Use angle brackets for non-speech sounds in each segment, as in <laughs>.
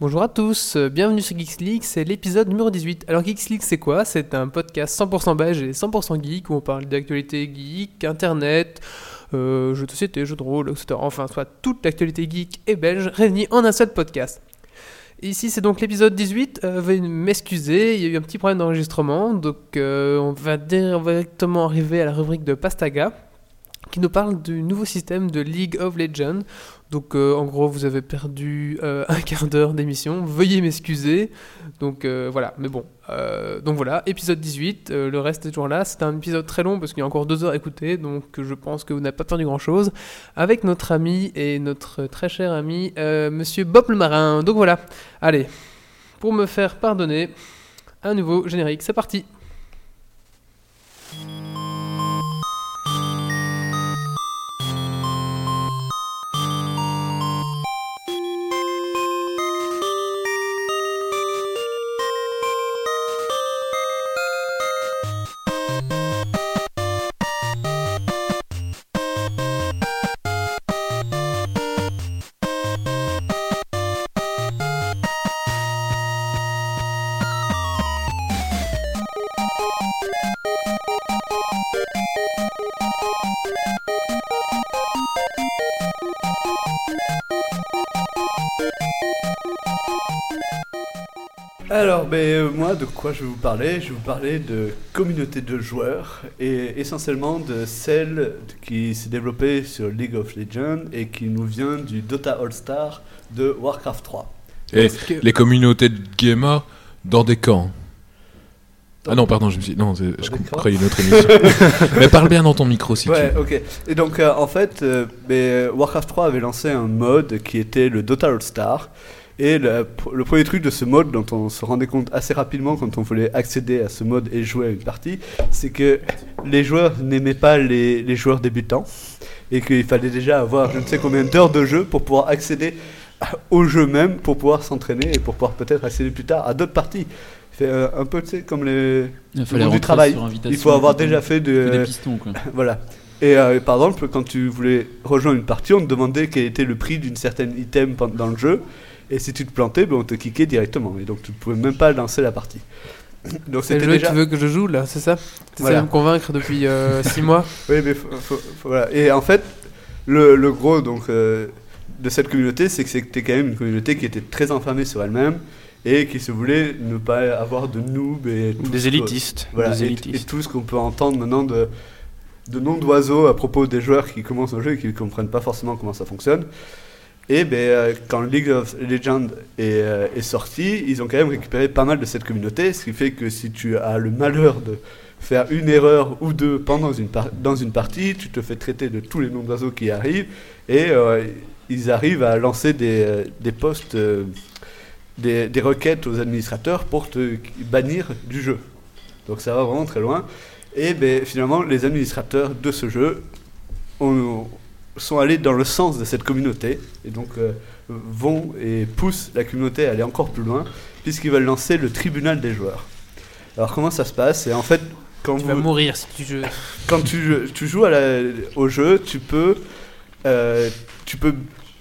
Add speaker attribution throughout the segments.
Speaker 1: Bonjour à tous, euh, bienvenue sur Geeks League, c'est l'épisode numéro 18. Alors Geeks League c'est quoi C'est un podcast 100% belge et 100% geek où on parle d'actualité geek, internet, euh, jeux de société, jeux de rôle, etc. Enfin, soit toute l'actualité geek et belge réunie en un seul podcast. Ici c'est donc l'épisode 18, euh, veuillez m'excuser, il y a eu un petit problème d'enregistrement, donc euh, on va directement arriver à la rubrique de Pastaga qui nous parle du nouveau système de League of Legends. Donc euh, en gros, vous avez perdu euh, <laughs> un quart d'heure d'émission. Veuillez m'excuser. Donc euh, voilà, mais bon. Euh, donc voilà, épisode 18. euh, le reste est toujours là. C'est un épisode très long parce qu'il y a encore deux heures à écouter. Donc euh, je pense que vous n'avez pas perdu grand-chose. Avec notre ami et notre très cher ami, euh, Monsieur Bob le Marin. Donc voilà. Allez, pour me faire pardonner, un nouveau générique. C'est parti.
Speaker 2: Alors, ben, euh, moi, de quoi je vais vous parler Je vais vous parler de communauté de joueurs et essentiellement de celle qui s'est développée sur League of Legends et qui nous vient du Dota All-Star de Warcraft 3.
Speaker 3: Et
Speaker 1: Parce que-
Speaker 3: les communautés de gamers dans des camps. Ah non, pardon, je me suis. Non, c'est- je
Speaker 2: des camps
Speaker 3: croyais une autre émission.
Speaker 2: <laughs>
Speaker 3: Mais parle bien dans ton micro si
Speaker 2: ouais,
Speaker 3: tu
Speaker 2: ok. Et donc, euh, en fait, euh, ben, Warcraft 3 avait lancé un mode qui était le Dota All-Star. Et le, le premier truc de ce mode, dont on se rendait compte assez rapidement quand on voulait accéder à ce mode et jouer à une partie, c'est que les joueurs n'aimaient pas les, les joueurs débutants et qu'il fallait déjà avoir je ne sais combien d'heures de jeu pour pouvoir accéder à- au jeu même, pour pouvoir s'entraîner et pour pouvoir peut-être accéder plus tard à d'autres parties. C'est euh, un peu tu sais, comme les,
Speaker 4: Il
Speaker 2: Le
Speaker 4: fallait
Speaker 2: monde du
Speaker 4: rentrer
Speaker 2: travail.
Speaker 4: sur invitation.
Speaker 2: il faut avoir déjà fait de,
Speaker 4: Que des pistons quoi.
Speaker 2: voilà. Et euh, par exemple, quand tu voulais rejoindre une partie, on te demandait quel était le prix d'une certaine item pen- dans le jeu. Et si tu te plantais, ben, on te kickait directement. Et donc tu ne pouvais même pas lancer la partie. <coughs> Donc
Speaker 1: C'est le
Speaker 2: c'était
Speaker 1: jeu que
Speaker 2: déjà.
Speaker 1: tu veux que je joue là, c'est ça Tu
Speaker 2: Voilà.
Speaker 1: me convaincre depuis 6 <laughs> mois
Speaker 2: Oui, mais faut- faut- faut- voilà. Et en fait, le, le gros donc, euh, de cette communauté, c'est que c'était quand même une communauté qui était très enfermée sur elle-même et qui se voulait ne pas avoir de noobs et tout
Speaker 5: Des
Speaker 2: ce que-
Speaker 5: élitistes.
Speaker 2: Voilà, et,
Speaker 5: des
Speaker 2: et
Speaker 5: élitistes.
Speaker 2: tout ce qu'on peut entendre maintenant de, de noms d'oiseaux à propos des joueurs qui commencent le jeu et qui ne comprennent pas forcément comment ça fonctionne. Et ben, euh, quand League of Legends est, euh, est sorti, ils ont quand même récupéré pas mal de cette communauté, ce qui fait que si tu as le malheur de faire une erreur ou deux pendant une, par- dans une partie, tu te fais traiter de tous les noms d'oiseaux qui arrivent, et euh, ils arrivent à lancer des, euh, des postes, euh, des, des requêtes aux administrateurs pour te bannir du jeu. Donc ça va vraiment très loin. Et ben, finalement, les administrateurs de ce jeu ont- sont allés dans le sens de cette communauté et donc euh, vont et poussent la communauté à aller encore plus loin puisqu'ils veulent lancer le tribunal des joueurs. Alors comment ça se passe C'est en fait quand
Speaker 1: Tu
Speaker 2: vous
Speaker 1: vas mourir si tu joues.
Speaker 2: quand tu, tu joues à la- au jeu, tu peux, euh, tu peux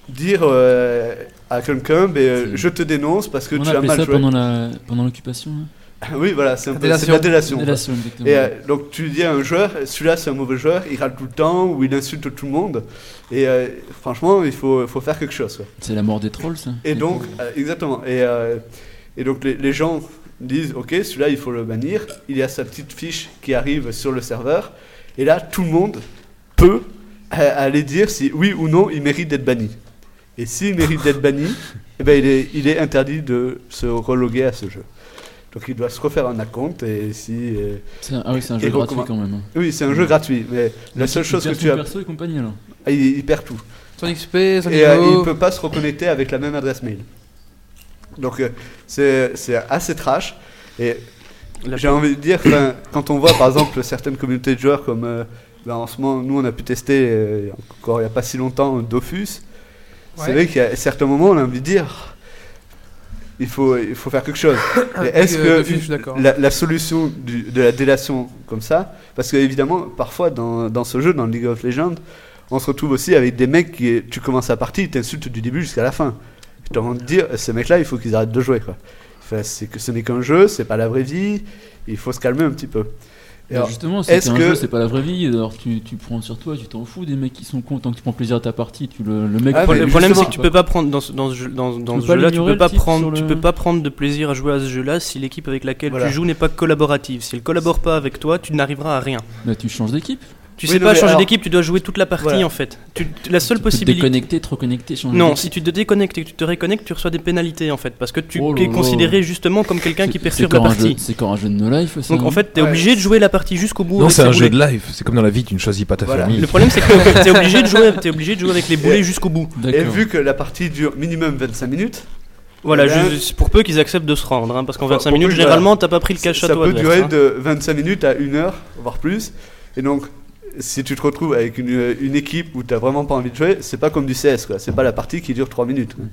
Speaker 2: dire euh, à quelqu'un, mais, euh,
Speaker 4: C'est-
Speaker 2: je te dénonce parce que
Speaker 4: On
Speaker 2: tu as
Speaker 4: appelait
Speaker 2: mal
Speaker 4: ça
Speaker 2: joué.
Speaker 4: pendant la pendant l'occupation. hein.
Speaker 2: oui, voilà, c'est un peu
Speaker 1: Délation.
Speaker 2: c'est de la délation. quoi.
Speaker 4: Délation exactement.
Speaker 2: Et euh, donc tu dis à un joueur, celui-là c'est un mauvais joueur, il râle tout le temps ou il insulte tout le monde. Et euh, franchement, il faut, faut faire quelque chose. quoi.
Speaker 4: C'est la mort des trolls ça.
Speaker 2: Et donc, euh, exactement. Et, euh, et donc les, les gens disent, ok, celui-là, il faut le bannir. Il y a sa petite fiche qui arrive sur le serveur. Et là, tout le monde peut euh, aller dire si oui ou non il mérite d'être banni. Et s'il mérite d'être banni, eh ben, il, est, il est interdit de se reloguer à ce jeu. Donc il doit se refaire un compte et si... euh,
Speaker 4: C'est un- Ah oui c'est un
Speaker 2: Et
Speaker 4: jeu gratuit
Speaker 2: recommande-
Speaker 4: quand même. hein.
Speaker 2: Oui, c'est un jeu gratuit, mais la seule chose que
Speaker 4: Version
Speaker 2: tu as...
Speaker 4: perso et compagnie alors.
Speaker 2: Ah, Il, il perd tout.
Speaker 1: Son XP, son
Speaker 2: Et euh, il
Speaker 1: niveau.
Speaker 2: peut pas se reconnecter avec la même adresse mail. Donc euh, c'est c'est assez trash. Et
Speaker 5: La
Speaker 2: j'ai envie de dire, 'fin, quand on voit par exemple certaines communautés de joueurs comme euh, ben, en ce moment, nous on a pu tester euh, encore il n'y a pas si longtemps Dofus.
Speaker 1: Ouais.
Speaker 2: C'est vrai qu'à certains moments on a envie de dire, il faut, il faut faire quelque chose.
Speaker 1: Ah,
Speaker 2: Mais Est-ce
Speaker 1: euh,
Speaker 2: que
Speaker 1: Dofus, je suis d'accord.
Speaker 2: la, la solution du- de la délation comme ça, parce que évidemment, parfois dans, dans ce jeu, dans League of Legends, on se retrouve aussi avec des mecs qui, tu commences la partie, ils t'insultent du début jusqu'à la fin. J'ai envie de dire, ces mecs-là, il faut qu'ils arrêtent de jouer. Quoi. Enfin, c'est que ce n'est qu'un jeu, c'est pas la vraie vie. Il faut se calmer un petit peu. Et alors,
Speaker 4: justement, c'est
Speaker 2: est-ce
Speaker 4: un
Speaker 2: que-
Speaker 4: jeu, c'est pas la vraie vie. Alors tu, tu prends sur toi, tu t'en fous des mecs qui sont cons tant que tu prends plaisir à ta partie. Tu le, le mec.
Speaker 2: Ah,
Speaker 4: prend-
Speaker 2: mais
Speaker 5: le problème,
Speaker 2: justement,
Speaker 5: c'est que tu peux pas prendre dans ce, dans ce jeu, dans, dans
Speaker 4: peux
Speaker 5: ce
Speaker 4: pas
Speaker 5: jeu-là, tu
Speaker 4: l'ignorer,
Speaker 5: peux pas
Speaker 4: le titre,
Speaker 5: prendre,
Speaker 4: sur
Speaker 5: tu
Speaker 4: le-
Speaker 5: peux pas prendre de plaisir à jouer à ce jeu-là si l'équipe avec laquelle
Speaker 2: Voilà.
Speaker 5: tu joues n'est pas collaborative. Si elle collabore pas avec toi, tu n'arriveras à rien.
Speaker 4: Bah, tu changes d'équipe.
Speaker 5: Tu
Speaker 2: Oui,
Speaker 5: sais
Speaker 2: non,
Speaker 5: pas
Speaker 2: mais
Speaker 5: changer
Speaker 2: alors-
Speaker 5: d'équipe, tu dois jouer toute la partie
Speaker 2: Voilà.
Speaker 5: en fait. Tu- tu- la seule
Speaker 4: Tu peux te
Speaker 5: possibilité.
Speaker 4: Déconnecter, te reconnecter, changer.
Speaker 5: Non,
Speaker 4: d'équipe.
Speaker 5: si tu te déconnectes et que tu te reconnectes, tu reçois des pénalités en fait, parce que tu
Speaker 4: Oh là
Speaker 5: es
Speaker 4: là.
Speaker 5: considéré justement comme quelqu'un qui
Speaker 4: C'est-
Speaker 5: perturbe
Speaker 4: c'est
Speaker 5: la
Speaker 4: quand un jeu-
Speaker 5: partie.
Speaker 4: C'est quand un jeu de no life. ça,
Speaker 5: Donc en
Speaker 4: hein.
Speaker 5: fait, t'es
Speaker 2: Ouais.
Speaker 5: obligé de jouer la partie jusqu'au bout.
Speaker 3: Non,
Speaker 5: avec
Speaker 3: c'est
Speaker 5: ses
Speaker 3: un jeu
Speaker 5: boulets.
Speaker 3: de life. C'est comme dans la vie, tu ne choisis pas ta
Speaker 2: Voilà.
Speaker 3: famille.
Speaker 5: Le problème,
Speaker 4: <laughs>
Speaker 5: c'est que t'es obligé de jouer, t'es obligé de jouer avec les boulets jusqu'au bout.
Speaker 2: Et
Speaker 4: D'accord.
Speaker 2: vu que la partie dure minimum 25 minutes,
Speaker 5: Voilà,
Speaker 2: Voilà.
Speaker 5: je- c'est pour peu qu'ils acceptent de se rendre, hein, parce qu'en
Speaker 2: Enfin,
Speaker 5: 25
Speaker 2: pour
Speaker 5: minutes,
Speaker 2: peu que-
Speaker 5: généralement, t'as pas pris le
Speaker 2: ça
Speaker 5: cash à
Speaker 2: ça
Speaker 5: toi.
Speaker 2: peut
Speaker 5: de
Speaker 2: durer
Speaker 5: reste, hein.
Speaker 2: de 25 minutes à 1 heure, voire plus. Et donc, si tu te retrouves avec une, euh, une équipe où tu vraiment pas envie de jouer, c'est pas comme du CS, quoi. C'est pas la partie qui dure 3 minutes. quoi.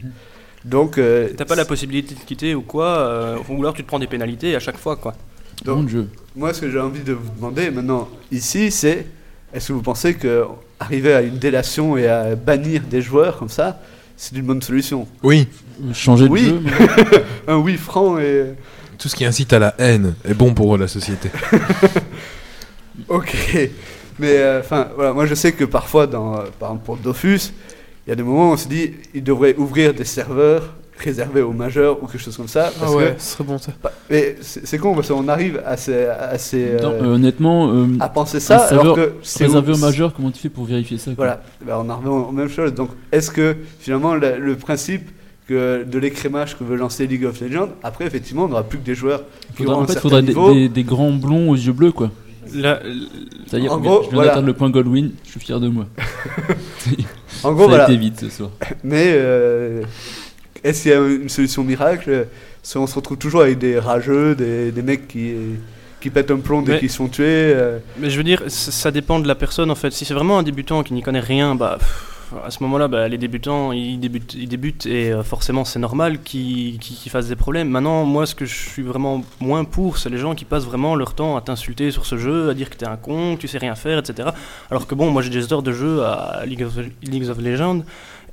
Speaker 2: Donc, euh,
Speaker 5: Mhm. T'as pas la possibilité de quitter ou quoi, euh, ou alors tu te prends des pénalités à chaque fois quoi.
Speaker 4: Bon
Speaker 2: donc-
Speaker 4: jeu.
Speaker 2: moi, ce que j'ai envie de vous demander maintenant ici, c'est est-ce que vous pensez que arriver à une délation et à bannir des joueurs comme ça, c'est une bonne solution
Speaker 3: Oui,
Speaker 4: Changer de
Speaker 2: Oui.
Speaker 4: jeu. mais-
Speaker 2: Un oui franc et.
Speaker 3: tout ce qui incite à la haine est bon pour la société.
Speaker 2: Ok, mais euh, enfin voilà, moi je sais que parfois, dans, euh, par exemple pour Dofus, il y a des moments où on se dit ils devraient ouvrir des serveurs réservés aux majeurs ou quelque chose comme ça.
Speaker 1: Ah
Speaker 2: Parce
Speaker 1: ouais,
Speaker 2: que,
Speaker 1: ce serait bon ça.
Speaker 2: bah, mais c'est c'est con parce qu'on arrive à, ces, à, ces,
Speaker 4: Attends,
Speaker 2: euh,
Speaker 4: euh, honnêtement, euh,
Speaker 2: à penser ça alors
Speaker 4: serveur
Speaker 2: que c'est
Speaker 4: réservé aux
Speaker 2: c'est-
Speaker 4: majeurs, comment tu fais pour vérifier ça quoi
Speaker 2: Voilà, Bah, on en revient aux mêmes choses. Donc est-ce que finalement le, le principe que de l'écrémage que veut lancer League of Legends, après effectivement on n'aura plus que des joueurs qui
Speaker 4: Faudra-
Speaker 2: auront
Speaker 4: en
Speaker 2: un
Speaker 4: fait,
Speaker 2: certain
Speaker 4: faudrait des,
Speaker 2: niveau.
Speaker 4: des- des grands blonds aux yeux bleus, quoi.
Speaker 5: Là,
Speaker 4: C'est-à-dire,
Speaker 2: En
Speaker 4: je
Speaker 2: gros,
Speaker 4: viens
Speaker 2: voilà.
Speaker 4: d'atteindre le point Goldwyn, je suis fier de moi.
Speaker 2: En gros
Speaker 4: ça a
Speaker 2: voilà,
Speaker 4: été vite ce soir.
Speaker 2: Mais euh, est-ce qu'il y a une solution miracle Si on se retrouve toujours avec des rageux, des, des mecs qui, qui pètent un plomb dès
Speaker 5: Mais-
Speaker 2: qu'ils sont tués. euh,
Speaker 5: mais je veux dire, ça ça dépend de la personne en fait. Si c'est vraiment un débutant qui n'y connaît rien, bah pff, à ce moment-là, bah, les débutants, ils débutent, ils débutent et euh, forcément c'est normal qu'ils qu'ils- qu'ils fassent des problèmes. Maintenant, moi, ce que je suis vraiment moins pour, c'est les gens qui passent vraiment leur temps à t'insulter sur ce jeu, à dire que t'es un con, que tu sais rien faire, etc. Alors que bon, moi j'ai des heures de jeu à League of, League of Legends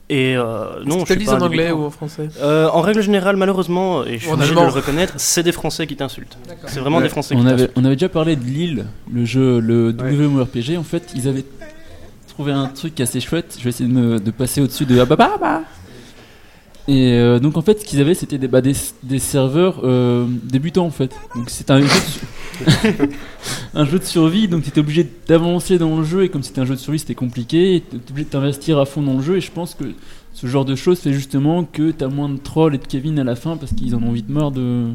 Speaker 5: et euh, non,
Speaker 1: Non, je
Speaker 5: je
Speaker 1: te
Speaker 5: suis
Speaker 1: lis
Speaker 5: pas
Speaker 1: en
Speaker 5: un
Speaker 1: anglais
Speaker 5: débutant.
Speaker 1: ou en français
Speaker 5: Euh, en règle générale, malheureusement, et je suis
Speaker 1: En
Speaker 5: obligé de
Speaker 1: allemand.
Speaker 5: le reconnaître, c'est des Français qui t'insultent. C'est vraiment
Speaker 2: Ouais.
Speaker 5: des Français qui
Speaker 4: On
Speaker 5: t'insultent.
Speaker 4: avait, on avait déjà parlé de Lille, le jeu, le WMORPG. En fait, ils avaient trouvé un truc assez chouette. Je vais essayer de, me- de passer au-dessus de. Ah, bah, bah, bah. Et euh, donc, en fait, ce qu'ils avaient, c'était des, bah, des, des serveurs euh, débutants, en fait. Donc, c'est un jeu de. su- un jeu de survie, donc tu étais obligé d'avancer dans le jeu, et comme c'était un jeu de survie, c'était compliqué, tu obligé de t'investir à fond dans le jeu, et je pense que ce genre de choses fait justement que t'as moins de trolls et de Kevin à la fin, parce qu'ils en ont vite marre de,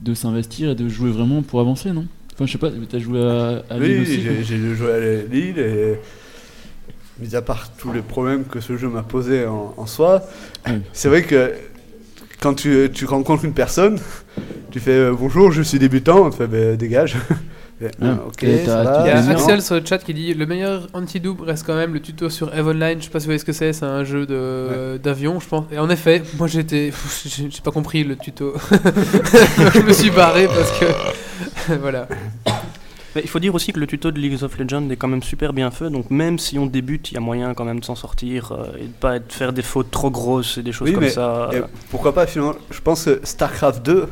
Speaker 4: de s'investir et de jouer vraiment pour avancer, non Enfin, je sais pas, t'as joué à, à Lille
Speaker 2: oui,
Speaker 4: aussi, quoi.
Speaker 2: j'ai j'ai joué à Lille et. Mis à part tous les problèmes que ce jeu m'a posé en, en soi,
Speaker 4: Ouais.
Speaker 2: c'est vrai que quand tu, tu rencontres une personne, tu fais euh, bonjour, je suis débutant, on te fait bah, dégage. <laughs> Et, ah, ok,
Speaker 4: Et
Speaker 2: ça
Speaker 4: t'as-
Speaker 2: va.
Speaker 4: Ah,
Speaker 1: Il y a
Speaker 4: plaisir.
Speaker 1: Axel sur le chat qui dit le meilleur anti-double reste quand même le tuto sur Eve Online. Je sais pas si vous voyez ce que c'est, c'est un jeu de- d'avion, je pense. Et en effet, moi j'étais. J'ai j'ai pas compris le tuto. <laughs> je me suis barré parce que. <laughs> voilà.
Speaker 5: Mais il faut dire aussi que le tuto de League of Legends est quand même super bien fait, donc même si on débute, il y a moyen quand même de s'en sortir euh, et de pas être- faire des fautes trop grosses et des choses
Speaker 2: Oui,
Speaker 5: comme
Speaker 2: mais-
Speaker 5: ça. Euh,
Speaker 2: Et pourquoi pas finalement Je pense que StarCraft 2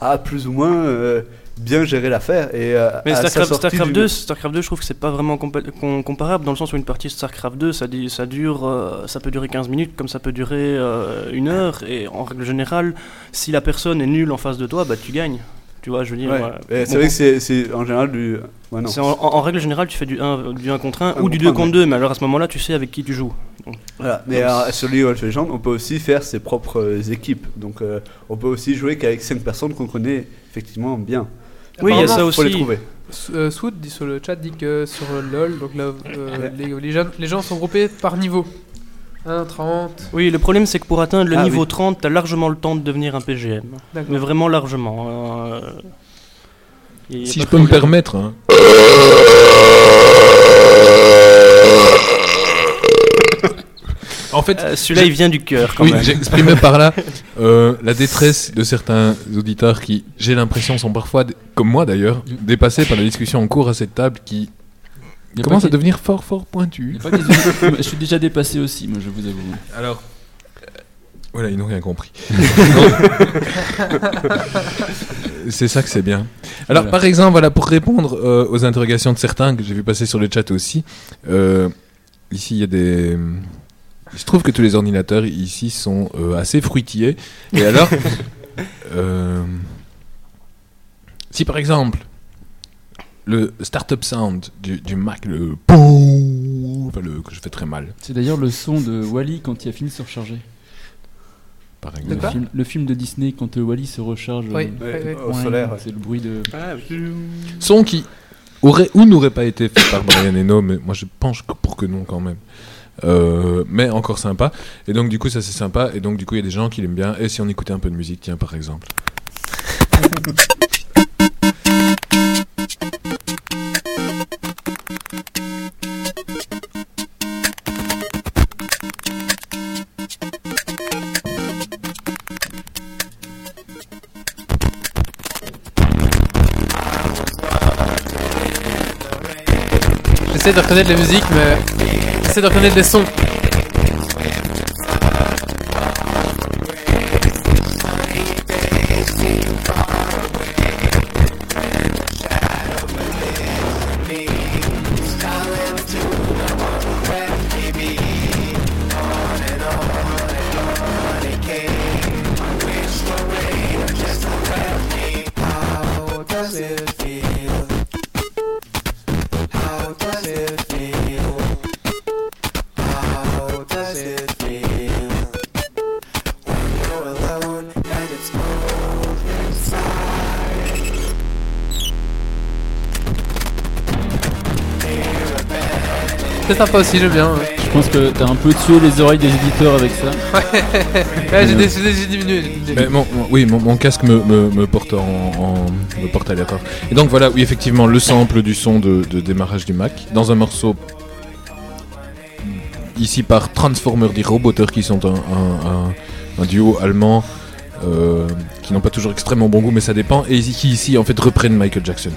Speaker 2: a plus ou moins euh, bien géré l'affaire et euh,
Speaker 5: Mais
Speaker 2: à sa
Speaker 5: Starcraft,
Speaker 2: sortie
Speaker 5: Starcraft
Speaker 2: du-
Speaker 5: 2, Starcraft 2, je trouve que c'est pas vraiment compa- com- comparable dans le sens où une partie de Starcraft 2, ça, dit- ça dure, euh, ça peut durer 15 minutes comme ça peut durer euh, une heure. Et en règle générale, si la personne est nulle en face de toi, bah tu gagnes. Tu vois, je veux dire.
Speaker 2: Ouais.
Speaker 5: voilà.
Speaker 2: Et
Speaker 5: Bon,
Speaker 2: c'est vrai que c'est- c'est en général du. Ouais, non.
Speaker 5: C'est en, en- en règle générale, tu fais du 1 du un contre 1
Speaker 2: Un
Speaker 5: ou du
Speaker 2: contre
Speaker 5: 2
Speaker 2: un,
Speaker 5: contre 2, mais alors à ce moment-là, tu sais avec qui tu joues.
Speaker 2: Voilà. Mais
Speaker 5: Donc,
Speaker 2: euh,
Speaker 5: c'est-
Speaker 2: sur League of Legends, on peut aussi faire ses propres équipes. Donc euh, on peut aussi jouer qu'avec 5 personnes qu'on connaît effectivement bien.
Speaker 5: Oui, il y a ça
Speaker 2: Apparemment, Faut
Speaker 5: aussi.
Speaker 2: les trouver.
Speaker 1: S- euh, Swoot dit sur le chat dit que sur LoL, donc là, euh, les, les gens, les gens sont groupés par niveau 1, 30.
Speaker 5: Oui, le problème, c'est que pour atteindre le
Speaker 2: Ah,
Speaker 5: niveau
Speaker 2: oui.
Speaker 5: 30, t'as largement le temps de devenir un PGM. Mais
Speaker 1: D'accord.
Speaker 5: vraiment largement. euh, y a- y a
Speaker 3: Si
Speaker 5: pas
Speaker 3: je
Speaker 5: de
Speaker 3: peux me
Speaker 5: problème.
Speaker 3: permettre, hein, en fait,
Speaker 5: Euh, Celui-là, il vient du cœur quand
Speaker 3: oui,
Speaker 4: <laughs>
Speaker 5: même.
Speaker 3: j'exprimais par là euh, la détresse de certains auditeurs qui, j'ai l'impression, sont parfois, dé- comme moi d'ailleurs, dépassés par la discussion en cours à cette table qui
Speaker 4: Y a pas
Speaker 3: commence à
Speaker 4: que-
Speaker 3: devenir fort, fort
Speaker 4: y
Speaker 3: pointue.
Speaker 4: a pas que les- Je suis déjà dépassé aussi, moi, je vous avoue.
Speaker 3: Alors, Voilà, ils n'ont rien compris. Non. <laughs> c'est ça que c'est bien. Alors,
Speaker 4: Voilà.
Speaker 3: par exemple, voilà, pour répondre euh, aux interrogations de certains que j'ai vu passer sur le chat aussi, euh, ici, il y a des. Il se trouve que tous les ordinateurs ici sont euh, assez fruitillés. Et alors, euh, si par exemple, le startup sound du, du Mac, le pou, enfin, le- que je fais très mal,
Speaker 4: C'est d'ailleurs le son de Wally quand il a fini de se recharger.
Speaker 3: par
Speaker 4: Le
Speaker 3: exemple.
Speaker 1: quoi
Speaker 4: film, le film de Disney quand euh, Wally se recharge.
Speaker 1: Oui.
Speaker 4: euh,
Speaker 2: Ouais,
Speaker 1: Ouais,
Speaker 2: Au
Speaker 4: ouais,
Speaker 2: solaire. ouais.
Speaker 4: C'est le bruit de.
Speaker 3: Son qui aurait ou n'aurait pas été fait par <coughs> Brian Eno, mais moi je penche que- pour que non quand même. Euh, mais encore sympa. Et donc du coup ça c'est sympa. Et donc du coup il y a des gens qui l'aiment bien. Et si on écoutait un peu de musique, tiens par exemple.
Speaker 1: J'essaie de reconnaître la musique, mais. J'essaie de reconnaître les sons. C'est sympa aussi, j'aime bien. hein. ouais.
Speaker 4: Je pense que t'as un peu tué les oreilles des éditeurs avec ça.
Speaker 1: Ouais, j'ai décidé, j'ai diminué. j'ai diminué.
Speaker 3: Mais mon- mon- oui, mon, mon casque me, me- me porte en, en- me porte à l'erreur. Et donc voilà, oui effectivement le sample du son de, de démarrage du Mac dans un morceau ici par Transformer die Roboter qui sont un, un- un- un duo allemand euh, qui n'ont pas toujours extrêmement bon goût mais ça dépend et qui ici en fait reprennent Michael Jackson.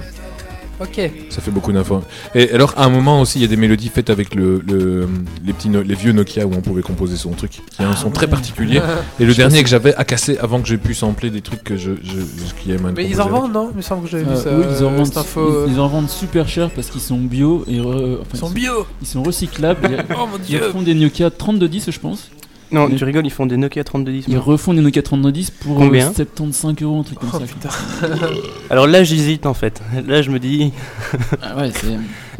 Speaker 1: Ok.
Speaker 3: Ça fait beaucoup d'infos. Et alors, à un moment aussi, il y a des mélodies faites avec le, le- les, petits no- les vieux Nokia où on pouvait composer son truc, qui
Speaker 1: Ah
Speaker 3: a un son
Speaker 1: <laughs>
Speaker 3: très particulier. Et le dernier que j'avais à casser avant que j'ai pu sampler des trucs que je, je, je- qui aiment
Speaker 1: Mais ils en
Speaker 3: composer avec.
Speaker 1: vendent, non Il me semble que j'avais
Speaker 4: Euh,
Speaker 1: vu ça.
Speaker 4: oui, ils en,
Speaker 1: euh,
Speaker 4: vendent,
Speaker 1: cette info.
Speaker 4: ils,
Speaker 1: euh,
Speaker 4: ils en vendent super cher parce qu'ils sont bio et re- euh, enfin,
Speaker 1: Ils sont bio
Speaker 4: ils sont recyclables. <laughs> Ils-
Speaker 1: Oh mon <laughs>
Speaker 4: Ils
Speaker 1: dieu
Speaker 4: refont des Nokia 3210, je pense.
Speaker 5: Non,
Speaker 4: Mais-
Speaker 5: tu rigoles, ils font des Nokia 3210.
Speaker 4: Ils refont des Nokia 3210 pour euh,
Speaker 5: Combien
Speaker 4: 75 euros, un truc comme
Speaker 1: Oh
Speaker 4: ça.
Speaker 1: putain
Speaker 5: Alors là, j'hésite en fait. Là, je me dis.
Speaker 4: Ah ouais, c'est.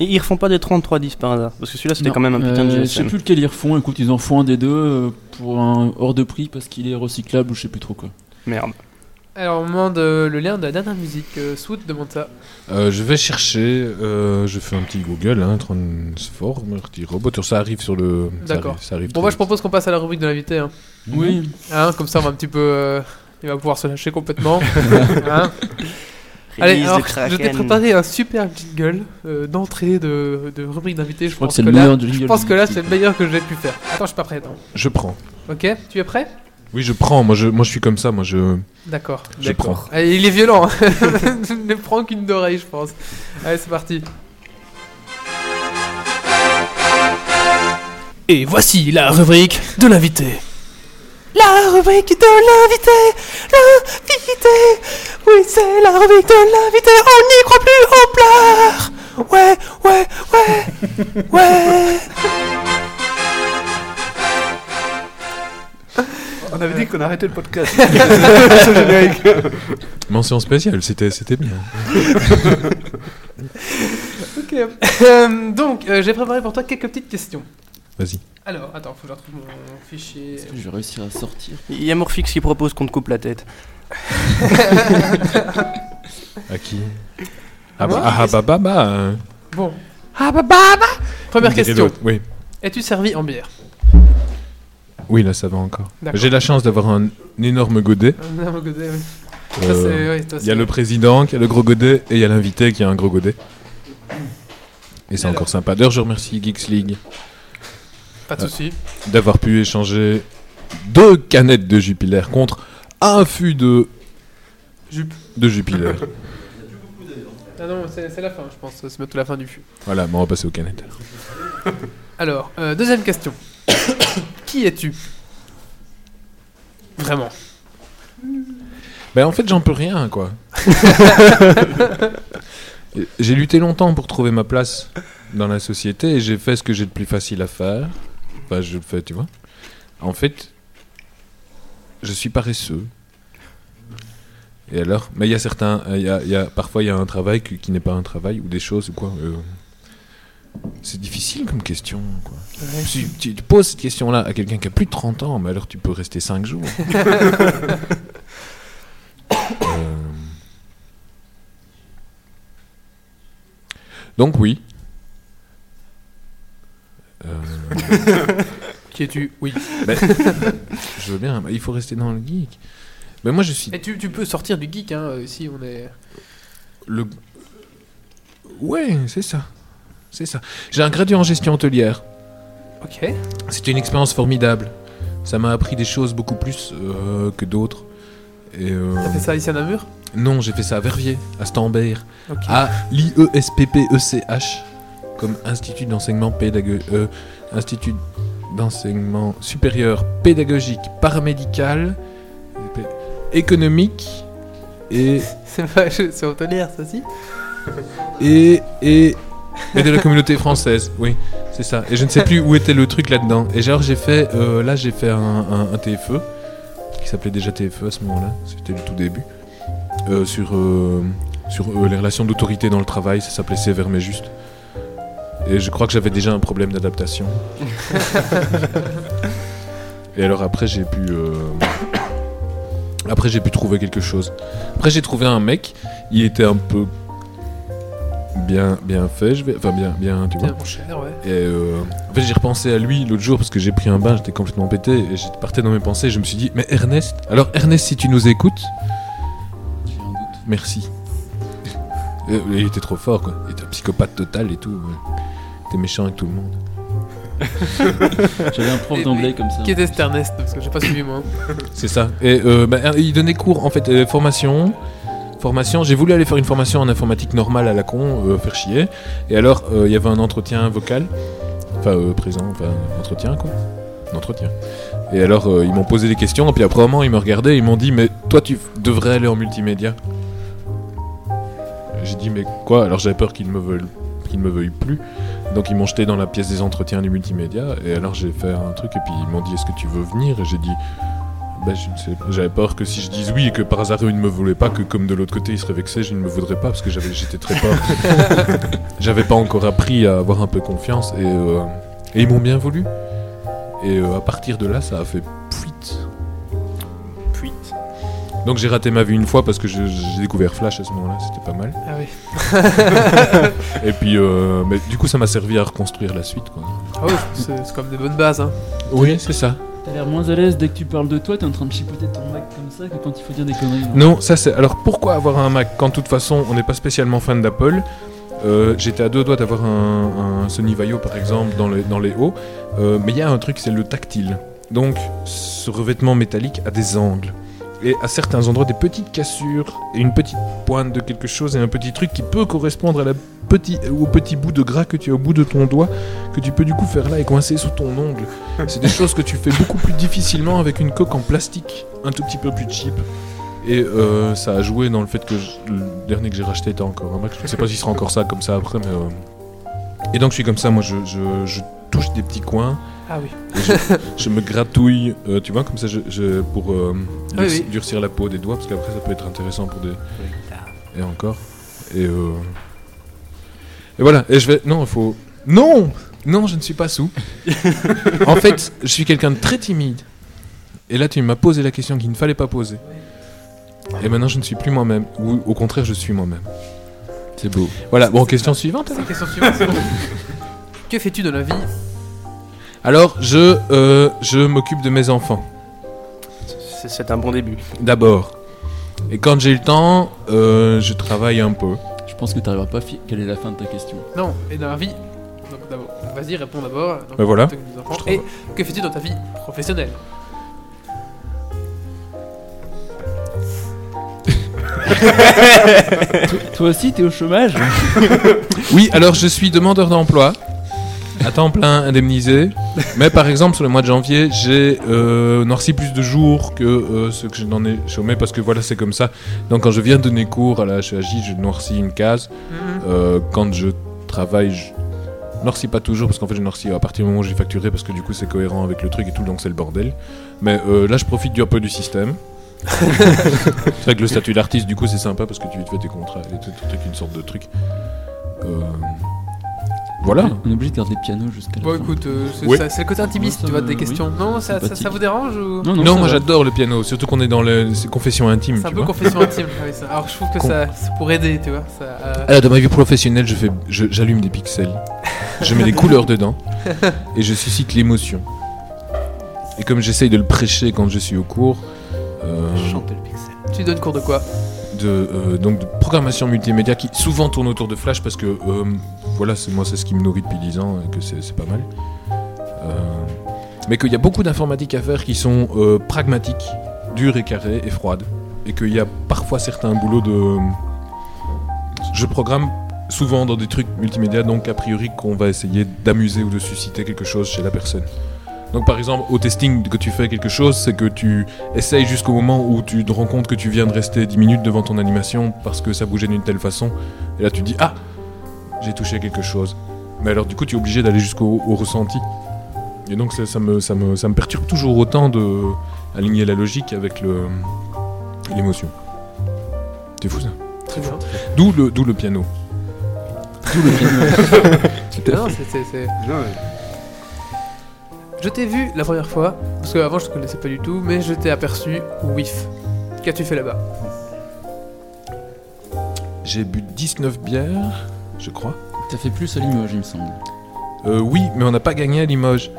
Speaker 5: Et Ils refont pas des 3310 par hasard. Parce que celui-là, c'était
Speaker 4: Non,
Speaker 5: quand même un
Speaker 4: euh,
Speaker 5: putain de
Speaker 4: Je sais
Speaker 5: GSM.
Speaker 4: plus lequel ils refont. Écoute, ils en font un des deux euh, pour un hors de prix parce qu'il est recyclable ou je sais plus trop quoi.
Speaker 5: Merde.
Speaker 1: Alors, on me demande euh, le lien de la dernière musique. Euh, Soot demande ça.
Speaker 3: Euh, je vais chercher, euh, je fais un petit Google, hein, Transformer, petit robot, ça arrive sur le. ça
Speaker 1: D'accord.
Speaker 3: arrive- Ça arrive.
Speaker 1: Bon, moi, je
Speaker 3: très vite.
Speaker 1: propose qu'on passe à la rubrique de l'invité. Hein.
Speaker 4: Oui.
Speaker 1: Hein, comme ça, on va un petit peu. euh, Il va pouvoir se lâcher
Speaker 4: <laughs>
Speaker 1: complètement. Hein Allez,
Speaker 5: Release the
Speaker 1: alors, je
Speaker 5: Kraken.
Speaker 1: t'ai préparé un super jingle euh, d'entrée de, de rubrique d'invité. Je,
Speaker 4: Je crois que
Speaker 1: pense
Speaker 4: c'est
Speaker 1: que,
Speaker 4: le
Speaker 1: là,
Speaker 4: meilleur jingle.
Speaker 1: je pense que là, c'est le meilleur que j'ai pu faire. Attends, je suis pas prêt. attends.
Speaker 3: Je prends.
Speaker 1: Ok, tu es prêt
Speaker 3: Oui, je prends. Moi, je, moi, je suis comme ça. Moi, je,
Speaker 1: D'accord.
Speaker 3: je prends.
Speaker 1: Allez, il est violent. hein. <laughs> ne prends qu'une d'oreille, je pense. Allez, c'est parti. Et voici la rubrique de l'invité. La rubrique de l'invité, l'invité. Oui, c'est la rubrique de l'invité. On n'y croit plus, on pleure. Ouais, ouais, ouais, ouais.
Speaker 2: On avait dit qu'on arrêtait le podcast. Ce générique.
Speaker 3: Mention spéciale. C'était, c'était bien.
Speaker 1: Ok. Euh, Donc, euh, j'ai préparé pour toi quelques petites questions.
Speaker 3: Vas-y.
Speaker 1: Alors, attends, faut que je retrouve mon fichier.
Speaker 4: Je vais réussir à sortir.
Speaker 5: Il y a Morphix qui propose qu'on te coupe la tête.
Speaker 3: À qui Ah
Speaker 1: Moi
Speaker 3: bah, ah bah, bah, bah, euh,
Speaker 1: Bon. Ah bah bah bah Première
Speaker 3: on dirait
Speaker 1: question.
Speaker 3: l'autre. Oui.
Speaker 1: Es-tu servi en bière
Speaker 3: Oui, là, ça va encore.
Speaker 1: D'accord. Ah,
Speaker 3: J'ai la chance d'avoir un, énorme godet.
Speaker 1: Non, mon godet, oui.
Speaker 3: Euh,
Speaker 1: Ça, c'est- ouais, toi,
Speaker 3: Il y a
Speaker 1: c'est-
Speaker 3: le président qui a le gros godet et il y a l'invité qui a un gros godet. Et c'est
Speaker 1: Alors.
Speaker 3: encore sympa. D'ailleurs, je remercie Geeks League
Speaker 1: Pas
Speaker 3: Ah.
Speaker 1: de soucis.
Speaker 3: d'avoir pu échanger deux canettes de Jupiler contre un fût de,
Speaker 1: Jupe.
Speaker 3: de Jupiler.
Speaker 1: Ah non, c'est c'est la fin, je pense. C'est bientôt la fin du fût.
Speaker 3: voilà, mais on va passer aux canettes.
Speaker 1: <coughs> Alors, euh, deuxième question. Qui es-tu Vraiment.
Speaker 3: Ben en fait, j'en peux rien, quoi. j'ai lutté longtemps pour trouver ma place dans la société et j'ai fait ce que j'ai de plus facile à faire. Enfin, je le fais, tu vois. En fait, je suis paresseux. Et alors Mais il y a certains. euh, il y a- il y a- parfois, il y a un travail qui, qui n'est pas un travail ou des choses ou quoi. euh, c'est difficile comme question, quoi. Si tu tu poses cette question-là à quelqu'un qui a plus de 30 ans, mais alors tu peux rester
Speaker 1: <laughs>
Speaker 3: 5 jours. Euh. Donc oui. Euh,
Speaker 1: Qui es-tu Oui.
Speaker 3: je veux bien, mais il faut rester dans le geek. Mais moi je suis
Speaker 1: Et tu, tu peux sortir du geek, hein, euh, si on est.
Speaker 3: le... Ouais, c'est ça. C'est ça. J'ai un graduat en gestion hôtelière.
Speaker 1: Ok.
Speaker 3: C'était une expérience formidable. Ça m'a appris des choses beaucoup plus euh, que d'autres. Et, euh,
Speaker 1: T'as fait ça ici à Namur
Speaker 3: Non, j'ai fait ça à Verviers, à Stambert,
Speaker 1: Ok.
Speaker 3: à E l'IESPPECH, comme Institut d'enseignement pédagogique, Institut d'enseignement supérieur pédagogique, paramédical, pé- économique et
Speaker 1: C'est pas c'est hôtelière, ça si
Speaker 3: et et et de la communauté française, oui, c'est ça. Et je ne sais plus où était le truc là-dedans. Et genre j'ai fait, euh, là j'ai fait un, un- un TFE qui s'appelait déjà TFE à ce moment-là, c'était le tout début, Euh, sur euh, sur euh, les relations d'autorité dans le travail, ça s'appelait sévère mais juste. Et je crois que j'avais déjà un problème d'adaptation. Et alors après j'ai pu euh, après j'ai pu trouver quelque chose. Après j'ai trouvé un mec, il était un peu bien bien fait, je vais enfin bien bien tu vois.
Speaker 1: Bien, mon cher, ouais.
Speaker 3: Et euh, en fait, j'ai repensé à lui l'autre jour parce que j'ai pris un bain, j'étais complètement pété et j'étais parti dans mes pensées. Je me suis dit, mais Ernest, alors Ernest, si tu nous écoutes,
Speaker 4: J'ai un doute.
Speaker 3: merci. <laughs> Euh, il était trop fort, quoi. Il était un psychopathe total et tout. ouais. Il était méchant avec tout le monde.
Speaker 4: J'avais un prof
Speaker 1: Et-
Speaker 4: d'anglais
Speaker 1: et-
Speaker 4: comme ça.
Speaker 1: Qui était cet Ernest Parce que j'ai pas suivi moi.
Speaker 3: C'est ça. Et euh, bah, er- il donnait cours, en fait, euh, formation. Formation, j'ai voulu aller faire une formation en informatique normale à la con, euh, faire chier. Et alors, euh, il y avait un entretien vocal, enfin euh, présent, enfin entretien quoi, un entretien. Et alors, euh, ils m'ont posé des questions, et puis après un moment, ils me regardaient, et ils m'ont dit, mais toi, tu f- devrais aller en multimédia. J'ai dit, mais quoi Alors j'avais peur qu'ils me veulent, qu'ils me veuillent plus. Donc ils m'ont jeté dans la pièce des entretiens du multimédia, et alors j'ai fait un truc, et puis ils m'ont dit, est-ce que tu veux venir Et j'ai dit, bah, je ne sais pas. J'avais peur que si je dise oui et que par hasard il ne me voulait pas, que comme de l'autre côté il serait vexé, je ne me voudrais pas parce que j'avais, j'étais très fort. j'avais pas encore appris à avoir un peu confiance et, euh, et ils m'ont bien voulu. Et euh, à partir de là, ça a fait fuite.
Speaker 5: Fuite.
Speaker 3: Donc j'ai raté ma vie une fois parce que je- j'ai découvert Flash à ce moment-là, c'était pas mal.
Speaker 1: Ah oui.
Speaker 3: Et puis, euh, mais du coup, ça m'a servi à reconstruire la suite. Quoi.
Speaker 1: Ah oui, c'est c'est comme des bonnes bases, hein.
Speaker 3: Oui, c'est ça.
Speaker 4: T'as l'air moins à l'aise dès que tu parles de toi, t'es en train de chipoter ton mec comme ça que quand il faut dire des conneries. non
Speaker 3: Non, ça c'est. Alors pourquoi avoir un Mac quand de toute façon on n'est pas spécialement fan d'Apple Euh, J'étais à deux doigts d'avoir un, un Sony Vaio par exemple dans les, dans les hauts, Euh, mais il y a un truc, c'est le tactile. Donc ce revêtement métallique a des angles et à certains endroits des petites cassures et une petite pointe de quelque chose et un petit truc qui peut correspondre à la petit, euh, au petit bout de gras que tu as au bout de ton doigt que tu peux du coup faire là et coincer sous ton ongle. C'est des choses que tu fais beaucoup plus difficilement avec une coque en plastique un tout petit peu plus cheap. Et euh, ça a joué dans le fait que je- le dernier que j'ai racheté était encore un Mac. Je ne sais pas si sera encore ça comme ça après, mais. euh, Et donc je suis comme ça, moi je, je- je touche des petits coins,
Speaker 1: Ah oui.
Speaker 3: je me gratouille, euh, tu vois, comme ça je, je- pour euh,
Speaker 1: Ah oui,
Speaker 3: durci-
Speaker 1: oui.
Speaker 3: durcir la peau des doigts, parce qu'après ça peut être intéressant pour des.
Speaker 1: bah.
Speaker 3: Et encore. Et, euh, et voilà, et je vais. Non, il faut. Non Non, je ne suis pas
Speaker 1: <laughs>
Speaker 3: sous. en fait, je suis quelqu'un de très timide. Et là, tu m'as posé la question qu'il ne fallait pas poser. Et maintenant, je ne suis plus moi-même. Ou au contraire, je suis moi-même.
Speaker 4: C'est beau.
Speaker 3: Voilà, bon, question suivante.
Speaker 1: C'est la question suivante. c'est bon. <laughs> que fais-tu dans la vie
Speaker 3: Alors, je, euh, je m'occupe de mes enfants,
Speaker 5: C'est c'est un bon début.
Speaker 3: d'abord. Et quand j'ai le temps, euh, je travaille un peu.
Speaker 4: Je pense que t'arriveras pas à fi- quelle est la fin de ta question.
Speaker 1: Non, et dans la vie. Donc d'abord, vas-y, réponds d'abord. Donc,
Speaker 3: Ben voilà.
Speaker 1: t'occupes des enfants.
Speaker 3: Je trouve.
Speaker 1: Et que fais-tu dans ta vie professionnelle
Speaker 4: Toi aussi, t'es au chômage
Speaker 3: Oui, alors je suis demandeur d'emploi, à temps plein indemnisé, Mais par exemple, sur le mois de janvier, j'ai euh, noirci plus de jours que euh, ce que je n'en ai chômé parce que voilà, c'est comme ça. Donc quand je viens donner cours à la HEAJ, je noircis une case.
Speaker 1: Mmh.
Speaker 3: Euh, quand je travaille, je noircis pas toujours parce qu'en fait, je noircis à partir du moment où j'ai facturé parce que du coup, c'est cohérent avec le truc et tout, donc c'est le bordel. Mais euh, là, je profite du un peu du système. c'est vrai que le statut d'artiste, du coup, c'est sympa parce que tu te fais tes contrats et tout, tout est une sorte de truc. Euh, voilà.
Speaker 4: On est obligé de garder le piano jusqu'à la
Speaker 1: Bon,
Speaker 4: fin.
Speaker 1: écoute, euh, c'est
Speaker 3: Oui.
Speaker 1: ça- c'est le côté intimiste,
Speaker 4: Ouais, ça
Speaker 1: tu vois,
Speaker 4: me-
Speaker 1: des
Speaker 4: oui.
Speaker 1: questions. Non, ça, ça,
Speaker 4: Sympathique.
Speaker 1: ça vous dérange ou
Speaker 3: Non,
Speaker 4: Non, non, ça
Speaker 3: moi
Speaker 4: va.
Speaker 3: j'adore le piano, surtout qu'on est dans les c'est confessions intimes.
Speaker 1: C'est un
Speaker 3: tu
Speaker 1: peu
Speaker 3: vois.
Speaker 1: confession intime. Ah oui, ça- Alors, je trouve que
Speaker 3: Con.
Speaker 1: ça, c'est pour aider, tu vois. Ça, euh,
Speaker 3: Alors dans ma vie professionnelle, je fais, je- j'allume des pixels, je mets des couleurs dedans et je suscite l'émotion. Et comme j'essaye de le prêcher quand je suis au cours, euh,
Speaker 2: Chanter le pixel.
Speaker 1: Tu donnes cours de quoi
Speaker 3: de, euh, donc de programmation multimédia qui souvent tourne autour de Flash parce que euh, voilà, c'est moi c'est ce qui me nourrit depuis 10 ans et que c'est c'est pas mal. Euh, mais qu'il y a beaucoup d'informatiques à faire qui sont euh, pragmatiques, dures et carrées et froides. Et qu'il y a parfois certains boulots de. Je programme souvent dans des trucs multimédia, donc a priori qu'on va essayer d'amuser ou de susciter quelque chose chez la personne. Donc par exemple, au testing que tu fais quelque chose, c'est que tu Essaye jusqu'au moment où tu te rends compte que tu viens de rester 10 minutes devant ton animation parce que ça bougeait d'une telle façon. Et là, tu te dis Ah J'ai touché quelque chose. Mais alors, du coup, tu es obligé d'aller jusqu'au au ressenti. Et donc, ça, ça me, ça, me, ça me perturbe toujours autant de aligner la logique avec le l'émotion. C'est fou ça.
Speaker 1: Très bien.
Speaker 3: D'où le, d'où le piano.
Speaker 4: à
Speaker 1: Non, c'est- c'est- c'est-
Speaker 2: Non,
Speaker 1: Je t'ai vu la première fois, parce qu'avant je te connaissais pas du tout, mais je t'ai aperçu au WIF. Qu'as-tu fait là-bas
Speaker 3: J'ai bu 19 bières, je crois.
Speaker 4: T'as fait plus à Limoges, il me semble.
Speaker 3: Euh, oui, mais on n'a pas gagné à Limoges.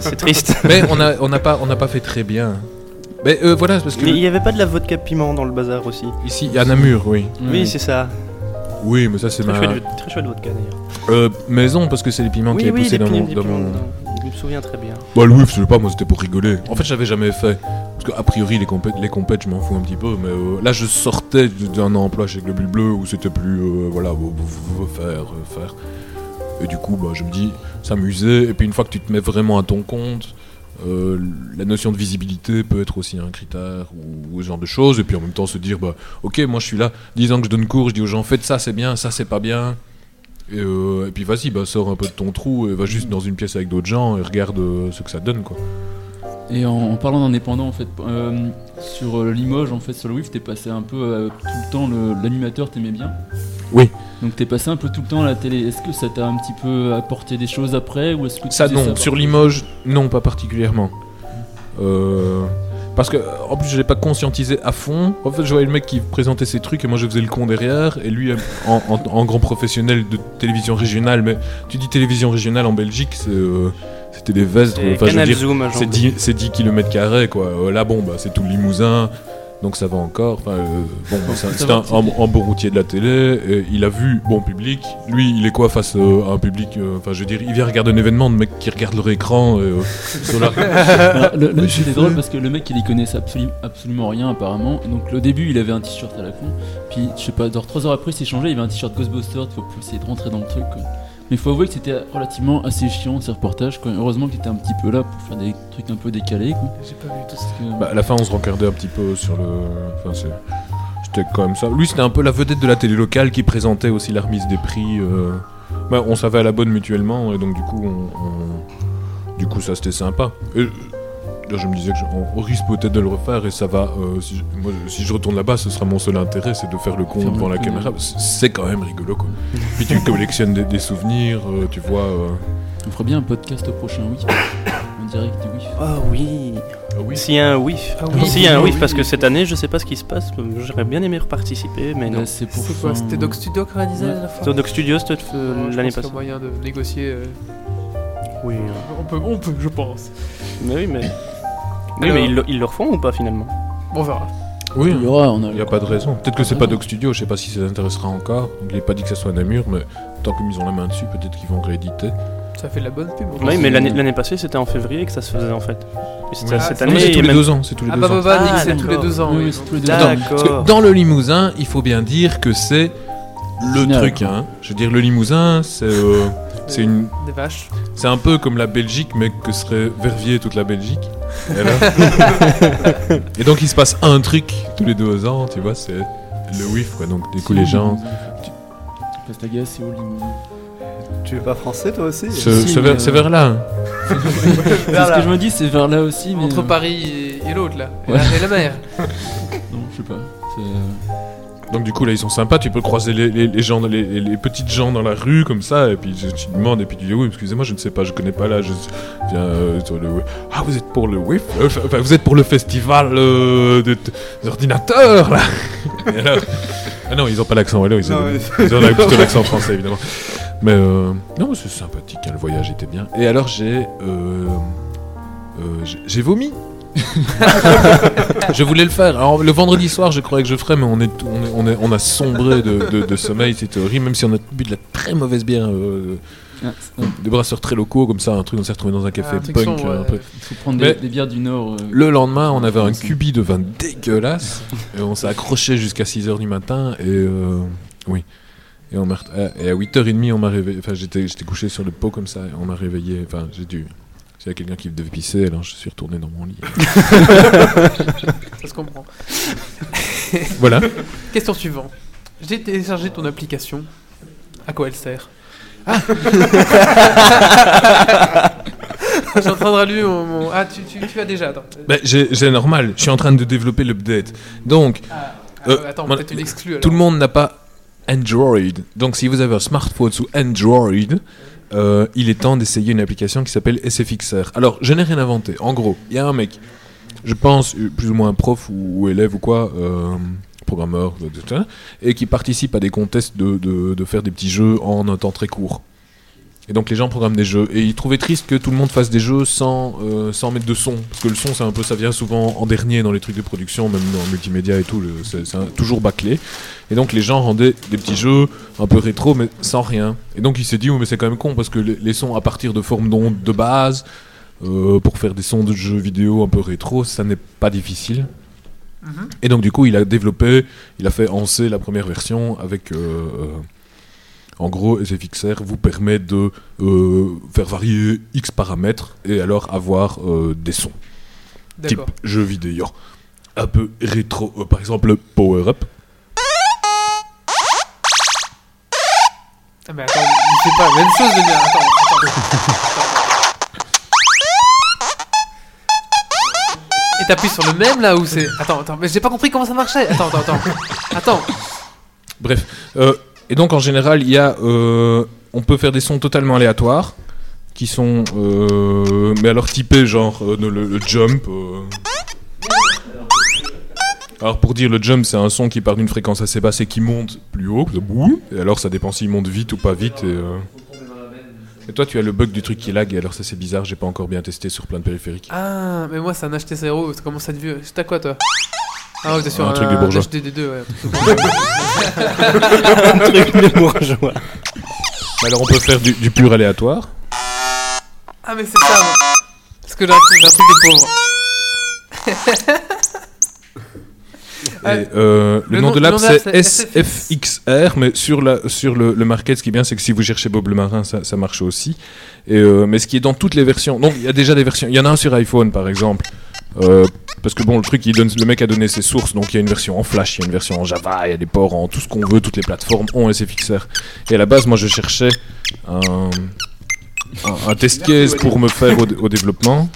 Speaker 5: C'est triste.
Speaker 3: Mais on n'a on n'a pas, on n'a pas fait très bien. Mais euh, voilà, c'est parce que
Speaker 5: Mais il n'y avait pas de la vodka piment dans le bazar aussi.
Speaker 3: ici, il y a Namur, oui.
Speaker 5: Oui, c'est ça.
Speaker 3: Oui, mais ça c'est
Speaker 5: Très,
Speaker 3: ma
Speaker 5: chouette, très chouette vodka d'ailleurs.
Speaker 3: Euh, maison parce que c'est les piments qui
Speaker 5: Oui,
Speaker 3: est
Speaker 5: oui,
Speaker 3: poussé
Speaker 5: des
Speaker 3: dans
Speaker 5: piments,
Speaker 3: mon.
Speaker 5: des
Speaker 3: dans
Speaker 5: piments
Speaker 3: mon-
Speaker 5: dedans. Je me souviens très bien.
Speaker 3: Bah le whiff, je sais pas, moi c'était pour rigoler. En fait, j'avais jamais fait parce que a priori les compètes, les compètes, je m'en fous un petit peu, mais euh, là je sortais d'un emploi chez Globule Bleu où c'était plus euh, voilà vous- vous- vous- faire euh, faire. Et du coup, bah je me dis s'amuser. Et puis une fois que tu te mets vraiment à ton compte. euh, la notion de visibilité peut être aussi un critère ou, ou ce genre de choses, et puis en même temps se dire bah, Ok, moi je suis là, 10 ans que je donne cours, je dis aux gens faites ça, c'est bien, ça c'est pas bien. Et, euh, et puis vas-y, bah, sors un peu de ton trou et va juste dans une pièce avec d'autres gens et regarde euh, ce que ça donne quoi.
Speaker 4: Et en, en parlant d'indépendant, en fait, euh, sur euh, Limoges, en fait, sur le WIF, t'es passé un peu euh, tout le temps, le- l'animateur t'aimait bien.
Speaker 3: Oui.
Speaker 4: Donc t'es passé un peu tout le temps à la télé. Est-ce que ça t'a un petit peu apporté des choses après ou est-ce que tu
Speaker 3: Ça
Speaker 4: faisais
Speaker 3: non,
Speaker 4: par-
Speaker 3: sur Limoges, non, pas particulièrement. Euh, parce que en plus je l'ai pas conscientisé à fond. En fait, je voyais le mec qui présentait ses trucs et moi je faisais le con derrière. Et lui, en, en- en grand professionnel de télévision régionale, mais tu dis télévision régionale en Belgique, c'est, euh, c'était des vestes.
Speaker 5: Et
Speaker 3: enfin, je veux
Speaker 5: Canal
Speaker 3: dire,
Speaker 5: Zoom, genre.
Speaker 4: hein,
Speaker 3: C'est 10, c'est 10 km quoi. Euh, là, bon, bah, c'est tout le Limousin, donc ça va encore. Enfin, euh, bon, bah, c'est un-
Speaker 4: <laughs> Ça
Speaker 3: c'est
Speaker 4: va,
Speaker 3: un,
Speaker 4: c'est
Speaker 3: un-
Speaker 4: bien.
Speaker 3: un bon routier de la télé. et il a vu bon public. Lui, il est quoi face euh, à un public euh, Enfin, je veux dire, il vient regarder un événement de mec qui regarde leur écran. et, euh, ils sont
Speaker 4: <laughs>
Speaker 3: là.
Speaker 4: Alors, le, le-
Speaker 3: Mais j'ai
Speaker 4: c'était
Speaker 3: fait.
Speaker 4: drôle parce que le mec il y connaissait absolu- absolument rien apparemment. Et Donc le début il avait un t-shirt à la con. Puis je sais pas, genre 3 heures après il s'est changé, il avait un t-shirt Ghostbusters faut pour essayer de rentrer dans le truc quoi. Mais faut avouer que c'était relativement assez chiant ces reportages quoi. Heureusement qu'il était un petit peu là pour faire des trucs un peu décalés quoi. euh,
Speaker 1: J'ai pas vu tout ça.
Speaker 4: Parce que-
Speaker 3: Bah, à la fin, on se regardait un petit peu sur le. Enfin, c'est. C'était quand même ça. Lui, c'était un peu la vedette de la télé locale qui présentait aussi la remise des prix. euh. Bah, on savait à la bonne mutuellement, et donc du coup, on, on- du coup, ça c'était sympa. Et, euh, là, je me disais que je- on- on risque peut-être de le refaire, et ça va. euh, si, je, moi, si je retourne là-bas, ce sera mon seul intérêt, c'est de faire le con
Speaker 4: Faire le
Speaker 3: devant la
Speaker 4: con,
Speaker 3: caméra. C'est- C'est quand même rigolo, quoi. Puis tu collectionnes des, des souvenirs, euh, tu vois. euh.
Speaker 4: On fera bien un podcast au prochain oui. <coughs> en direct du oui.
Speaker 5: Ah oui.
Speaker 3: Ah oui.
Speaker 5: S'il y a un whiff.
Speaker 1: Ah oui.
Speaker 5: S'il y a un whiff, parce que
Speaker 1: Oui.
Speaker 5: cette année, je sais pas ce qui se passe. J'aurais bien aimé reparticiper, mais non.
Speaker 4: Là, c'est pour
Speaker 1: C'est quoi
Speaker 4: fin-
Speaker 1: C'était Doc Studio qui réalisait
Speaker 4: Ouais.
Speaker 1: la dernière fois
Speaker 5: Zodoc Studios, peut-être, euh,
Speaker 1: Non, je
Speaker 5: l'année
Speaker 1: pense qu'il y a
Speaker 5: passée.
Speaker 1: moyen de négocier. euh,
Speaker 5: Oui. hein.
Speaker 1: On peut, on peut, je pense.
Speaker 5: Mais oui, mais. Oui,
Speaker 1: Alors-
Speaker 5: mais ils le, ils le refont ou pas finalement
Speaker 1: Bon, on verra.
Speaker 3: Oui.
Speaker 4: Il y aura, on a
Speaker 3: Il n'y a pas de raison. Peut-être que c'est pas
Speaker 4: raison.
Speaker 3: Doc Studio, je sais pas si ça intéressera encore. Donc, il n'est pas dit que ça soit Namur, mais tant qu'ils ont la main dessus, peut-être qu'ils vont rééditer.
Speaker 1: Ça fait de la bonne pub. on pense.
Speaker 5: Oui, mais
Speaker 4: c'est-
Speaker 5: l'année l'année passée, c'était en février que ça se faisait en fait. Et c'était
Speaker 3: Ouais.
Speaker 1: Ah,
Speaker 5: cette
Speaker 1: c'est-
Speaker 3: Non, mais
Speaker 5: année.
Speaker 3: c'est tous
Speaker 5: et
Speaker 3: les
Speaker 5: même-
Speaker 3: deux ans, c'est tous les
Speaker 1: Ah
Speaker 3: deux
Speaker 1: bah,
Speaker 3: ans.
Speaker 1: bah, bah,
Speaker 5: Ah,
Speaker 1: Nick, c'est tous les
Speaker 5: d'accord.
Speaker 1: deux ans.
Speaker 4: Oui,
Speaker 1: oui,
Speaker 4: oui, c'est
Speaker 1: donc-
Speaker 4: tous les deux.
Speaker 3: Attends,
Speaker 5: D'accord.
Speaker 3: parce que dans le Limousin, il faut bien dire que c'est le
Speaker 4: Final.
Speaker 3: truc. Hein. Je veux dire, le Limousin, c'est euh, C'est une-
Speaker 1: Des vaches.
Speaker 3: C'est un peu comme la Belgique, mais que serait Verviers toute la Belgique. Et,
Speaker 4: <laughs>
Speaker 3: alors Et donc il se passe un truc tous les deux ans, tu vois, c'est le whiff, quoi. Donc du coup les gens...
Speaker 4: Pastaga, c'est au limon.
Speaker 2: Tu es pas français toi aussi
Speaker 3: Ce-
Speaker 4: Si,
Speaker 3: ce
Speaker 4: mais,
Speaker 3: ver-
Speaker 4: euh,
Speaker 3: C'est vers là. hein.
Speaker 4: C'est ce que je me dis, c'est vers là aussi. Mais
Speaker 1: Entre
Speaker 4: euh,
Speaker 1: Paris et, et l'autre, là. Et,
Speaker 4: Ouais.
Speaker 1: la, et la mer.
Speaker 4: Non, je sais pas. C'est, euh,
Speaker 3: Donc du coup là ils sont sympas, tu peux croiser les, les- les gens, les, les- les petites gens dans la rue comme ça, et puis tu- tu demandes, et puis tu dis oui excusez-moi je ne sais pas, je connais pas là, je viens euh, sur le... Ah vous êtes pour le whiff Euh, Enfin enfin, vous êtes pour le festival euh, de- des
Speaker 2: <laughs>
Speaker 3: ordinateurs là Et alors- Ah non ils ont pas l'accent alors ils ont...
Speaker 2: Non, mais-
Speaker 3: Ils ont la- plutôt
Speaker 2: <laughs>
Speaker 3: l'accent français, évidemment. Mais euh, non, mais c'est sympathique, hein, le voyage était bien. Et alors, j'ai. euh, euh, j'ai-
Speaker 2: <laughs>
Speaker 3: j'ai vomi. je voulais le faire. Alors, le vendredi soir, je croyais que je ferais, mais on, est, tout- on, est- on, est- on a sombré de, de- de sommeil, c'était horrible, même si on a bu de la très mauvaise bière, euh,
Speaker 4: ah, c'est- non,
Speaker 3: des brasseurs très locaux, comme ça, un truc, on s'est retrouvé dans un café
Speaker 1: Ah, un truc
Speaker 3: punk.
Speaker 1: sombre,
Speaker 3: euh, un
Speaker 1: ouais.
Speaker 3: peu.
Speaker 4: faut prendre des,
Speaker 3: Mais-
Speaker 4: des bières du Nord. euh,
Speaker 3: Le lendemain, on avait un
Speaker 4: Merci.
Speaker 3: cubi de vin
Speaker 1: <laughs>
Speaker 3: dégueulasse et on s'est accroché jusqu'à 6h du matin et euh, oui. Et, on m'a ret- et à 8h30, on m'a réveillé. Enfin, j'étais j'étais couché sur le pot comme ça et on m'a réveillé. Enfin, j'ai dû. J'avais quelqu'un qui devait pisser, alors je suis retourné dans mon lit.
Speaker 1: Ça se comprend. <laughs>
Speaker 3: voilà.
Speaker 1: Question suivante. J'ai téléchargé ton application. À quoi elle sert Ah. Je suis en train de rallumer mon. mon- Ah, tu, tu, tu as déjà. Attends.
Speaker 3: Ben, j'ai j'ai normal, je suis en train de développer l'update. Donc,
Speaker 1: Ah,
Speaker 3: euh,
Speaker 1: attends,
Speaker 3: voilà.
Speaker 1: peut-être une exclue. alors.
Speaker 3: tout le monde n'a pas Android. Donc, si vous avez un smartphone sous Android, euh, il est temps d'essayer une application qui s'appelle SFXR. Alors, je n'ai rien inventé. En gros, il y a un mec, je pense, euh, plus ou moins un prof ou, ou élève ou quoi, euh, programmeur, de- de- de- et qui participe à des contests de, de- de faire des petits jeux en un temps très court. Et donc les gens programment des jeux. Et ils trouvaient triste que tout le monde fasse des jeux sans, euh, sans mettre de son. Parce que le son, c'est un peu, ça vient souvent en dernier dans les trucs de production, même dans le multimédia et tout. le- C'est c'est un- toujours bâclé. Et donc les gens rendaient des petits jeux un peu rétro, mais sans rien. Et donc il s'est dit, oui, mais c'est quand même con, parce que les, les sons à partir de formes d'ondes de base, euh, pour faire des sons de jeux vidéo un peu rétro, ça n'est pas difficile.
Speaker 1: Mhm.
Speaker 3: Et donc du coup, il a développé, il a fait en C la première version avec... euh, euh, en gros, SFXR vous permet de euh, faire varier X paramètres et alors avoir euh, des sons type
Speaker 1: D'accord.
Speaker 3: jeu vidéo. Un peu rétro, euh, par exemple Power Up.
Speaker 1: Ah, mais attends, il fait pas la même chose de bien. Attends, attends. attends. Et t'appuies sur le même là où c'est. Attends, attends, mais j'ai pas compris comment ça marchait. Attends, attends, attends. Attends.
Speaker 3: Bref. Euh, et donc en général, il y a, euh, on peut faire des sons totalement aléatoires, qui sont, euh, mais alors typés genre euh, le, le jump. euh. Alors pour dire le jump, c'est un son qui part d'une fréquence assez basse et qui monte plus haut. comme ça, boum. Et alors ça dépend s'il monte vite ou pas vite. Et, euh. Et toi, tu as le bug du truc qui lag. Et alors ça c'est bizarre, j'ai pas encore bien testé sur plein de périphériques.
Speaker 1: Ah, mais moi c'est un HT0, ça commence à être vieux. C'est à quoi toi Ah, ouais, t'es sur
Speaker 3: Un
Speaker 1: un,
Speaker 3: truc de bourgeois.
Speaker 1: HDD2, ouais.
Speaker 5: Un truc de bourgeois.
Speaker 3: Mais alors on peut faire du, du pur aléatoire.
Speaker 1: Ah, mais c'est ça, moi. Parce que j'ai un truc j'ai un truc de pauvre. Ah,
Speaker 3: Et, euh, le,
Speaker 1: le
Speaker 3: nom,
Speaker 1: nom-
Speaker 3: de
Speaker 1: le
Speaker 3: l'app
Speaker 1: nom de l'app,
Speaker 3: c'est
Speaker 1: c'est
Speaker 3: SFXR, mais sur, la, sur le, le market, ce qui est bien, c'est que si vous cherchez Bob le Marin, ça, ça marche aussi. Et, euh, mais ce qui est dans toutes les versions, donc il y a déjà des versions, il y en a un sur iPhone par exemple. Euh, parce que bon, le truc, il donne, le mec a donné ses sources, donc il y a une version en Flash, il y a une version en Java, il y a des ports en tout ce qu'on veut, toutes les plateformes ont SFXR. Et à la base, moi je cherchais un, un, un test case pour me faire au, au développement.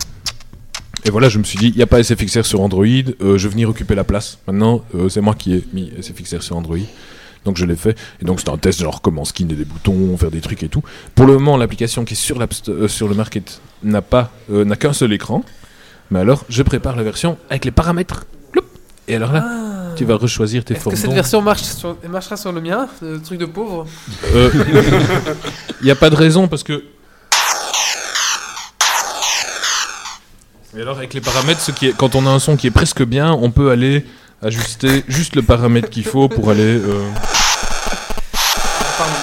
Speaker 3: Et voilà, je me suis dit, il n'y a pas SFXR sur Android, euh, je vais venir occuper la place. Maintenant, euh, c'est moi qui ai mis SFXR sur Android. Donc je l'ai fait. Et donc c'était un test, genre comment skinner des boutons, faire des trucs et tout. Pour le moment, l'application qui est sur, l'App Sto- euh, sur le market n'a pas, euh, n'a qu'un seul écran. Mais alors, je prépare la version avec les paramètres. Ploup. Et alors là,
Speaker 1: Ah.
Speaker 3: tu vas rechoisir tes
Speaker 1: Est-ce
Speaker 3: formes.
Speaker 1: que cette
Speaker 3: d'ondes.
Speaker 1: version marche sur- marchera sur le mien Le truc de pauvre
Speaker 3: Euh, <laughs> Il n'y a pas de raison parce que. Et alors avec les paramètres, ce qui est, quand on a un son qui est presque bien, on peut aller ajuster juste le paramètre qu'il faut pour aller. euh,
Speaker 1: Ah, Pardon.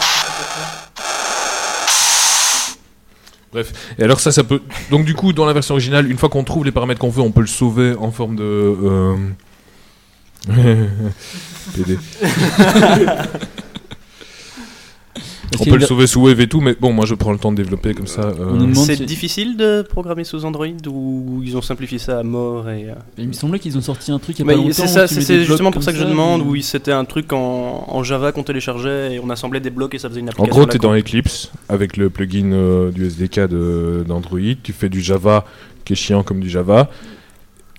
Speaker 3: Et alors ça, ça peut. Donc du coup, dans la version originale, une fois qu'on trouve les paramètres qu'on veut, on peut le sauver en forme de. euh, <laughs> PD.
Speaker 4: Parce
Speaker 3: On
Speaker 4: qu'il
Speaker 3: peut le
Speaker 4: va-
Speaker 3: sauver sous Wave et tout, mais bon, moi je prends le temps de développer comme ça. euh,
Speaker 4: On nous demande
Speaker 5: C'est
Speaker 4: si-
Speaker 5: difficile de programmer sous Android ou ils ont simplifié ça à mort et. euh,
Speaker 4: Il me semblait qu'ils ont sorti un truc il y a
Speaker 5: Mais
Speaker 4: pas longtemps.
Speaker 5: Bah, c'est
Speaker 4: où
Speaker 5: ça,
Speaker 4: tu
Speaker 5: c'est
Speaker 4: mets
Speaker 5: c'est
Speaker 4: des blocs
Speaker 5: justement pour
Speaker 4: comme
Speaker 5: ça que je demande.
Speaker 4: mais-
Speaker 5: Oui, c'était un truc en, en Java qu'on téléchargeait et on assemblait des blocs et ça faisait une
Speaker 3: En
Speaker 5: application.
Speaker 3: gros,
Speaker 5: là,
Speaker 3: tu es
Speaker 5: quoi.
Speaker 3: dans Eclipse avec le plugin euh, du SDK de- d'Android. Tu fais du Java qui est chiant comme du Java.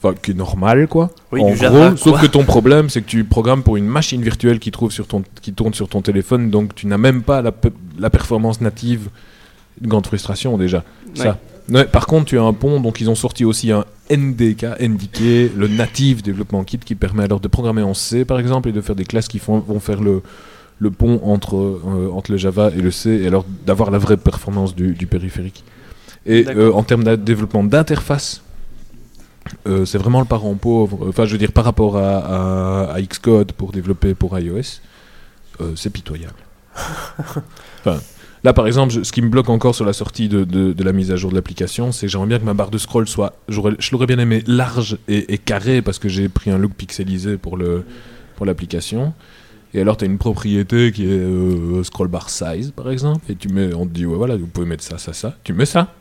Speaker 3: Enfin, qui est normal, quoi.
Speaker 5: Oui,
Speaker 3: en
Speaker 5: du
Speaker 3: gros,
Speaker 5: Java, quoi.
Speaker 3: sauf que ton problème, c'est que tu programmes pour une machine virtuelle qui, trouve sur ton, qui tourne sur ton téléphone, donc tu n'as même pas la, pe- la performance native. Une grande frustration déjà. Ça. Ouais, par contre, tu as un pont, donc ils ont sorti aussi un NDK, NDK, le Native Development Kit, qui permet alors de programmer en C par exemple et de faire des classes qui font- vont faire le, le pont entre, euh, entre le Java et le C, et alors d'avoir la vraie performance du, du périphérique. Et
Speaker 5: D'accord.
Speaker 3: euh, en termes de développement d'interface, euh, c'est vraiment le parent pauvre. euh, Enfin, je veux dire, par rapport à, à- à Xcode pour développer pour iOS, euh, c'est pitoyable. Enfin, là, par exemple, je- ce qui me bloque encore sur la sortie de, de- de la mise à jour de l'application, c'est que j'aimerais bien que ma barre de scroll soit. j'aurais- Je l'aurais bien aimé large et, et carré parce que j'ai pris un look pixelisé pour le- pour l'application. Et alors, tu as une propriété qui est euh, scroll bar size, par exemple, et tu mets, on te dit, ouais, voilà, vous pouvez mettre ça, ça, ça. Tu mets ça,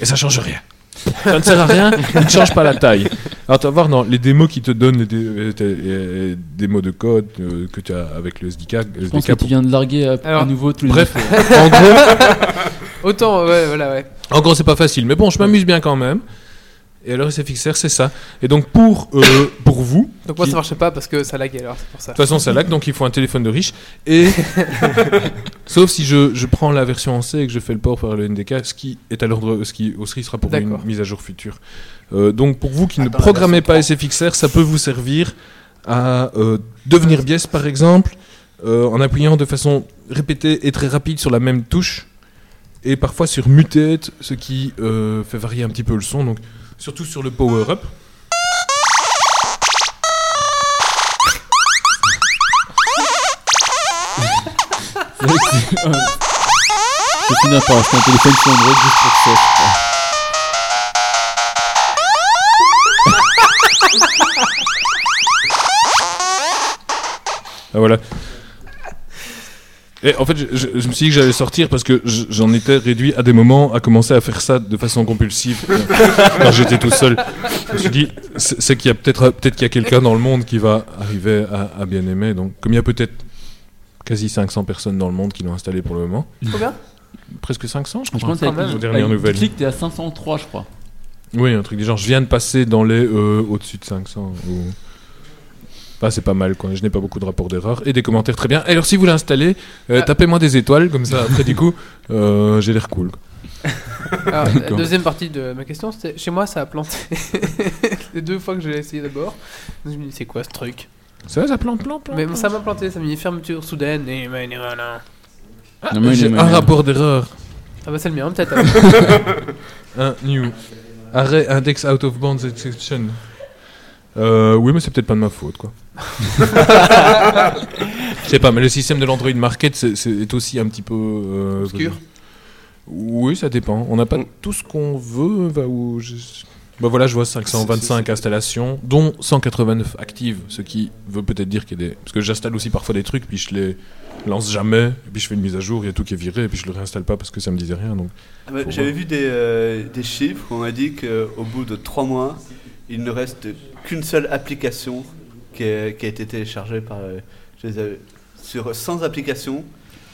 Speaker 3: et ça change rien. Ça ne sert à rien, il ne change pas la taille. Alors, tu vas voir, dans les démos qui te donnent, les, dé- euh, t'as- euh, démos de code euh, que tu as avec le SDK,
Speaker 4: Je pense que
Speaker 3: SDK,
Speaker 4: tu viens de larguer à, à
Speaker 1: Alors,
Speaker 4: nouveau tous les
Speaker 3: Bref,
Speaker 4: défauts.
Speaker 3: en gros,
Speaker 1: Autant, ouais, voilà, ouais.
Speaker 3: en gros, c'est pas facile, mais bon, je m'amuse bien quand même. Et alors, SFXR, c'est ça. Et donc, pour, euh, pour vous,
Speaker 1: Donc moi
Speaker 3: Qui-
Speaker 1: ça marchait pas parce que ça laguait alors, c'est pour ça.
Speaker 3: De toute façon, ça lag, donc il faut un téléphone de riche.
Speaker 2: <laughs>
Speaker 3: Et sauf si je, je prends la version en C et que je fais le port par le NDK, ce qui est à l'ordre, ce qui aussi sera pour une
Speaker 1: D'accord.
Speaker 3: mise à jour future. Euh, donc pour vous qui ne
Speaker 2: Attends, la
Speaker 3: programmez
Speaker 2: version
Speaker 3: pas SFXR, ça peut vous servir à euh, devenir biais, par exemple, euh, en appuyant de façon répétée et très rapide sur la même touche, et parfois sur mutate, ce qui euh, fait varier un petit peu le son. Donc surtout sur le power up.
Speaker 4: C'est <laughs> vrai que c'est- ouais. Je finis par acheter un téléphone sur Android juste pour ça.
Speaker 3: Ah, voilà. Et en fait, je, je- je me suis dit que j'allais sortir parce que je- j'en étais réduit à des moments à commencer à faire ça de façon compulsive quand j'étais tout seul. Je me suis dit, c'est c'est qu'il y a peut-être peut qu'il y a quelqu'un dans le monde qui va arriver à, à bien aimer. Donc, comme il y a peut-être quasi 500 personnes dans le monde qui l'ont installé pour le moment, <laughs>
Speaker 1: Combien
Speaker 3: presque 500, je
Speaker 4: Je
Speaker 3: crois.
Speaker 4: pense qu'avec
Speaker 1: même.
Speaker 4: les-
Speaker 3: Aux dernières
Speaker 4: avec
Speaker 3: nouvelles.
Speaker 4: Click, t'es à 503, je crois.
Speaker 3: Oui, un truc du genre. Je viens de passer dans les euh, au-dessus de 500. Ou... Bah, c'est pas mal, quoi. Je n'ai pas beaucoup de rapports d'erreur et des commentaires très bien. Alors, si vous l'installez, euh,
Speaker 1: Ah.
Speaker 3: tapez-moi des étoiles, comme ça, après, du coup, euh, j'ai l'air cool. quoi.
Speaker 1: Alors, Ah, la
Speaker 3: D'accord.
Speaker 1: deuxième partie de ma question, c'était chez moi ça a planté. <laughs> Les deux fois que j'ai essayé d'abord, je me dis c'est quoi ce truc
Speaker 3: Ça va, ça plante, plante, plante.
Speaker 1: Mais bon, ça m'a planté, ça m'a dit fermeture soudaine et ben, et voilà.
Speaker 3: Ah,
Speaker 4: Non, mais il
Speaker 3: j'ai
Speaker 4: est
Speaker 3: un
Speaker 4: malin.
Speaker 3: rapport d'erreur.
Speaker 1: Ah bah c'est le mien peut-être. alors.
Speaker 3: <laughs> Un new. Arrêt index out of bounds exception. Euh, oui, mais c'est peut-être pas de ma faute,
Speaker 1: <laughs>
Speaker 3: quoi. Je sais pas, mais le système de l'Android Market c'est- c'est- est aussi un petit peu. euh,
Speaker 1: Obscur.
Speaker 3: Oui, ça dépend. On n'a pas
Speaker 5: Mm.
Speaker 3: tout ce qu'on veut. Bah, ou je- bah voilà, je vois 525 installations, dont 189 actives, ce qui veut peut-être dire qu'il y a des. Parce que j'installe aussi parfois des trucs, puis je les lance jamais, et puis je fais une mise à jour, il y a tout qui est viré, et puis je le réinstalle pas parce que ça me disait rien. Donc
Speaker 2: Ah ouais,
Speaker 3: Faut
Speaker 2: J'avais
Speaker 3: voir.
Speaker 2: vu des, euh, des chiffres, on a dit qu'au bout de 3 mois, il ne reste qu'une seule application qui, est- qui a été téléchargée par... euh, je les avais- sur 100 applications,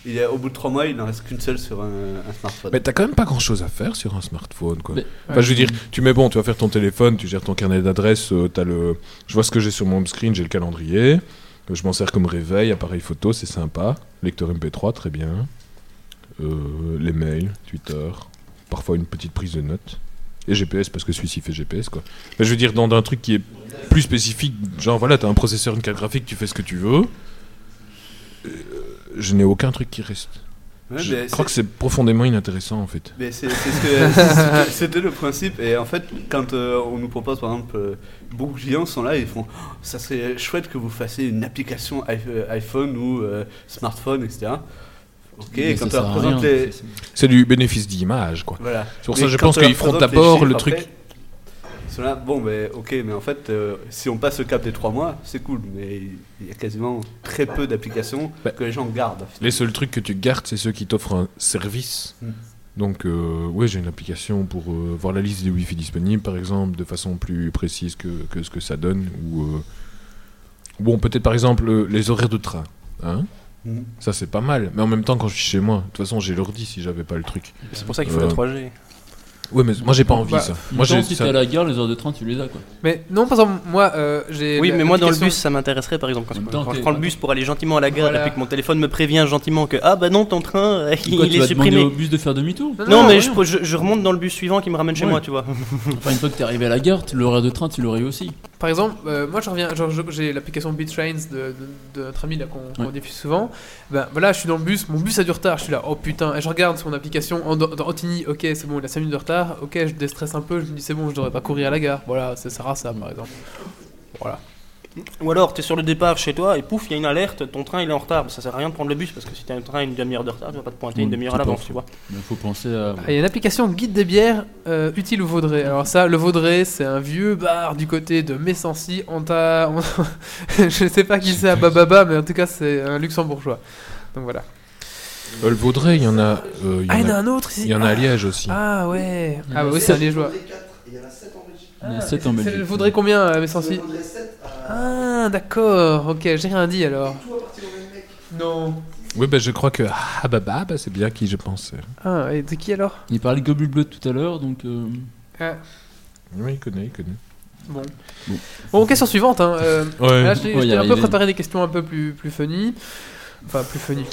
Speaker 2: il y a, au bout de 3 mois, il n'en reste qu'une seule sur un, un smartphone.
Speaker 3: Mais t'as quand même pas grand chose à faire sur un smartphone, quoi.
Speaker 4: Mais-
Speaker 3: Enfin, je veux dire, tu mets bon, tu vas faire ton téléphone, tu gères ton carnet d'adresse, euh, t'as le. Je vois ce que j'ai sur mon home screen, j'ai le calendrier, euh, je m'en sers comme réveil, appareil photo, c'est sympa. Lecteur MP3, très bien. Euh, les mails, Twitter, parfois une petite prise de notes. Et GPS, parce que celui-ci fait GPS, quoi. Mais je veux dire, dans un truc qui est plus spécifique, genre voilà, t'as un processeur, une carte graphique, tu fais ce que tu veux. Euh, je n'ai aucun truc qui reste.
Speaker 2: Ouais,
Speaker 3: je
Speaker 2: mais
Speaker 3: crois
Speaker 2: c'est-
Speaker 3: que c'est profondément inintéressant, en fait.
Speaker 2: Mais c'est c'est ce
Speaker 3: <laughs>
Speaker 2: que- c'est- c'était le principe. Et en fait, quand euh, on nous propose, par exemple, euh, beaucoup de clients sont là, ils font Oh, ça serait chouette que vous fassiez une application i- euh, iPhone ou euh, smartphone, etc. Ok,
Speaker 4: Mais
Speaker 2: et quand on
Speaker 4: ça sert à
Speaker 2: leur
Speaker 4: rien,
Speaker 2: présente les.
Speaker 4: c'est-
Speaker 3: C'est du bénéfice d'image, quoi.
Speaker 2: Voilà.
Speaker 3: C'est pour
Speaker 2: Mais
Speaker 3: ça que je
Speaker 2: quand
Speaker 3: pense
Speaker 2: on leur
Speaker 3: qu'ils feront
Speaker 2: présente les
Speaker 3: d'abord le
Speaker 2: chiffres,
Speaker 3: truc.
Speaker 2: après, sont là, bon, mais ok, mais en fait, euh, si on passe le cap des 3 mois, c'est cool, mais il y a quasiment très peu d'applications
Speaker 3: Bah.
Speaker 2: que les gens gardent.
Speaker 3: Les seuls trucs que tu gardes, c'est ceux qui t'offrent un service.
Speaker 2: Mm.
Speaker 3: Donc, euh, ouais, j'ai une application pour euh, voir la liste des Wi-Fi disponibles, par exemple, de façon plus précise que, que ce que ça donne. Ou, euh, Bon, peut-être par exemple euh, les horaires de train. Hein
Speaker 2: Mhm.
Speaker 3: Ça, c'est pas mal. Mais en même temps, quand je suis chez moi, de toute façon, j'ai l'ordi si j'avais pas le truc.
Speaker 5: C'est pour ça qu'il faut
Speaker 3: Euh,
Speaker 5: la 3G.
Speaker 3: Ouais, mais moi, j'ai pas envie
Speaker 1: Bah,
Speaker 3: ça.
Speaker 4: Moi,
Speaker 3: Moi, j'ai.
Speaker 4: si t'es
Speaker 3: ça-
Speaker 4: à la gare, les heures de train, tu les as quoi.
Speaker 1: Mais non, par exemple, moi, euh, j'ai.
Speaker 5: Oui,
Speaker 1: la-
Speaker 5: mais moi dans le bus,
Speaker 1: l'application-
Speaker 5: ça m'intéresserait par exemple. Quand,
Speaker 4: En même
Speaker 5: je-
Speaker 4: temps,
Speaker 5: quand
Speaker 4: t'es-
Speaker 5: je prends le bus pour aller gentiment à la gare
Speaker 1: Voilà.
Speaker 5: et puis que mon téléphone me prévient gentiment que Ah bah non, ton train, <laughs> euh, il
Speaker 4: Quoi, tu
Speaker 5: est
Speaker 4: vas demander
Speaker 5: supprimé.
Speaker 4: au bus de faire demi-tour
Speaker 5: Non, mais
Speaker 1: ouais.
Speaker 5: je, je- je remonte dans le bus suivant qui me ramène chez
Speaker 4: Ouais.
Speaker 5: moi, tu vois.
Speaker 4: Enfin, une fois que t'es arrivé à la gare, tu- l'horaire de train, tu l'aurais eu aussi.
Speaker 1: Par exemple, euh, moi je reviens, genre je- j'ai l'application Beat Trains de, de- de notre ami là qu'on qu'on
Speaker 4: Ouais.
Speaker 1: diffuse souvent. Ben voilà, je suis dans le bus, mon bus a du retard, je suis là, oh putain, et je regarde sur mon application en, dans Antigny, ok c'est bon, il a 5 minutes de retard, ok je déstresse un peu, je me dis c'est bon, je devrais pas courir à la gare. Voilà, ça sert à ça par exemple.
Speaker 5: Ou alors, t'es sur le départ chez toi et pouf, il y a une alerte, ton train il est en retard. Bah, Ça sert à rien de prendre le bus parce que si t'as un train à une demi-heure de retard, tu vas pas te pointer une
Speaker 4: Oui,
Speaker 5: demi-heure
Speaker 4: tout
Speaker 5: à l'avance,
Speaker 4: à
Speaker 5: tu vois.
Speaker 4: Il faut penser à.
Speaker 1: Ah, Il y a une application guide des bières euh, utile au Vaudrey. Alors ça, le Vaudrey, c'est un vieux bar du côté de Messancy, Anta, <laughs> je sais pas qui c'est à Bababa, mais en tout cas c'est un luxembourgeois. Donc voilà.
Speaker 3: Euh, le Vaudrey, il y en a. euh, il y
Speaker 1: Ah il y en a
Speaker 3: en a-
Speaker 1: un autre ici.
Speaker 3: il y en a à Liège aussi.
Speaker 1: Ah ouais.
Speaker 4: Il y en
Speaker 1: Ah
Speaker 4: a
Speaker 1: bah oui,
Speaker 4: sept.
Speaker 1: c'est un liégeois.
Speaker 4: Il
Speaker 5: Ah,
Speaker 4: y en a 7 en Belgique.
Speaker 1: C'est- Vaudrait combien, euh, mes sensi Ah, d'accord, ok, j'ai rien dit alors. Non.
Speaker 3: Oui, bah, je crois que ah, bah, bah, bah, c'est bien qui je pensais.
Speaker 1: Ah, et de qui alors
Speaker 4: Il parlait de Gobule Bleu tout à l'heure, donc. euh,
Speaker 1: Ah,
Speaker 3: Oui, il connaît, il connaît.
Speaker 1: Bon.
Speaker 4: Bon.
Speaker 1: Bon, question suivante. Hein. euh,
Speaker 3: Ouais.
Speaker 1: là, je t'ai
Speaker 4: on va
Speaker 1: je
Speaker 4: y
Speaker 1: t'ai un peu
Speaker 4: arriver.
Speaker 1: préparé des questions un peu plus, plus funny. Enfin, plus funny.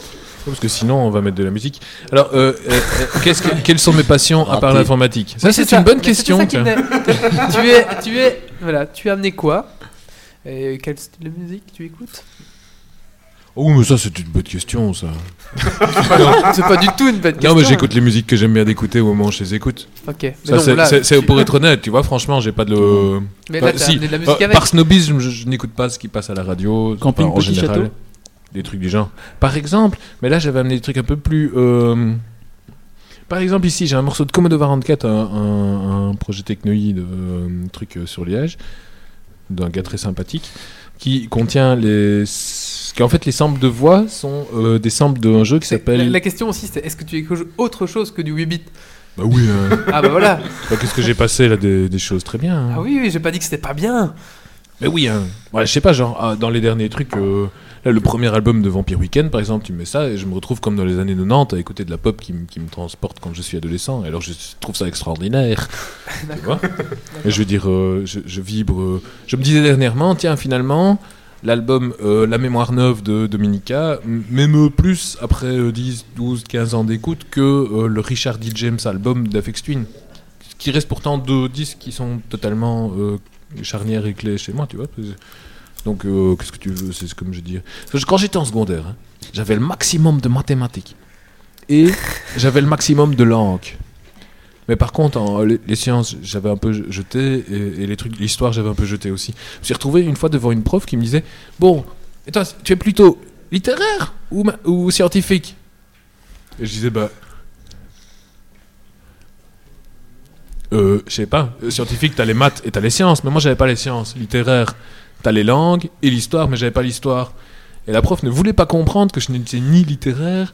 Speaker 3: Parce que sinon, on va mettre de la musique. Alors, euh, euh, euh, qu'est-ce que, quelles sont mes passions à part
Speaker 4: Raté.
Speaker 3: l'informatique Ça,
Speaker 1: Oui,
Speaker 3: c'est une bonne
Speaker 1: Mais c'était
Speaker 3: question.
Speaker 1: ça qui
Speaker 3: tiens.
Speaker 1: venait. tu es, tu es, voilà, tu as amené quoi Et quel style de musique tu écoutes
Speaker 3: Oh, mais ça, c'est une bonne question, ça.
Speaker 1: C'est pas du tout une bête
Speaker 3: Ah. Non, mais j'écoute les musiques que j'aime bien d'écouter au moment où je les écoute.
Speaker 1: Ok. Mais
Speaker 3: Ça,
Speaker 1: donc,
Speaker 3: c'est-
Speaker 1: là,
Speaker 3: c'est c'est
Speaker 1: tu-
Speaker 3: pour être honnête, tu vois, franchement, j'ai pas de. le-
Speaker 1: Mais là,
Speaker 3: Enfin,
Speaker 1: t'as
Speaker 3: si,
Speaker 1: amené de la musique
Speaker 3: euh,
Speaker 1: avec.
Speaker 3: par snobisme, je, je n'écoute pas ce qui passe à la radio.
Speaker 4: Camping
Speaker 3: enfin, en
Speaker 4: Petit
Speaker 3: général.
Speaker 4: Château
Speaker 3: Des trucs du genre. Par exemple, mais là, j'avais amené des trucs un peu plus. euh, par exemple, ici, j'ai un morceau de Commodore 44, un, un- un projet technoïde, euh, un truc euh, sur Liège, d'un gars très sympathique, qui contient les. Qui, en fait, les samples de voix sont euh, des samples d'un jeu qui
Speaker 1: C'est- La,
Speaker 3: s'appelle.
Speaker 1: la question aussi, c'est est-ce que tu écoutes autre chose que du 8 bit
Speaker 3: Bah oui, euh,
Speaker 1: Ah bah
Speaker 3: <laughs>
Speaker 1: voilà.
Speaker 3: bah, qu'est-ce que j'ai passé là Des, des choses très bien. hein.
Speaker 1: Ah oui, oui, j'ai pas dit que c'était pas bien.
Speaker 3: Mais oui, hein. ouais, je sais pas, genre, ah, dans les derniers trucs, euh, là, le premier album de Vampire Weekend, par exemple, tu mets ça, et je me retrouve comme dans les années 90 à écouter de la pop qui, me- qui me transporte quand je suis adolescent, et alors je trouve ça extraordinaire. tu vois Et je veux dire, euh, je, je vibre. euh, Je me disais dernièrement, tiens, finalement, l'album euh, La mémoire neuve de Dominica m- m'émeut plus après euh, 10, 12, 15 ans d'écoute que euh, le Richard D. James album d'Afex Twin, qui reste pourtant deux disques qui sont totalement. euh, charnière et clé chez moi, tu vois. Donc, euh, qu'est-ce que tu veux C'est comme je dis. Parce que Quand j'étais en secondaire, hein, j'avais le maximum de mathématiques et <laughs> j'avais le maximum de langue. Mais par contre, en- les, les sciences, j'avais un peu jeté et, et les trucs, l'histoire, j'avais un peu jeté aussi. Je me suis retrouvé une fois devant une prof qui me disait Bon, et toi, tu es plutôt littéraire ou, ma- ou scientifique Et je disais Bah. Euh, je sais pas, euh, scientifique, t'as les maths et t'as les sciences, mais moi j'avais pas les sciences. Littéraire, t'as les langues et l'histoire, mais j'avais pas l'histoire. Et la prof ne voulait pas comprendre que je n'étais ni littéraire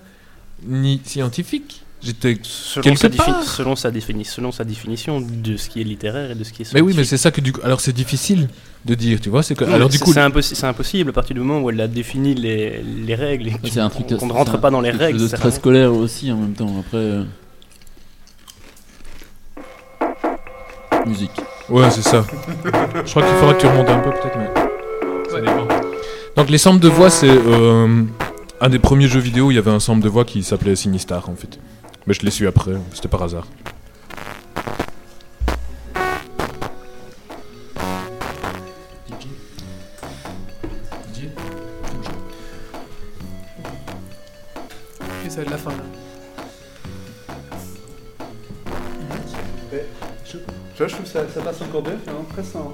Speaker 3: ni scientifique. J'étais.
Speaker 5: Selon
Speaker 3: Quelque
Speaker 5: sa, défi-
Speaker 3: part.
Speaker 5: selon, sa défini- selon sa définition de ce qui est littéraire et de ce qui est
Speaker 3: Mais oui, mais
Speaker 5: scientifique.
Speaker 3: c'est ça que du coup. Alors c'est difficile de dire, tu vois. C'est que.
Speaker 5: Non,
Speaker 3: Alors
Speaker 5: mais
Speaker 3: du
Speaker 5: c'est-
Speaker 3: coup,
Speaker 5: c'est impossi- c'est impossible à partir du moment où elle a défini les, les règles et
Speaker 4: Ouais,
Speaker 5: qu'on
Speaker 4: C'est un truc
Speaker 5: qu'on ne
Speaker 4: c'est
Speaker 5: rentre
Speaker 4: un
Speaker 5: pas dans les
Speaker 4: truc
Speaker 5: règles.
Speaker 4: De
Speaker 5: ça sert à
Speaker 4: stress
Speaker 5: rien.
Speaker 4: scolaire aussi en même temps. Après. euh. Musique.
Speaker 3: Ouais, c'est ça. Je crois qu'il faudra que tu remontes un peu, peut-être, mais. ça
Speaker 1: Ouais.
Speaker 3: dépend. Donc, les samples de voix, c'est euh, un des premiers jeux vidéo où il y avait un sample de voix qui s'appelait Sinistar, en fait. Mais je l'ai su après, c'était par hasard.
Speaker 1: Puis ça va être la fin. là.
Speaker 2: Tu vois, je trouve que ça, ça passe encore bien, finalement, presque en,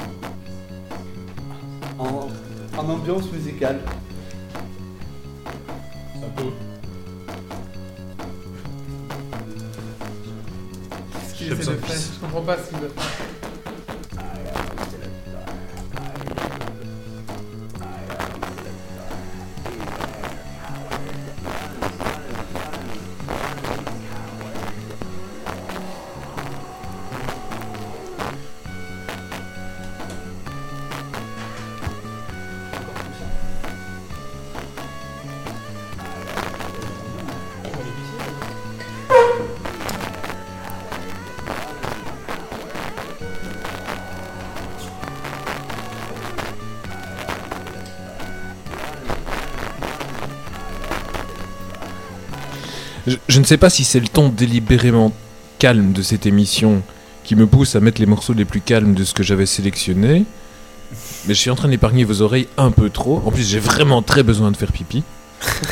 Speaker 2: hein. en, en ambiance musicale.
Speaker 1: Eh. Je comprends pas ce qu'il veut.
Speaker 3: Je, je ne sais pas si c'est le ton délibérément calme de cette émission qui me pousse à mettre les morceaux les plus calmes de ce que j'avais sélectionné, mais je suis en train d'épargner vos oreilles un peu trop. En plus, j'ai vraiment très besoin de
Speaker 1: <laughs>
Speaker 3: faire pipi.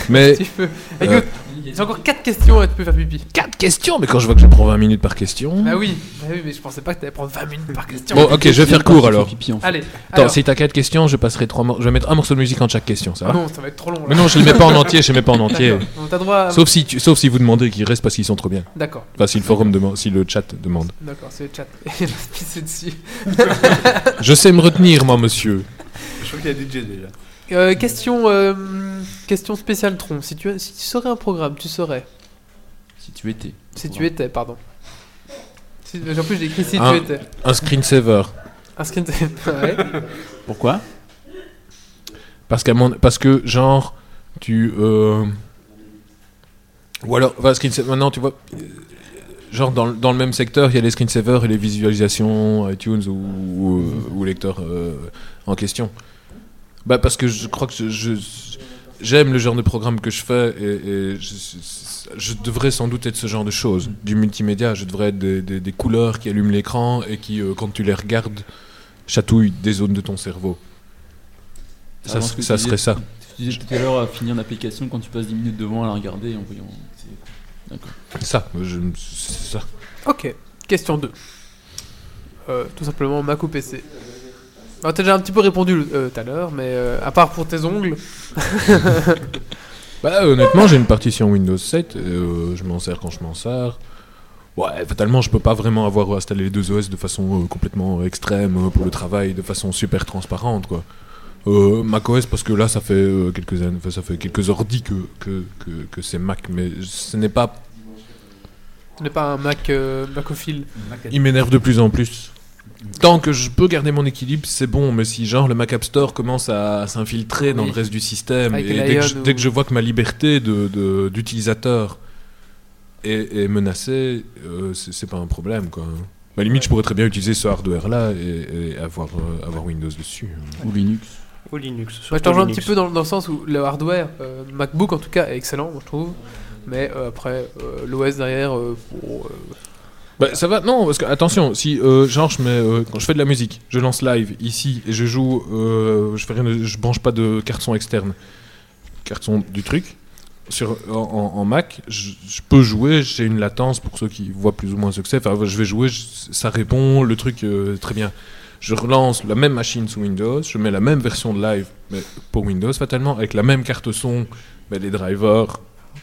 Speaker 3: Mais
Speaker 1: Si je peux. Écoute, j'ai encore 4 questions et tu peux faire pipi.
Speaker 3: quatre questions, mais quand je vois que je prends 20 minutes par question.
Speaker 1: Bah oui, bah oui, mais je pensais pas que t'allais prendre 20 minutes par question.
Speaker 3: Bon, ok, je vais faire court alors.
Speaker 4: Pipi, en
Speaker 1: <laughs>
Speaker 4: fait.
Speaker 1: Allez,
Speaker 3: Attends,
Speaker 1: alors-
Speaker 3: si t'as quatre questions, je passerai trois mor- Je vais mettre un morceau de musique entre chaque question, ça va
Speaker 1: Ah Non, ça va être trop long.
Speaker 3: Mais
Speaker 1: Là.
Speaker 3: non, je les mets pas en entier, je les mets pas en entier.
Speaker 1: D'accord. Donc, t'as droit à-
Speaker 3: Sauf si, tu- sauf si vous demandez qu'ils restent parce qu'ils sont trop bien.
Speaker 1: D'accord,
Speaker 3: Enfin, si le forum demande, si le chat demande.
Speaker 1: d'accord, c'est le chat. <laughs> Et il a pissé dessus.
Speaker 3: Je sais me retenir, moi, monsieur.
Speaker 2: Je crois qu'il y a DJ déjà.
Speaker 1: Euh, question, euh, question spéciale Tron. Si tu, si tu serais un programme, tu serais.
Speaker 4: Si tu étais.
Speaker 1: Si tu étais, pardon. Si- en plus, j'ai écrit si
Speaker 3: Un-
Speaker 1: tu étais.
Speaker 3: Un screensaver.
Speaker 1: Un screen <laughs> ouais.
Speaker 4: Pourquoi
Speaker 3: Parce, qu'à mon- parce que, genre, tu. euh, Ou alors, enfin, screensaver, maintenant, tu vois. euh, Genre, dans, le- dans le même secteur, il y a les screensavers et les visualisations euh, iTunes ou, ou, euh, ou lecteurs euh, en question. Bah, parce que je crois que je. je- J'aime le genre de programme que je fais et, et je, je devrais sans doute être ce genre de choses, du multimédia. Je devrais être des, des- des couleurs qui allument l'écran et qui, euh, quand tu les regardes, chatouillent des zones de ton cerveau. Ça,
Speaker 4: Avant
Speaker 3: s-
Speaker 4: ce que
Speaker 3: ça
Speaker 4: tu
Speaker 3: serait
Speaker 4: disais-
Speaker 3: ça.
Speaker 4: Tu disais tout à l'heure à finir l'application quand tu passes 10 minutes devant à la regarder en voyant. c'est-
Speaker 3: Ça, je, c'est ça.
Speaker 1: Ok, question 2. Euh, tout simplement Mac ou PC. Alors, Bah, t'as déjà un petit peu répondu euh, tout à l'heure, mais euh, à part pour tes ongles,
Speaker 3: Bah, honnêtement, j'ai une partition Windows 7, euh, je m'en sers quand je m'en sers. Ouais, fatalement, je peux pas vraiment avoir installé les deux OS de façon euh, complètement extrême euh, pour le travail, de façon super transparente, quoi. Euh, macOS parce que là ça fait euh, quelques années, enfin, ça fait quelques ordi que, que, que, que c'est Mac, mais ce n'est pas.
Speaker 1: tu n'es pas un Mac euh, Macophile.
Speaker 3: Il m'énerve de plus en plus. Tant que je peux garder mon équilibre, c'est bon, mais si genre le Mac App Store commence à s'infiltrer dans
Speaker 1: Oui.
Speaker 3: le reste du système,
Speaker 1: Avec
Speaker 3: et
Speaker 1: Lion
Speaker 3: dès que, je,
Speaker 1: ou-
Speaker 3: dès que je vois que ma liberté de- de- d'utilisateur est, est menacée, euh, c'est c'est pas un problème quoi. À la limite, je pourrais très bien utiliser ce hardware-là et, et avoir, euh, avoir Windows dessus. hein.
Speaker 4: Ou Linux.
Speaker 5: Au Linux.
Speaker 1: Moi, je
Speaker 5: surtout
Speaker 1: te rejoins un
Speaker 5: Linux.
Speaker 1: petit peu dans, dans le sens où le hardware, euh, MacBook en tout cas, est excellent, moi, je trouve. Mais euh, après, l'OS derrière, euh, pour, euh,
Speaker 3: Bah, ça va, non, parce que attention, si euh, genre je mets, euh, quand je fais de la musique, je lance live ici et je joue, euh, je fais rien, de- je branche pas de carte son externe, carte son du truc. Sur, en, en- en Mac, je, je peux jouer, j'ai une latence pour ceux qui voient plus ou moins ce que c'est. Enfin, je vais jouer, je- ça répond, le truc euh, très bien. Je relance la même machine sous Windows, je mets la même version de live mais pour Windows fatalement, avec la même carte son, mais les drivers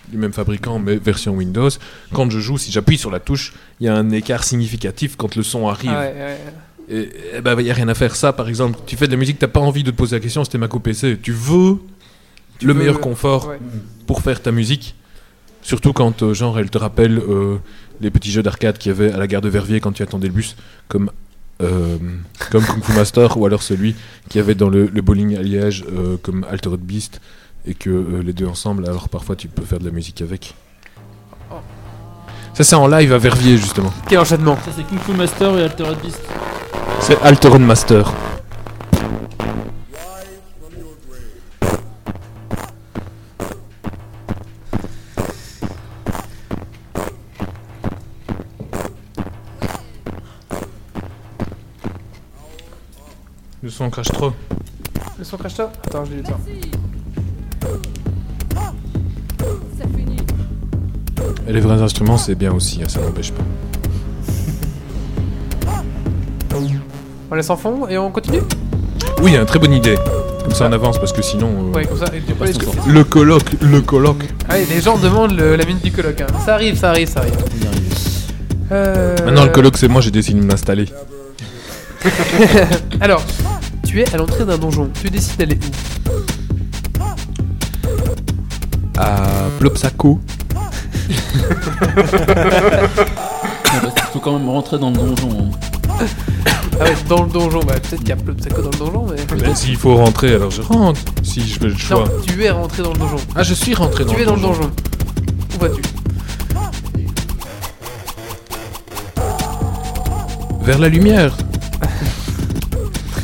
Speaker 3: du même fabricant, mais version Windows. Quand je joue, si j'appuie sur la touche, il y a un écart significatif quand le son arrive.
Speaker 1: ah ouais, ouais, ouais.
Speaker 3: Et il bah, n'y a rien à faire. Ça, par exemple, tu fais de la musique, t'as pas envie de te poser la question si t'es Mac ou PC. Tu veux le
Speaker 1: veux-
Speaker 3: meilleur confort
Speaker 1: Ouais.
Speaker 3: pour faire ta musique. Surtout quand, euh, genre, elle te rappelle euh, les petits jeux d'arcade qu'il y avait à la gare de Verviers quand tu attendais le bus, comme, euh, comme Kung Fu Master ou alors celui qu'il y avait dans le, le bowling à Liège, euh, comme Altered Beast, et que euh, les deux ensemble, alors parfois tu peux faire de la musique avec. Ça, c'est en live à Verviers, justement.
Speaker 1: Quel enchaînement
Speaker 4: Ça, c'est Kung Fu Master et Altered Beast.
Speaker 3: C'est Altered Master. Le son crache trop.
Speaker 1: Le son crache toi Attends, j'ai eu le temps.
Speaker 6: Ça finit.
Speaker 3: Et les vrais instruments, c'est bien aussi, hein, ça n'empêche pas.
Speaker 1: On laisse en fond et on continue
Speaker 3: Oui, hein, très bonne idée. Comme ça, on avance, parce que sinon... euh,
Speaker 1: Ouais, comme ça. Et du coup, les-
Speaker 3: Le colloque, le colloque.
Speaker 1: Allez, Ah, les gens demandent le- la mine du coloc. hein. Ça arrive, ça arrive, ça arrive.
Speaker 4: On y arrive.
Speaker 1: Euh,
Speaker 3: Maintenant, le colloque, c'est moi, j'ai décidé de m'installer.
Speaker 1: Alors, tu es à l'entrée d'un donjon. Tu décides d'aller où
Speaker 3: À Plopsaco.
Speaker 4: Ouais, parce qu'il faut quand même rentrer dans le donjon. hein.
Speaker 1: Ah ouais, dans le donjon. Bah, peut-être qu'il y a plein de sacs dans le donjon, mais.
Speaker 3: Ben, S'il faut rentrer, alors je rentre. Si je fais le choix.
Speaker 1: Non, tu es rentré dans le donjon.
Speaker 3: Ah, je suis rentré dans
Speaker 1: tu es dans le donjon. Où vas-tu
Speaker 3: Vers la lumière.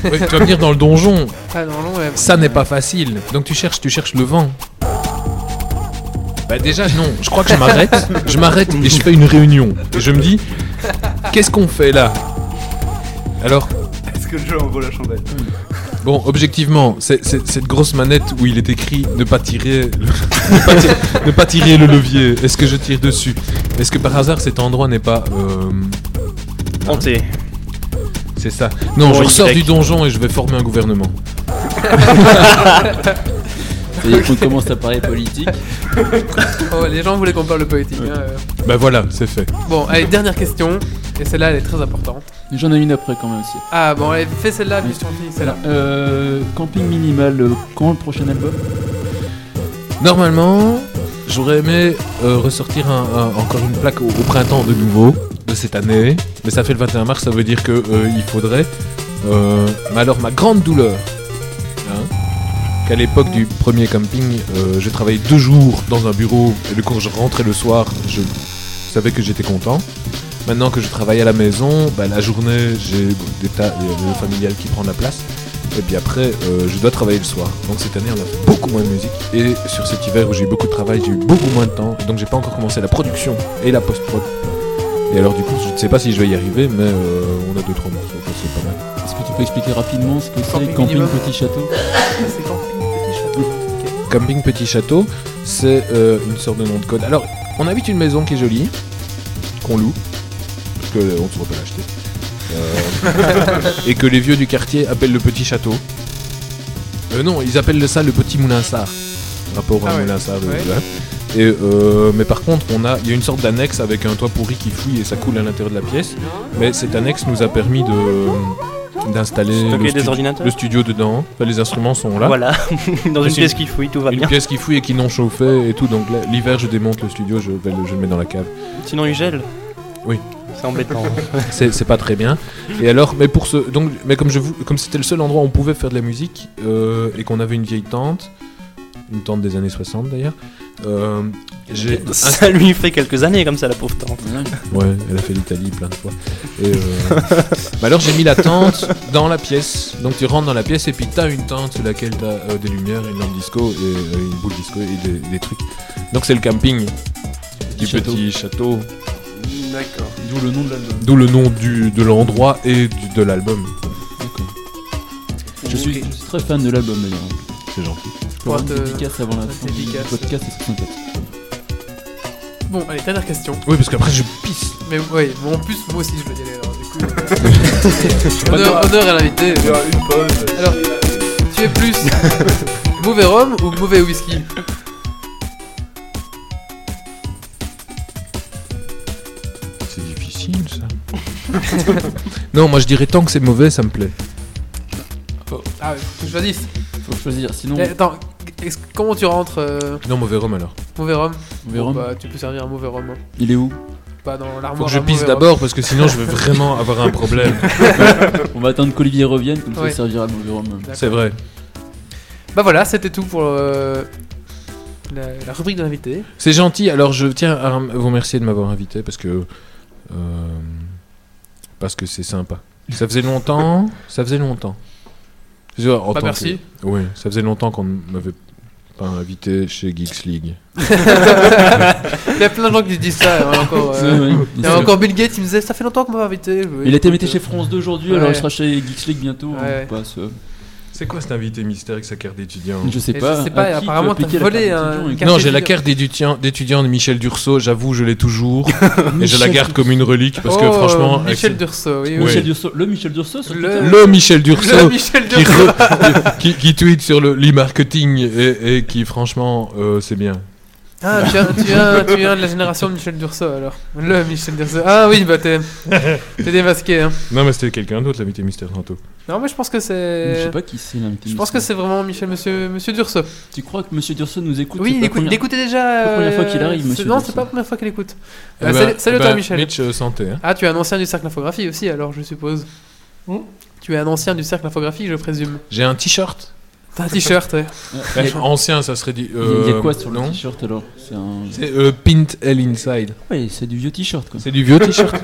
Speaker 3: Oui, tu vas venir dans le donjon.
Speaker 1: Ah, dans le donjon, ouais.
Speaker 3: Ça n'est pas facile. Donc tu cherches, tu cherches le vent. Bah déjà non, je crois que je m'arrête, je m'arrête et je fais une réunion. Et je me dis, qu'est-ce qu'on fait là Alors,
Speaker 2: Est-ce que le jeu en vaut la chandelle
Speaker 3: bon, objectivement, c'est- c'est- cette grosse manette où il est écrit ne pas tirer le, <laughs> ne pas tirer, ne pas tirer le levier, est-ce que je tire dessus Est-ce que par hasard cet endroit n'est pas... euh,
Speaker 5: Hanté.
Speaker 3: c'est ça. Non,
Speaker 5: Bon,
Speaker 3: je ressors
Speaker 5: Y.
Speaker 3: du donjon et je vais former un gouvernement.
Speaker 4: Et on commence à parler <laughs> politique.
Speaker 1: Oh, les gens voulaient qu'on parle de politique. hein, euh.
Speaker 3: Bah voilà, c'est fait.
Speaker 1: Bon, allez, dernière question. Et celle-là, elle est très importante.
Speaker 4: J'en ai une après quand même aussi.
Speaker 1: Ah bon, allez, fais celle-là, puis on finit celle-là.
Speaker 4: Euh, camping minimal, euh, quand le prochain album
Speaker 3: Normalement, j'aurais aimé euh, ressortir un- un- encore une plaque au, au printemps de nouveau, de cette année. Mais ça fait le 21 mars, ça veut dire que euh, il faudrait. euh, mais alors, ma grande douleur, hein, qu'à l'époque du premier camping, euh, je travaillais deux jours dans un bureau et le quand je rentrais le soir, je savais que j'étais content. Maintenant que je travaille à la maison, bah, la journée, j'ai des tas le familial qui prend la place. Et puis après, euh, je dois travailler le soir. Donc cette année, on a fait beaucoup moins de musique. Et sur cet hiver où j'ai eu beaucoup de travail, j'ai eu beaucoup moins de temps. Donc j'ai pas encore commencé la production et la post-prod. Et alors du coup, je ne sais pas si je vais y arriver, mais euh, on a deux trois morceaux, donc c'est pas mal.
Speaker 4: Est-ce que tu peux expliquer rapidement ce que c'est
Speaker 1: Camping
Speaker 4: camping,
Speaker 1: minimal.
Speaker 4: petit château
Speaker 1: C'est camping, petit château.
Speaker 3: Camping Petit Château, c'est euh, une sorte de nom de code. Alors, on habite une maison qui est jolie, qu'on loue, parce qu'on ne pourrait pas l'acheter. Euh, et que les vieux du quartier appellent le Petit Château. Euh, non, ils appellent ça le Petit Moulin Sard, rapport
Speaker 1: Ah
Speaker 3: à
Speaker 1: ouais.
Speaker 3: Moulin Sard. le-
Speaker 1: Ouais.
Speaker 3: voilà. Et, euh, mais par contre, on a- il y a une sorte d'annexe avec un toit pourri qui fouille et ça coule à l'intérieur de la pièce. Mais cette annexe nous a permis de d'installer le,
Speaker 5: Stocker des
Speaker 3: stu-
Speaker 5: ordinateurs.
Speaker 3: le studio dedans. Enfin, les instruments sont là.
Speaker 5: Voilà. <laughs> Dans une
Speaker 3: Facile.
Speaker 5: pièce qui fouille, tout va
Speaker 3: Une
Speaker 5: bien.
Speaker 3: pièce qui fouille et qui non chauffait et tout. Donc là, l'hiver, je démonte le studio, je, vais le, je le mets dans la cave.
Speaker 5: Sinon, il gèle.
Speaker 3: Oui.
Speaker 5: C'est
Speaker 3: <laughs>
Speaker 5: embêtant.
Speaker 3: C'est c'est pas très bien. Et alors, mais pour ce, donc, mais comme je vous, comme c'était le seul endroit où on pouvait faire de la musique euh, et qu'on avait une vieille tente, une tente des années 60 d'ailleurs. euh, j'ai
Speaker 5: ça lui fait quelques années comme ça, la pauvre tante.
Speaker 3: Ouais, elle a fait l'Italie plein de fois. Et euh, <laughs> bah alors j'ai mis la tente dans la pièce. Donc tu rentres dans la pièce et puis t'as une tente sur laquelle t'as euh, des lumières, une lampe disco et euh, une boule disco et des, des trucs. Donc c'est le camping du
Speaker 4: Château.
Speaker 3: petit château.
Speaker 1: D'accord.
Speaker 4: D'où le nom de l'album.
Speaker 3: D'où le nom du, de l'endroit et du- de l'album.
Speaker 4: Je suis, je suis très fan de l'album d'ailleurs.
Speaker 3: C'est gentil.
Speaker 4: Pour
Speaker 1: Pour
Speaker 4: une
Speaker 1: te-
Speaker 4: dédicace avant la
Speaker 1: pour
Speaker 4: fin
Speaker 1: te
Speaker 4: du
Speaker 1: dédicace.
Speaker 4: podcast, c'est sympa.
Speaker 1: Bon, allez, dernière question.
Speaker 3: Oui, parce qu'après je pisse.
Speaker 1: Mais oui, bon, en plus, moi aussi, je vais y aller. Alors, du coup,
Speaker 3: <laughs>
Speaker 1: euh, honneur, honneur à l'invité.
Speaker 2: Il y aura une pause.
Speaker 1: Alors, tu es
Speaker 3: <laughs>
Speaker 1: plus mauvais rhum ou mauvais whisky
Speaker 3: C'est difficile ça. <laughs> non, moi je dirais tant que c'est mauvais, ça me plaît.
Speaker 1: Ah, ouais, faut que je choisisse.
Speaker 4: Faut choisir, sinon,
Speaker 1: Eh, attends, est-ce- comment tu rentres euh,
Speaker 3: Non, mauvais rhum alors.
Speaker 1: mauvais rhum
Speaker 4: Véron,
Speaker 1: Bah, tu peux servir un mauvais rhum. hein.
Speaker 4: il est où
Speaker 1: Pas dans l'armoire.
Speaker 3: Faut que je
Speaker 1: un
Speaker 3: pisse
Speaker 1: mauvais rhum.
Speaker 3: d'abord parce que sinon je vais vraiment avoir
Speaker 1: <laughs>
Speaker 3: un problème.
Speaker 4: On va attendre qu'Olivier revienne, comme ça
Speaker 1: Ouais.
Speaker 4: il servira le Véron.
Speaker 3: C'est vrai.
Speaker 1: Bah voilà, c'était tout pour euh, la, la rubrique de
Speaker 3: <laughs>
Speaker 1: l'invité.
Speaker 3: C'est gentil, alors je tiens à rem- vous remercier de m'avoir invité parce que. euh, parce que c'est sympa. Ça faisait longtemps, ça faisait longtemps. Je veux dire, en
Speaker 1: Bah,
Speaker 3: tant
Speaker 1: merci.
Speaker 3: que- oui, ça faisait longtemps qu'on ne m'avait pas invité chez Geeks League.
Speaker 1: Il y a plein de gens qui se disent ça. hein, encore, euh, il y a encore Bill Gates, il me disait ça fait longtemps qu'on m'a invité. Oui,
Speaker 4: Il a été
Speaker 1: écoute,
Speaker 4: invité chez
Speaker 1: euh,
Speaker 4: France 2 aujourd'hui,
Speaker 1: Ouais.
Speaker 4: alors il sera chez Geeks League bientôt. hein,
Speaker 1: Ouais.
Speaker 4: passe, euh,
Speaker 3: C'est quoi cet invité mystère avec sa carte d'étudiant
Speaker 4: Je sais
Speaker 1: Et
Speaker 4: pas.
Speaker 1: je sais pas,
Speaker 4: à qui peut
Speaker 1: apparemment, t'as
Speaker 4: appliquer la
Speaker 1: volé
Speaker 4: carte
Speaker 1: un-
Speaker 4: d'étudiant et-
Speaker 1: une carte
Speaker 3: Non, j'ai la
Speaker 1: d'étudiant.
Speaker 3: carte d'étudiant d'étudiant de Michel Dursault, j'avoue, je
Speaker 1: <laughs>
Speaker 3: l'ai toujours et je la
Speaker 4: Michel
Speaker 3: garde comme une relique parce que
Speaker 1: Oh,
Speaker 3: franchement. avec
Speaker 1: Michel
Speaker 3: ce-
Speaker 1: Durso, oui,
Speaker 4: Dursault.
Speaker 1: oui.
Speaker 4: Michel Dursault. Le Michel Dursault sur
Speaker 1: Le-
Speaker 4: Twitter.
Speaker 3: Le Michel Dursault
Speaker 1: Le Michel
Speaker 3: qui,
Speaker 1: Durso.
Speaker 3: re- <laughs> qui- qui tweet sur le l'e-marketing et, et qui franchement euh, c'est bien.
Speaker 1: Ah, tu viens, tu, viens, tu viens de la génération de Michel Durso alors. Le Michel Durso. Ah oui, bah t'es t'es démasqué. Hein.
Speaker 3: Non mais c'était quelqu'un d'autre l'invité mystère tantôt.
Speaker 1: Non, mais je pense que
Speaker 4: Je
Speaker 1: c'est.
Speaker 4: sais pas qui c'est l'invité.
Speaker 1: Je pense que c'est vraiment Michel Monsieur, monsieur Durso.
Speaker 4: Tu crois que Monsieur Dursault nous écoute
Speaker 1: oui,
Speaker 4: c'est
Speaker 1: il
Speaker 4: pas
Speaker 1: écoute-
Speaker 4: la
Speaker 1: il
Speaker 4: première-
Speaker 1: écoutait déjà.
Speaker 4: C'est la première
Speaker 1: euh,
Speaker 4: fois qu'il arrive,
Speaker 1: c'est-
Speaker 4: monsieur
Speaker 1: Non,
Speaker 4: Durso.
Speaker 1: c'est pas la première fois qu'il écoute.
Speaker 3: Eh
Speaker 1: Euh,
Speaker 3: ben,
Speaker 1: salut- salut
Speaker 3: eh
Speaker 1: toi,
Speaker 3: ben,
Speaker 1: Michel.
Speaker 3: Mitch, euh, santé. hein.
Speaker 1: Ah, tu es un ancien du cercle infographie aussi, alors je suppose. Hmm. Tu es un ancien du cercle infographie, je présume.
Speaker 3: J'ai un t-shirt.
Speaker 1: T'as un t-shirt, ouais.
Speaker 4: Il y a-
Speaker 3: Eh, Ancien, ça serait dit.
Speaker 4: il y a- il y a quoi
Speaker 3: euh,
Speaker 4: sur
Speaker 3: non
Speaker 4: le t-shirt alors C'est un. Ah
Speaker 3: C'est euh, Pint L Inside.
Speaker 4: Ouais, c'est du vieux t-shirt quoi.
Speaker 3: C'est du vieux t-shirt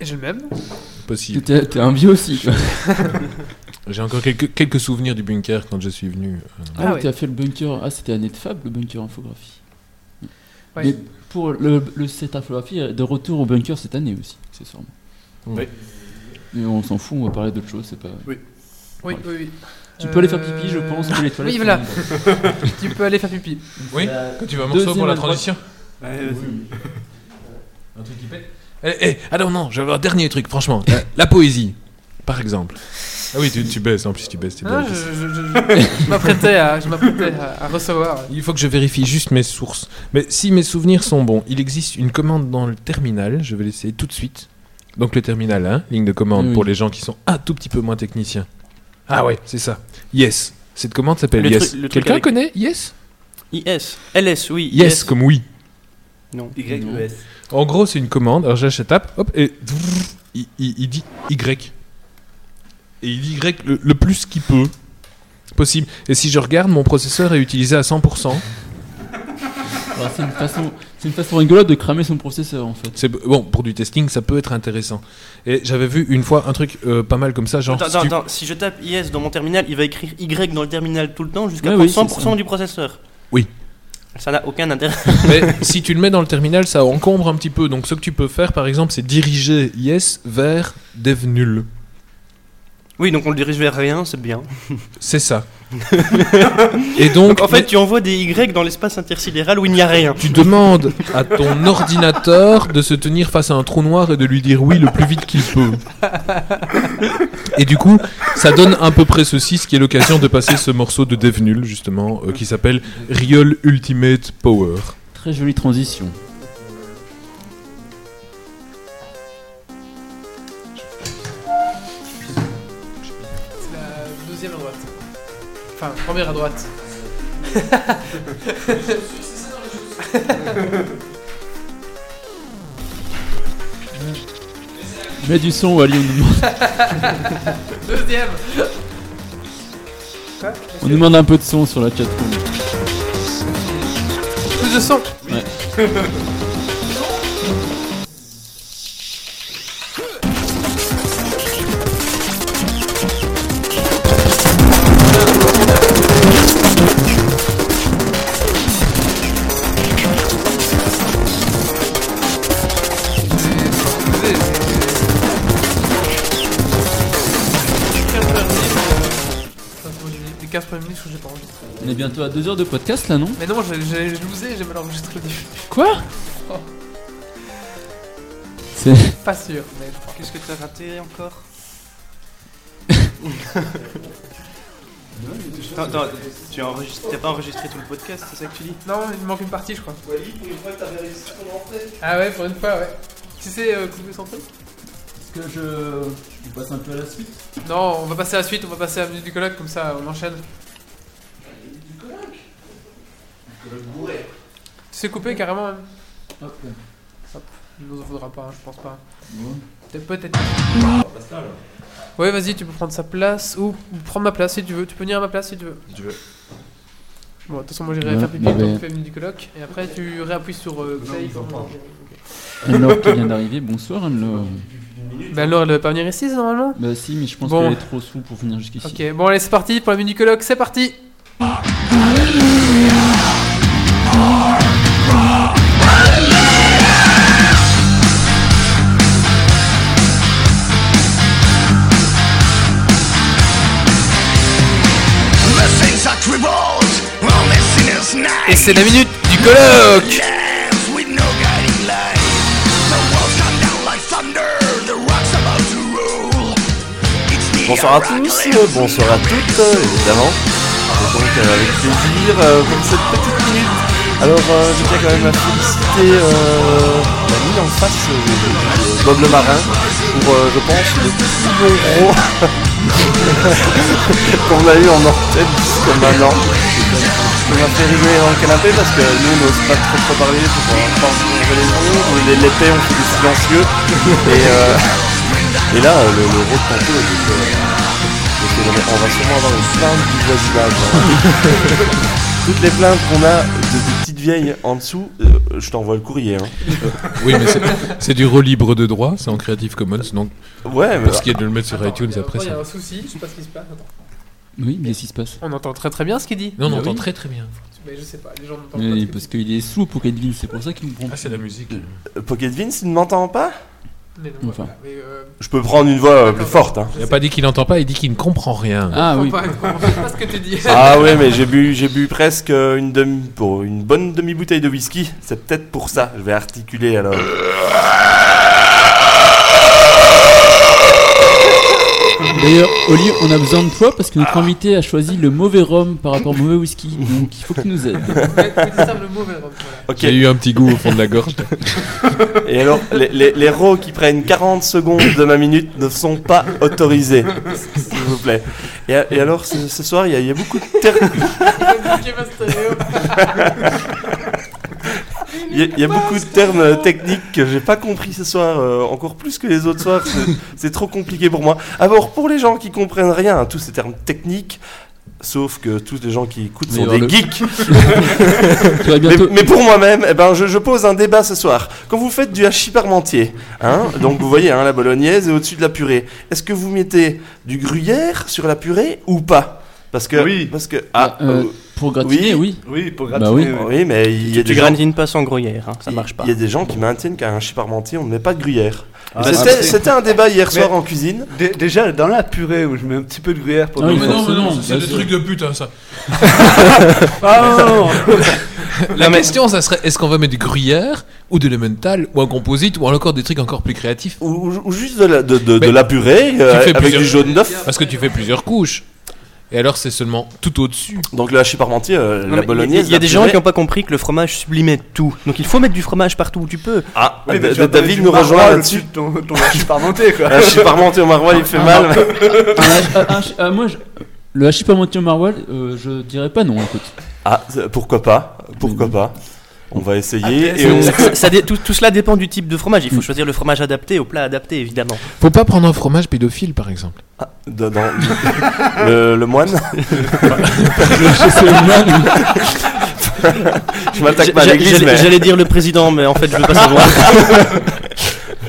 Speaker 1: Et j'ai le même.
Speaker 3: <laughs> possible.
Speaker 4: T'es t'es un vieux aussi quoi.
Speaker 3: J'ai encore quelques, quelques souvenirs du bunker quand je suis venu. euh.
Speaker 1: Ah
Speaker 4: Ah,
Speaker 1: ouais.
Speaker 4: t'as fait le bunker. Ah, c'était à Netfab le bunker infographie.
Speaker 1: Ouais.
Speaker 4: Mais pour le, le set infographie, est de retour au bunker cette année aussi, c'est sûrement.
Speaker 3: Oui.
Speaker 4: Mais on s'en fout, on va parler d'autre chose, c'est pas.
Speaker 1: Oui, oui, oui.
Speaker 4: Tu peux aller faire
Speaker 1: Euh,
Speaker 4: pipi, je pense, que les toilettes.
Speaker 1: Oui, voilà.
Speaker 4: sont-
Speaker 1: tu peux aller faire pipi.
Speaker 3: Oui, quand tu vas morceau
Speaker 4: Deuxième
Speaker 3: pour la
Speaker 4: à droite.
Speaker 3: transition. Un truc qui pète Eh, eh, alors non, j'avais un dernier truc, franchement. La, la poésie, par exemple. Ah oui, tu, tu baisses, en plus tu baisses, t'es
Speaker 1: Ah,
Speaker 3: bien.
Speaker 1: je je- je- je- je m'apprêtais à, je m'apprêtais à, à recevoir.
Speaker 3: Il faut que je vérifie juste mes sources. Mais si mes souvenirs sont bons, il existe une commande dans le terminal, je vais l'essayer tout de suite. Donc le terminal, hein, ligne de commande
Speaker 4: Oui.
Speaker 3: pour les gens qui sont un tout petit peu moins techniciens. Ah ouais, c'est ça. Yes. Cette commande s'appelle
Speaker 5: Le
Speaker 3: Yes.
Speaker 5: truc- le truc
Speaker 3: Quelqu'un
Speaker 5: avec-
Speaker 3: connaît Yes
Speaker 5: IS. LS, oui.
Speaker 3: yes comme oui.
Speaker 5: Non.
Speaker 2: YES.
Speaker 3: En gros, c'est une commande. Alors j'achète tape, hop, et drrr, il, il- il dit Y. Et il dit Y le, le plus qu'il peut possible. Et si je regarde, mon processeur est utilisé à 100%.
Speaker 4: Alors, C'est une façon, c'est une façon rigolote de cramer son processeur en fait.
Speaker 3: C'est bon pour du testing, ça peut être intéressant. Et j'avais vu une fois un truc euh, pas mal comme ça, genre
Speaker 5: Attends, attends,
Speaker 3: si tu-
Speaker 5: attends, si je tape IS dans mon terminal, il va écrire Y dans le terminal tout le temps jusqu'à
Speaker 4: Ouais, oui,
Speaker 5: 100%
Speaker 4: c'est ça.
Speaker 5: du processeur.
Speaker 3: Oui.
Speaker 5: Ça n'a aucun intérêt. <laughs>
Speaker 3: mais si tu le mets dans le terminal, ça encombre un petit peu. Donc ce que tu peux faire, par exemple, c'est diriger yes vers dev nul.
Speaker 5: Oui, donc on le dirige vers rien, c'est bien.
Speaker 3: C'est
Speaker 5: <laughs>
Speaker 3: ça. Et donc,
Speaker 5: Donc en fait, tu envoies des Y dans l'espace intersidéral où il n'y a rien.
Speaker 3: tu demandes à ton ordinateur de se tenir face à un trou noir et de lui dire oui le plus vite qu'il peut. Et du coup, ça donne à peu près ceci, ce qui est l'occasion de passer ce morceau de dev nul justement, euh, qui s'appelle Real Ultimate Power.
Speaker 4: Très jolie transition.
Speaker 1: C'est la deuxième à droite. Enfin, première à droite.
Speaker 4: Mets du son, Wally, on nous demande,
Speaker 1: Deuxième
Speaker 4: on nous demande un peu de son sur la chatroom.
Speaker 1: Plus de son Les 15 premières minutes que j'ai pas enregistré.
Speaker 4: On est bientôt à 2 heures de podcast là, non
Speaker 1: Mais non, j'ai- j'ai j'ai loosé, j'ai mal enregistré le début.
Speaker 4: Quoi
Speaker 1: Oh.
Speaker 4: C'est
Speaker 1: Pas sûr, mais je crois.
Speaker 5: Qu'est-ce que t'as raté encore <laughs> Attends, attends, tu as enregistré- t'as pas enregistré tout le podcast, c'est ça que tu dis
Speaker 1: Non, il me manque une partie, je crois. Ah ouais, pour une fois, ouais. Tu sais euh, couper son truc
Speaker 4: Est-ce que je. Je passe un peu à la suite
Speaker 1: Non, on va passer à la suite, on va passer à la minute du colloque, comme ça on enchaîne. Tu sais couper carrément, hein
Speaker 4: Hop
Speaker 1: Il nous en faudra pas, hein, je pense pas. Peut-être- Peut-être. Ouais, vas-y, tu peux prendre sa place ou prendre ma place si tu veux. Tu peux venir à ma place si tu veux.
Speaker 3: Tu veux.
Speaker 1: Bon, de toute façon, moi j'irai
Speaker 4: Ouais,
Speaker 1: faire pipi
Speaker 4: mais
Speaker 1: tant que
Speaker 4: ben-
Speaker 1: tu fais la minute du colloque et après tu réappuies sur euh, play. quand on-
Speaker 4: Anne-Laure qui vient d'arriver, bonsoir Anne-Laure.
Speaker 1: Ben alors, elle va pas venir ici c'est normalement
Speaker 4: Bah si, mais je pense
Speaker 1: Bon.
Speaker 4: qu'elle est trop sous pour venir jusqu'ici.
Speaker 1: Ok, bon allez, c'est parti pour la minute du colloque, c'est parti
Speaker 7: The things that revolt on the sinner's
Speaker 1: Et
Speaker 7: night
Speaker 1: c'est la minute du colloque
Speaker 7: Lives with no guiding light The walls come down like thunder The rock's about to roll It's the
Speaker 8: Bonsoir à tous,
Speaker 7: Heracles.
Speaker 8: euh, bonsoir à toutes, euh, évidemment. Et donc euh, avec plaisir euh, pour cette petite minute. Alors euh, je tiens quand même à féliciter euh, la mise en face euh, de- de Bob le Marin pour, euh, je pense, le plus long rôle <laughs> qu'on a eu en antenne jusqu'à maintenant. Ça m'a fait rigoler dans le canapé parce que nous on n'ose pas trop trop parler pour euh, pas enlever les ondes, les l'épée on fait du silencieux. Et, euh, <laughs> et là euh, le, le rôle tantôt était, euh, donc, euh, on va sûrement avoir une plainte du voisinage. hein. <laughs> Toutes les plaintes qu'on a de des petites vieilles en dessous, euh, je t'envoie le courrier. hein.
Speaker 3: Oui, mais c'est- c'est du relibre de droit, c'est en Creative Commons, donc
Speaker 8: Ouais, mais
Speaker 3: pour ce qui est de le mettre sur iTunes après
Speaker 1: Il y a
Speaker 3: ça.
Speaker 1: un souci, je sais pas ce qui se passe. Attends.
Speaker 4: Oui, mais qu'est-ce qui se passe
Speaker 1: On entend très très bien ce qu'il dit.
Speaker 3: Non, on
Speaker 4: Ah
Speaker 3: entend
Speaker 4: oui.
Speaker 3: très très bien.
Speaker 1: C'est Mais je sais pas, les gens ne parlent pas.
Speaker 4: Oui,
Speaker 1: de
Speaker 4: parce qu'il est sous Pocket Vince, c'est pour ça qu'il me prend.
Speaker 3: Ah, c'est la musique.
Speaker 8: Pocket Vince, il ne m'entend pas
Speaker 1: Mais non,
Speaker 4: Enfin.
Speaker 1: voilà, mais, euh,
Speaker 8: Je peux prendre une voix euh, plus forte. hein.
Speaker 1: je
Speaker 3: Il a
Speaker 1: sais
Speaker 3: pas dit qu'il n'entend pas, il dit qu'il ne comprend rien.
Speaker 4: Ah oui.
Speaker 1: pas, je comprends pas ce que tu dis.
Speaker 8: <laughs> Ah ouais, mais j'ai bu, j'ai bu presque euh, une demi, pour une bonne demi bouteille de whisky. C'est peut-être pour ça. Je vais articuler alors.
Speaker 4: D'ailleurs, Oli, on a besoin de toi parce que notre invité a choisi le mauvais rhum par rapport au mauvais whisky, donc il faut que tu nous aides.
Speaker 1: Ouais, <laughs> tu dis ça, le mauvais Rob, voilà.
Speaker 8: <laughs> Ok.
Speaker 3: J'ai eu un petit goût au fond de la gorge.
Speaker 8: Et alors, les, les, les rows qui prennent 40 secondes de ma minute ne sont pas autorisés, s'il vous plaît. Et, a- et alors, ce, ce soir, il y, a- il y a beaucoup de ter-
Speaker 1: Ok, ma stéréo.
Speaker 8: il y a- il y a beaucoup de termes euh, techniques que j'ai pas compris ce soir, euh, encore plus que les autres soirs. c'est- <laughs> C'est trop compliqué pour moi. Alors, pour les gens qui comprennent rien à tous ces termes techniques, sauf que tous les gens qui écoutent
Speaker 4: Mais
Speaker 8: sont
Speaker 4: alors
Speaker 8: des
Speaker 4: le-
Speaker 8: geeks.
Speaker 4: tu vas
Speaker 8: Mais,
Speaker 4: bientôt.
Speaker 8: mais pour moi-même, eh ben, je, je pose un débat ce soir. Quand vous faites du hachis parmentier, hein, donc vous voyez hein, la bolognaise et au-dessus de la purée, est-ce que vous mettez du gruyère sur la purée ou pas Parce que.
Speaker 2: Oui.
Speaker 8: Parce que. Ah,
Speaker 4: Euh, pour gratiner, oui.
Speaker 2: Oui, pour
Speaker 4: Bah
Speaker 2: gratiner.
Speaker 4: oui.
Speaker 8: euh, oui, mais il y a
Speaker 5: Tu
Speaker 8: des gens.
Speaker 5: gratines pas sans gruyère, hein, ça
Speaker 8: il-
Speaker 5: marche pas.
Speaker 8: Il y a des gens qui maintiennent qu'à un hachis parmentier, on ne met pas de gruyère.
Speaker 5: Ah,
Speaker 8: C'était-
Speaker 5: bah,
Speaker 2: c'est-
Speaker 8: C'était un débat hier
Speaker 2: Mais-
Speaker 8: soir en cuisine.
Speaker 2: Dé- déjà, dans la purée où je mets un petit peu de gruyère pour.
Speaker 4: Ah oui,
Speaker 2: donner-
Speaker 4: mais non, mais non,
Speaker 3: c'est
Speaker 4: bah,
Speaker 3: des
Speaker 4: c'est-
Speaker 3: trucs de pute, hein, ça.
Speaker 2: Ah non, non, non.
Speaker 3: La question, ça serait est-ce qu'on va mettre du gruyère ou de l'emmental ou un composite ou encore des trucs encore plus créatifs
Speaker 8: Ou, ou- ou juste de la, de, de- de
Speaker 3: Mais-
Speaker 8: la purée euh,
Speaker 3: Tu fais
Speaker 8: avec
Speaker 3: plusieurs-
Speaker 8: du jaune d'œuf.
Speaker 3: Parce que tu fais plusieurs couches. Et alors, c'est seulement tout au-dessus.
Speaker 8: Donc le hachis parmentier, euh,
Speaker 5: Non, mais il
Speaker 8: la
Speaker 5: y a-
Speaker 8: bolognaise.
Speaker 5: Il y a
Speaker 8: la
Speaker 5: des gens
Speaker 8: purée-
Speaker 5: qui n'ont pas compris que le fromage sublimait tout. Donc il faut mettre du fromage partout où tu peux.
Speaker 8: Ah,
Speaker 2: Oui, mais tu vas pas mettre
Speaker 8: David
Speaker 2: du
Speaker 8: nous rejoint
Speaker 2: maroilles
Speaker 8: là-dessus. Ah,
Speaker 2: au-dessus de Ton, ton hachis parmentier, quoi.
Speaker 8: Un
Speaker 2: <laughs>
Speaker 8: hachis parmentier au maroilles, il fait
Speaker 4: Ah,
Speaker 8: mal.
Speaker 4: Un hash- un hash- ah, moi, je- le hachis parmentier au maroilles, euh, je dirais pas non, écoute.
Speaker 8: Ah, euh, pourquoi pas Pourquoi pas On va essayer et on...
Speaker 5: Ah, Ça- ça- ça dé- tout, tout cela dépend du type de fromage. Il faut choisir le fromage adapté au plat adapté, évidemment.
Speaker 3: Faut pas prendre un fromage pédophile, par exemple.
Speaker 8: Ah, dans- dans- <laughs> le, le moine <laughs> Je m'attaque pas à
Speaker 5: J'a-
Speaker 8: l'église,
Speaker 5: j'allais-
Speaker 8: mais
Speaker 5: J'allais dire le président, mais en fait, je veux pas savoir.
Speaker 3: <laughs>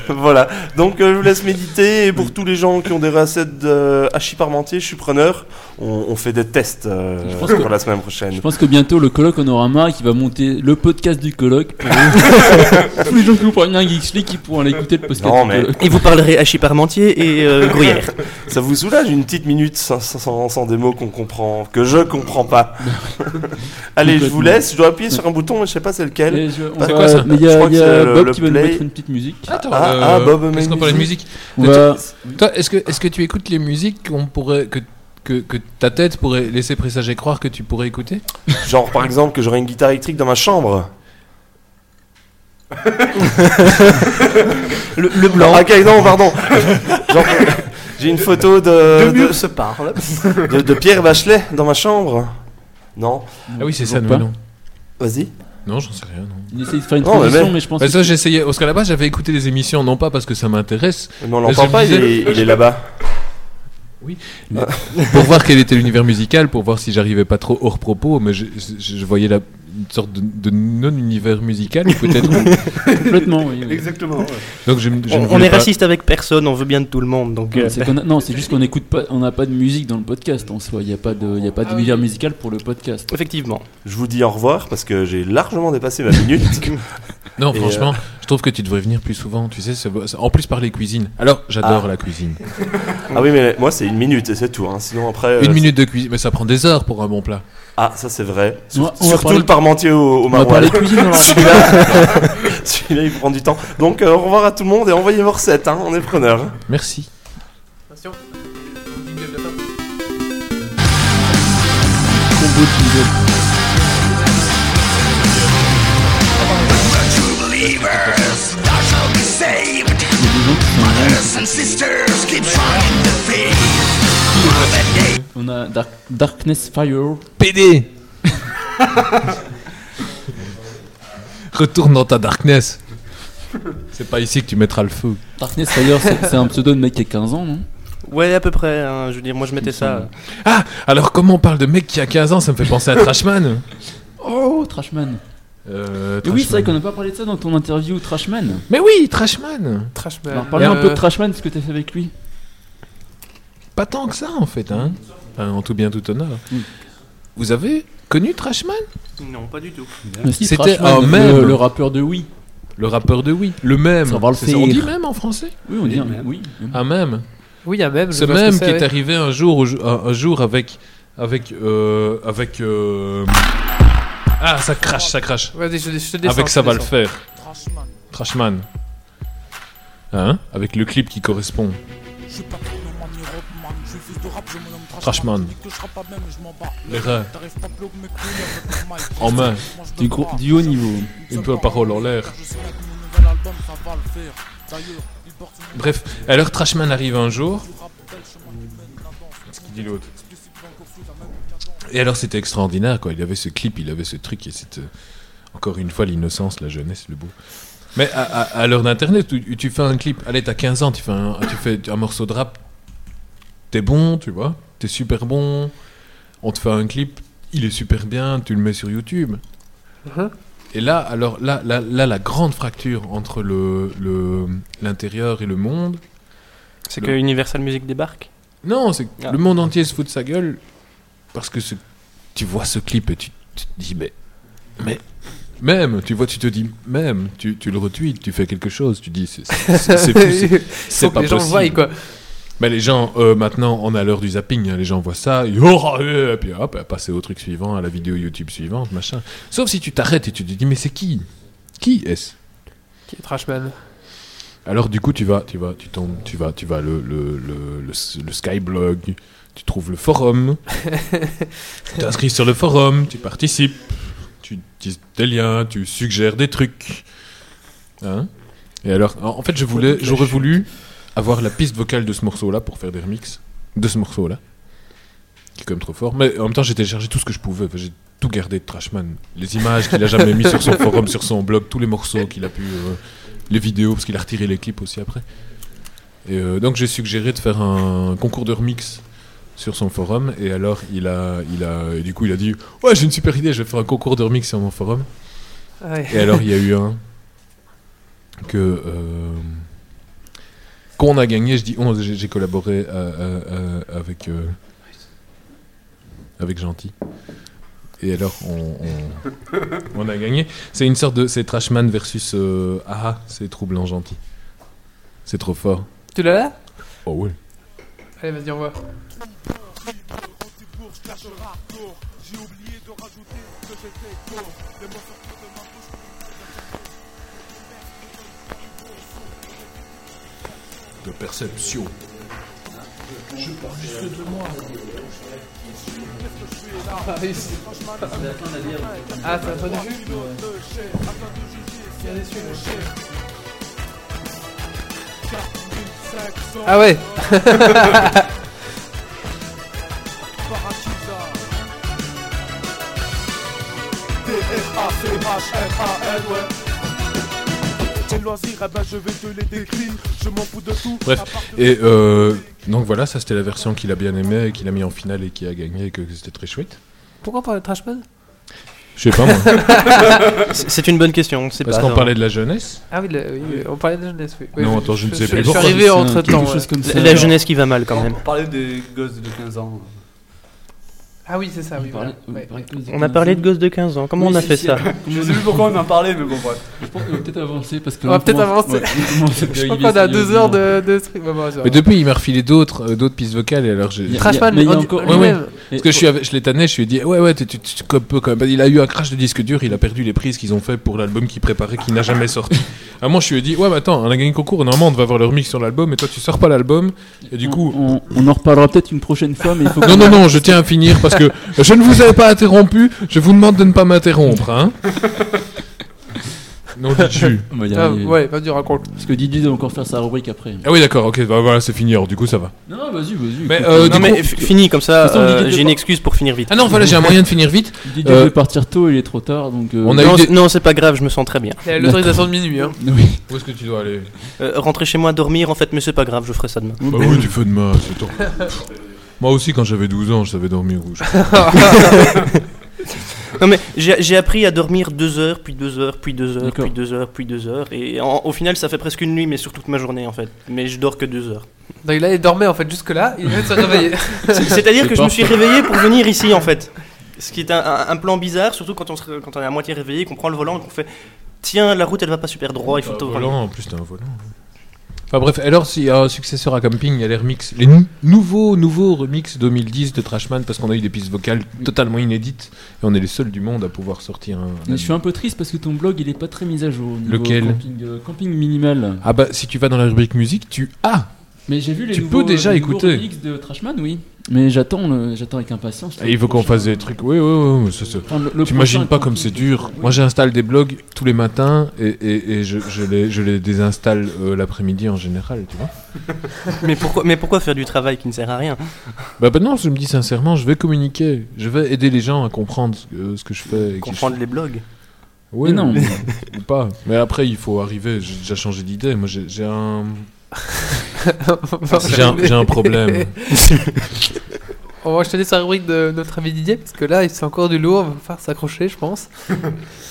Speaker 8: <laughs> voilà. Donc euh, je vous laisse méditer et pour tous les gens qui ont des recettes de hachis parmentier, je suis preneur. On, on fait des tests euh,
Speaker 4: Je pense que-
Speaker 8: pour la semaine
Speaker 4: Je
Speaker 8: prochaine.
Speaker 4: pense que bientôt le colloque en aura marre et qu'il va monter le podcast du colloque pour tous les gens qui vous prennent un Geeks League qui pourront aller écouter le podcast
Speaker 8: Non,
Speaker 4: du
Speaker 8: mais-
Speaker 4: colloque.
Speaker 5: Et vous parlerez hachis parmentier et euh, gruyère.
Speaker 8: Ça vous soulage une petite minute sans, sans- sans- sans des mots qu'on comprend, que je
Speaker 4: <laughs>
Speaker 8: comprends pas. Allez, je vous
Speaker 4: Complètement.
Speaker 8: laisse. Je dois appuyer sur un bouton, mais je sais pas c'est lequel.
Speaker 4: Et je- on
Speaker 8: C'est
Speaker 4: va-
Speaker 8: quoi ça
Speaker 4: mais il y
Speaker 8: Je
Speaker 4: a,
Speaker 8: crois que
Speaker 4: il y a
Speaker 8: c'est le-
Speaker 4: Bob
Speaker 8: le
Speaker 4: qui va nous
Speaker 8: play.
Speaker 4: mettre une petite musique.
Speaker 3: Attends,
Speaker 8: Ah, ah, Bob, mais
Speaker 3: Parce qu'on parle de musique.
Speaker 4: On
Speaker 3: de-
Speaker 4: va-
Speaker 3: Toi, est-ce que, est-ce que tu écoutes les musiques qu'on pourrait, que, que, que ta tête pourrait laisser présager croire que tu pourrais écouter
Speaker 8: Genre par exemple que j'aurais une guitare électrique dans
Speaker 4: <laughs>
Speaker 8: ma chambre.
Speaker 5: Le, le blanc.
Speaker 8: Ah, ok, non, pardon. Genre, j'ai une photo de,
Speaker 2: Deux
Speaker 8: de,
Speaker 2: murs se parlent.
Speaker 8: de- de Pierre Bachelet dans ma chambre. Non,
Speaker 3: Ah oui, c'est
Speaker 4: Toujours
Speaker 3: ça,
Speaker 4: pas.
Speaker 3: non.
Speaker 8: vas-y.
Speaker 3: Non, j'en sais rien. Non.
Speaker 4: Il essaie de faire une
Speaker 8: Non, mais
Speaker 4: transition, mais,
Speaker 8: mec.
Speaker 4: je pense
Speaker 3: Bah,
Speaker 4: que
Speaker 3: ça, j'essayais. Parce qu'à la base, j'avais écouté les émissions, non pas parce que ça m'intéresse,
Speaker 8: Mais on
Speaker 3: Mais
Speaker 8: l'entend
Speaker 3: je
Speaker 8: pas, il
Speaker 3: disais-
Speaker 8: est, il est là-bas.
Speaker 3: pour voir quel était l'univers musical, pour voir si j'arrivais pas trop hors propos, mais je, je- je voyais la, une sorte de, de non-univers musical, peut-être.
Speaker 4: complètement. oui, oui.
Speaker 2: <laughs> Exactement. ouais.
Speaker 3: Donc je, ne- je ne
Speaker 5: On, on
Speaker 3: voulais
Speaker 5: est
Speaker 3: pas-
Speaker 5: raciste avec personne, on veut bien de tout le monde. Donc, euh,
Speaker 4: Non, c'est qu'on a- non, c'est juste qu'on n'écoute pas, on n'a pas de musique dans le podcast en soi. Il n'y a pas de, il y a pas d'univers musical pour le podcast.
Speaker 5: effectivement.
Speaker 8: Je vous dis au revoir parce que j'ai largement dépassé
Speaker 5: <laughs>
Speaker 8: ma minute.
Speaker 3: Non,
Speaker 8: Et,
Speaker 3: franchement, je trouve que tu devrais venir plus souvent. Tu sais, c'est- c'est- en plus parler cuisine. Alors, j'adore la cuisine.
Speaker 8: ah oui, mais moi c'est une minute et c'est tout. hein. Sinon après. euh,
Speaker 3: Une minute de cuisine, mais ça prend des heures pour un bon plat.
Speaker 8: Ah, ça c'est vrai. Sur-
Speaker 4: On va- on va
Speaker 8: surtout
Speaker 4: parler-
Speaker 8: le parmentier au, au
Speaker 4: On va parler
Speaker 8: maroilles.
Speaker 4: cuisine
Speaker 8: <laughs>
Speaker 4: dans la
Speaker 8: Celui-là,
Speaker 4: <laughs>
Speaker 8: <laughs> celui-là, il prend du temps. Donc euh, au revoir à tout le monde et envoyez vos recettes, hein, on est preneurs.
Speaker 3: Merci.
Speaker 1: Attention. Jingle de fin.
Speaker 4: combo de jingle.
Speaker 7: True believers, thou shalt be saved.
Speaker 4: Il y a des gens qui sont en live.
Speaker 7: Brothers and sisters, keep trying to feed.
Speaker 4: On a Dark- Darkness Fire.
Speaker 3: PD <laughs> Retourne dans ta darkness. C'est pas ici que tu mettras le feu.
Speaker 4: Darkness Fire, c'est c'est un pseudo de mec qui a 15 ans, non
Speaker 5: Ouais, à peu près. hein, je veux dire, moi, je mettais ça.
Speaker 3: Ah Alors, comment on parle de mec qui a 15 ans Ça me fait penser à Trashman.
Speaker 4: Oh, Trashman.
Speaker 3: Euh,
Speaker 4: Mais oui, c'est vrai
Speaker 3: Trashman.
Speaker 4: qu'on n'a pas parlé de ça dans ton interview Trashman.
Speaker 3: Mais oui, Trashman
Speaker 1: Trashman.
Speaker 4: Alors, parle-nous un peu de
Speaker 1: Euh,
Speaker 4: Trashman, ce que t'as fait avec lui.
Speaker 3: Pas tant que ça, en fait, hein Enfin, En tout bien, tout honneur.
Speaker 4: Mm.
Speaker 3: Vous avez connu Trashman
Speaker 5: Non, pas du tout.
Speaker 4: Mais si,
Speaker 3: C'était
Speaker 4: Trashman,
Speaker 3: un
Speaker 4: le-
Speaker 3: mème.
Speaker 4: Le, rappeur de Oui.
Speaker 3: Le rappeur de Oui. Le même.
Speaker 4: Ça va le
Speaker 3: C'est ça, on dit
Speaker 4: faire. Mm.
Speaker 3: même en français
Speaker 4: Oui, on dit
Speaker 2: Oui,
Speaker 4: oui.
Speaker 3: Un même.
Speaker 1: Oui, il y a même. je
Speaker 3: Ce
Speaker 1: vois que
Speaker 3: même
Speaker 1: c'est,
Speaker 3: qui
Speaker 1: ouais.
Speaker 3: est arrivé un jour, au- un, un jour avec. Avec. euh, avec. euh, Ah, ça crache, ça crache.
Speaker 1: Vas-y, je, je te descends.
Speaker 3: Avec
Speaker 1: je
Speaker 3: ça
Speaker 1: te
Speaker 3: va
Speaker 1: <laughs>
Speaker 3: le
Speaker 1: descends.
Speaker 3: faire. Trashman. Hein Avec le clip qui correspond. Trashman. L'erreur. <laughs> En main.
Speaker 4: Du, gros- du haut niveau.
Speaker 3: Une peu parole en l'air. Bref, alors Trashman arrive un jour. Ce qu'il dit l'autre. Et alors c'était extraordinaire quoi. Il avait ce clip, il avait ce truc et c'était encore une fois l'innocence, la jeunesse, le beau. Mais à, à- à l'heure d'internet, où tu, fais un clip, allez, t'as 15 ans, tu fais un, tu fais un morceau de rap, t'es bon, tu vois, t'es super bon, on te fait un clip, il est super bien, tu le mets sur YouTube.
Speaker 1: Mhm.
Speaker 3: Et là, alors là, là, là, la grande fracture entre le le- l'intérieur et le monde.
Speaker 5: C'est
Speaker 3: Le-
Speaker 5: que Universal Music débarque
Speaker 3: Non, c'est que
Speaker 5: Ah.
Speaker 3: le monde entier se fout de sa gueule parce que ce- tu vois ce clip et tu, tu te dis mais mais même, tu vois, tu te dis même, tu, tu le retweets, tu fais quelque chose, tu dis c'est c'est- c'est- c'est fou,
Speaker 1: <laughs>
Speaker 3: c'est-
Speaker 1: Faut
Speaker 3: c'est
Speaker 1: que
Speaker 3: pas
Speaker 1: les gens le voient,
Speaker 3: possible.
Speaker 1: quoi.
Speaker 3: Mais les gens, euh, maintenant, on a l'heure du zapping, hein, les gens voient ça, et, oh, ah, euh, et puis hop, passer au truc suivant, à la vidéo YouTube suivante, machin. Sauf si tu t'arrêtes et tu te dis, mais c'est qui Qui est-ce
Speaker 1: Qui est Trashman
Speaker 3: Alors du coup, tu vas, tu vas, tu tombes, tu vas, tu vas le le le, le, le Skyblog, tu trouves le forum, tu t'inscris sur le forum, tu participes, tu dis des liens, tu suggères des trucs. Hein Et alors, en en fait, je voulais, j'aurais voulu avoir la piste vocale de ce morceau-là pour faire des remixes de ce morceau-là, qui est quand même trop fort. Mais en même temps, j'ai téléchargé tout ce que je pouvais. Enfin, j'ai tout gardé de Trashman, les images qu'il a jamais mis sur son forum, sur son blog, tous les morceaux qu'il a pu. euh, les vidéos parce qu'il a retiré les clips aussi après. Et euh, donc j'ai suggéré de faire un concours de remix sur son forum et alors il a il a et du coup il a dit ouais j'ai une super idée je vais faire un concours de remix sur mon forum
Speaker 1: Ouais.
Speaker 3: et alors il y a eu un que euh, qu'on a gagné je dis on j'ai j'ai collaboré à- à- à- avec euh, avec gentil et alors on, on- on a gagné c'est une sorte de c'est Trashman versus euh, Aha c'est troublant gentil c'est trop fort
Speaker 1: Tu l'as là
Speaker 3: oh ouais
Speaker 1: Allez, vas-y, on voit.
Speaker 3: de perception
Speaker 1: Ah, réussi. Ah, t'as pas du tout Ah ouais
Speaker 9: Tes loisirs, eh ben je vais te les décrire. Je m'en fous de tout.
Speaker 3: Bref, et euh, donc voilà, ça c'était la version qu'il a bien aimée, et qu'il a mis en finale et qui a gagné, et que c'était très chouette.
Speaker 1: Pourquoi on parle de Trashman
Speaker 3: Je sais pas <laughs> moi,
Speaker 5: C'est c'est une bonne question, c'est
Speaker 3: parce
Speaker 5: pas. hein.
Speaker 3: qu'on
Speaker 5: non.
Speaker 3: parlait de la jeunesse.
Speaker 1: Ah oui, le- oui, oui, on parlait de la jeunesse, oui. Oui,
Speaker 3: Non, attends, je ne sais
Speaker 1: suis-
Speaker 3: plus
Speaker 1: Je suis
Speaker 3: pourquoi.
Speaker 1: arrivé
Speaker 4: C'est un-
Speaker 1: entre temps.
Speaker 4: Quelque chose comme ça.
Speaker 5: La, la jeunesse qui va mal quand même.
Speaker 2: On parlait des gosses de 15 ans.
Speaker 1: Ah oui, c'est ça, oui.
Speaker 4: On parlait-
Speaker 1: voilà. Ouais.
Speaker 4: on parlait de-
Speaker 5: On a parlé de gosses de 15 ans, comment
Speaker 4: Oui,
Speaker 5: on a
Speaker 4: si,
Speaker 5: fait
Speaker 4: si,
Speaker 5: ça
Speaker 2: Je sais plus pourquoi on en parlait, mais bon, bref.
Speaker 4: Je pense qu'on va peut-être avancer parce que.
Speaker 1: On va peut-être
Speaker 4: maintenant-
Speaker 1: avancer.
Speaker 4: Ouais, on commence
Speaker 1: Je
Speaker 4: à
Speaker 1: crois
Speaker 4: dériver
Speaker 1: qu'on a deux heures
Speaker 4: sérieusement.
Speaker 1: de, de trucs. Bon, bon, c'est
Speaker 3: Mais
Speaker 1: vrai.
Speaker 3: depuis, il m'a refilé d'autres euh, d'autres pistes vocales, et alors j'ai.
Speaker 4: Il y a-
Speaker 1: Trashman,
Speaker 4: mais il y a
Speaker 1: en-
Speaker 4: encore-
Speaker 3: Ouais, ouais.
Speaker 1: lui-même.
Speaker 4: Et-
Speaker 3: Parce que je, suis avec- je l'ai tanné, je lui ai dit, ouais, ouais, tu, tu, tu copes peu quand même. Bah, Il a eu un crash de disque dur, il a perdu les prises qu'ils ont fait pour l'album qu'il préparait, qui n'a jamais <laughs> sorti. À moi, je lui ai dit, ouais, mais attends, on a gagné le concours, normalement, on va avoir le remix sur l'album, et toi, tu sors pas l'album, et du coup.
Speaker 4: on, on en reparlera peut-être une prochaine fois, mais il faut
Speaker 3: Non,
Speaker 4: qu'on-
Speaker 3: non, non, je tiens à finir parce que je ne vous avais pas interrompu, je vous demande de ne pas m'interrompre, hein. Non, dis-tu.
Speaker 4: On va y
Speaker 1: Ah,
Speaker 4: arriver.
Speaker 1: ouais, vas-y, raconte.
Speaker 4: Parce que Didier doit encore faire sa rubrique après.
Speaker 3: Ah oui, d'accord, ok, bah voilà, c'est fini, alors du coup, ça va.
Speaker 4: Non, non, vas-y, vas-y.
Speaker 3: Mais,
Speaker 4: écoute,
Speaker 3: euh,
Speaker 5: Non
Speaker 3: du
Speaker 5: mais
Speaker 3: coup-
Speaker 5: f- fini comme
Speaker 4: De
Speaker 5: ça,
Speaker 4: toute façon,
Speaker 5: euh,
Speaker 4: l'idée de
Speaker 5: j'ai une
Speaker 4: pas-
Speaker 5: excuse pour finir vite.
Speaker 3: Ah non, voilà, j'ai un moyen de finir vite.
Speaker 4: Didier
Speaker 3: euh,
Speaker 4: veut partir tôt, il est trop tard, donc. euh,
Speaker 3: On a eu
Speaker 5: Non,
Speaker 3: des-
Speaker 5: c'est- non, c'est pas grave, je me sens très bien.
Speaker 1: Il a L'autorisation de minuit, hein.
Speaker 4: Oui.
Speaker 3: Où est-ce que tu dois aller
Speaker 5: Euh, rentrer chez moi, dormir en fait, mais c'est pas grave, je ferai ça demain.
Speaker 3: Bah oui, tu fais de masse, c'est toi. Pff, Moi aussi, quand j'avais 12 ans, je savais dormir rouge.
Speaker 5: Non mais j'ai j'ai appris à dormir deux heures, puis deux heures, puis deux heures,
Speaker 4: D'accord.
Speaker 5: puis deux heures, puis deux heures, et en- au final ça fait presque une nuit, mais sur toute ma journée en fait. Mais je dors que deux heures.
Speaker 1: Donc là, il dormait en fait jusque-là, il vient de se réveiller. <laughs>
Speaker 5: C'est- C'est-à-dire que je me suis réveillé pour venir ici en fait. Ce qui est un, un- un plan bizarre, surtout quand on, se- quand on est à moitié réveillé, qu'on prend le volant et qu'on fait Tiens, la route elle va pas super droit, il faut
Speaker 3: Un
Speaker 5: tourner.
Speaker 3: volant, en plus, t'as un volant. Enfin bref, alors s'il y a un successeur à Camping, il y a les remix, les nou- nouveaux, nouveaux remix 2010 de Trashman, parce qu'on a eu des pistes vocales totalement inédites, et on est les seuls du monde à pouvoir sortir un...
Speaker 4: Mais je suis un peu triste parce que ton blog il est pas très mis à jour. au niveau
Speaker 3: Lequel
Speaker 4: camping, euh, camping minimal.
Speaker 3: Ah bah, si tu vas dans la rubrique musique, tu as
Speaker 4: Mais j'ai vu les
Speaker 3: Tu
Speaker 4: nouveaux,
Speaker 3: peux déjà
Speaker 4: les nouveaux
Speaker 3: écouter.
Speaker 4: remixes de Trashman, oui. Ah, Mais j'attends, le- j'attends avec impatience.
Speaker 3: Et il faut qu'on fasse des trucs... Oui, oui, oui, oui, ça, ça- T'imagines pas comme c'est dur. Moi, j'installe des blogs tous les matins et, et- et je, je les, je les désinstalle euh, l'après-midi en général, tu vois.
Speaker 5: mais, pourquoi, mais pourquoi faire du travail qui ne sert à rien
Speaker 3: Bah maintenant, je me dis sincèrement, je vais communiquer, je vais aider les gens à comprendre ce que, ce que je fais. et qui je
Speaker 5: Comprendre les blogs
Speaker 3: Ouais,
Speaker 4: Mais non, mais-
Speaker 3: ou pas. Mais après, il faut arriver. J'ai déjà changé d'idée. Moi, j'ai j'ai un, j'ai un, j'ai un
Speaker 4: <laughs>
Speaker 3: problème.
Speaker 1: On va enchaîner sur la rubrique de notre ami Didier, parce que là, c'est encore du lourd, on va falloir s'accrocher, je pense.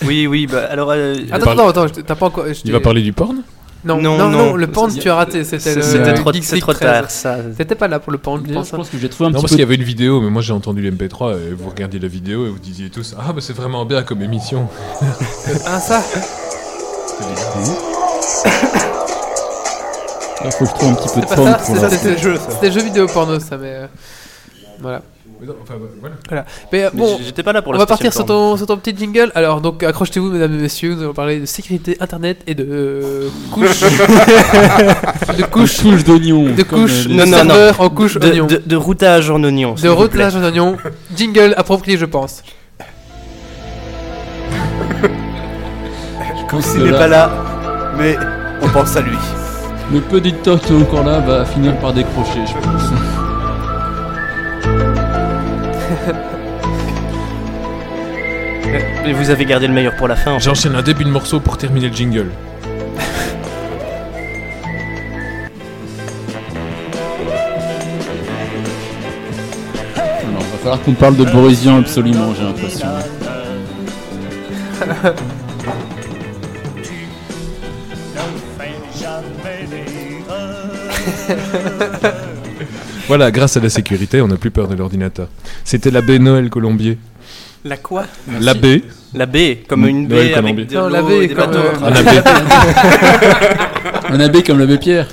Speaker 5: Oui, oui, bah alors. euh,
Speaker 1: Attends,
Speaker 3: parle-
Speaker 1: attends, attends, je t'ai- t'as pas encore. je t'ai-
Speaker 3: Il va parler du porn
Speaker 1: Non, non, non,
Speaker 5: Non, non.
Speaker 1: le pan,
Speaker 4: C'est-
Speaker 1: tu as raté. C'était
Speaker 5: c'est-
Speaker 1: le.
Speaker 5: C'était
Speaker 1: le
Speaker 5: trop,
Speaker 1: Geek
Speaker 5: c'est
Speaker 1: League
Speaker 5: trop
Speaker 1: 13.
Speaker 5: tard, ça.
Speaker 1: T'étais pas là pour le pan, je
Speaker 4: D'ailleurs,
Speaker 1: pense. hein.
Speaker 4: je pense que j'ai trouvé un
Speaker 3: Non, parce
Speaker 4: petit
Speaker 3: qu'il y
Speaker 4: peu.
Speaker 3: avait une vidéo, mais moi j'ai entendu l'MP3 et vous regardiez la vidéo et vous disiez tous Ah, bah c'est vraiment bien comme émission.
Speaker 1: Ah, ça
Speaker 4: Il faut que je trouve un petit peu de
Speaker 1: C'est pas
Speaker 4: forme
Speaker 1: ça,
Speaker 4: pour
Speaker 1: c'est
Speaker 4: la-
Speaker 1: ça, c'était le jeu. C'était jeu vidéo porno, ça, mais. euh, Voilà. Mais euh,
Speaker 5: Mais
Speaker 1: bon,
Speaker 5: j- J'étais pas là pour
Speaker 1: on
Speaker 5: la
Speaker 1: va
Speaker 5: spéciale
Speaker 1: partir sur
Speaker 5: porno.
Speaker 1: ton, sur ton petit jingle. Alors, donc, accrochez-vous, mesdames et messieurs. Nous allons parler de sécurité internet et de euh, couches. de couches.
Speaker 4: couche d'oignon. euh,
Speaker 1: De couches.
Speaker 5: Non,
Speaker 1: de
Speaker 5: non, non.
Speaker 1: serveurs en couche
Speaker 5: De,
Speaker 1: oignon.
Speaker 5: de- de routage en oignon.
Speaker 1: De rotelage en oignon. Jingle approprié, je pense.
Speaker 4: Je pense que
Speaker 2: Il n'est
Speaker 4: là,
Speaker 2: pas là, mais on pense à lui.
Speaker 4: Le peu d'éditeurs qui est encore là va finir par décrocher, je pense.
Speaker 5: Mais vous avez gardé le meilleur pour la fin. en fait.
Speaker 3: J'enchaîne un début de morceau pour terminer le jingle.
Speaker 4: Alors, va falloir qu'on parle de Borisian absolument, j'ai l'impression.
Speaker 3: Voilà, grâce à la sécurité, on n'a plus peur de l'ordinateur. C'était l'abbé Noël Colombier.
Speaker 5: La quoi
Speaker 3: L'abbé
Speaker 5: La baie,
Speaker 4: Mm.
Speaker 5: comme une
Speaker 4: Bah
Speaker 3: Noël
Speaker 5: baie avec
Speaker 3: Colombier.
Speaker 5: de
Speaker 1: Non, la
Speaker 5: l'eau
Speaker 1: baie
Speaker 5: et des
Speaker 1: comme,
Speaker 5: bateaux.
Speaker 1: euh,
Speaker 5: <laughs>
Speaker 3: Un abbé.
Speaker 4: Un abbé comme l'abbé Pierre.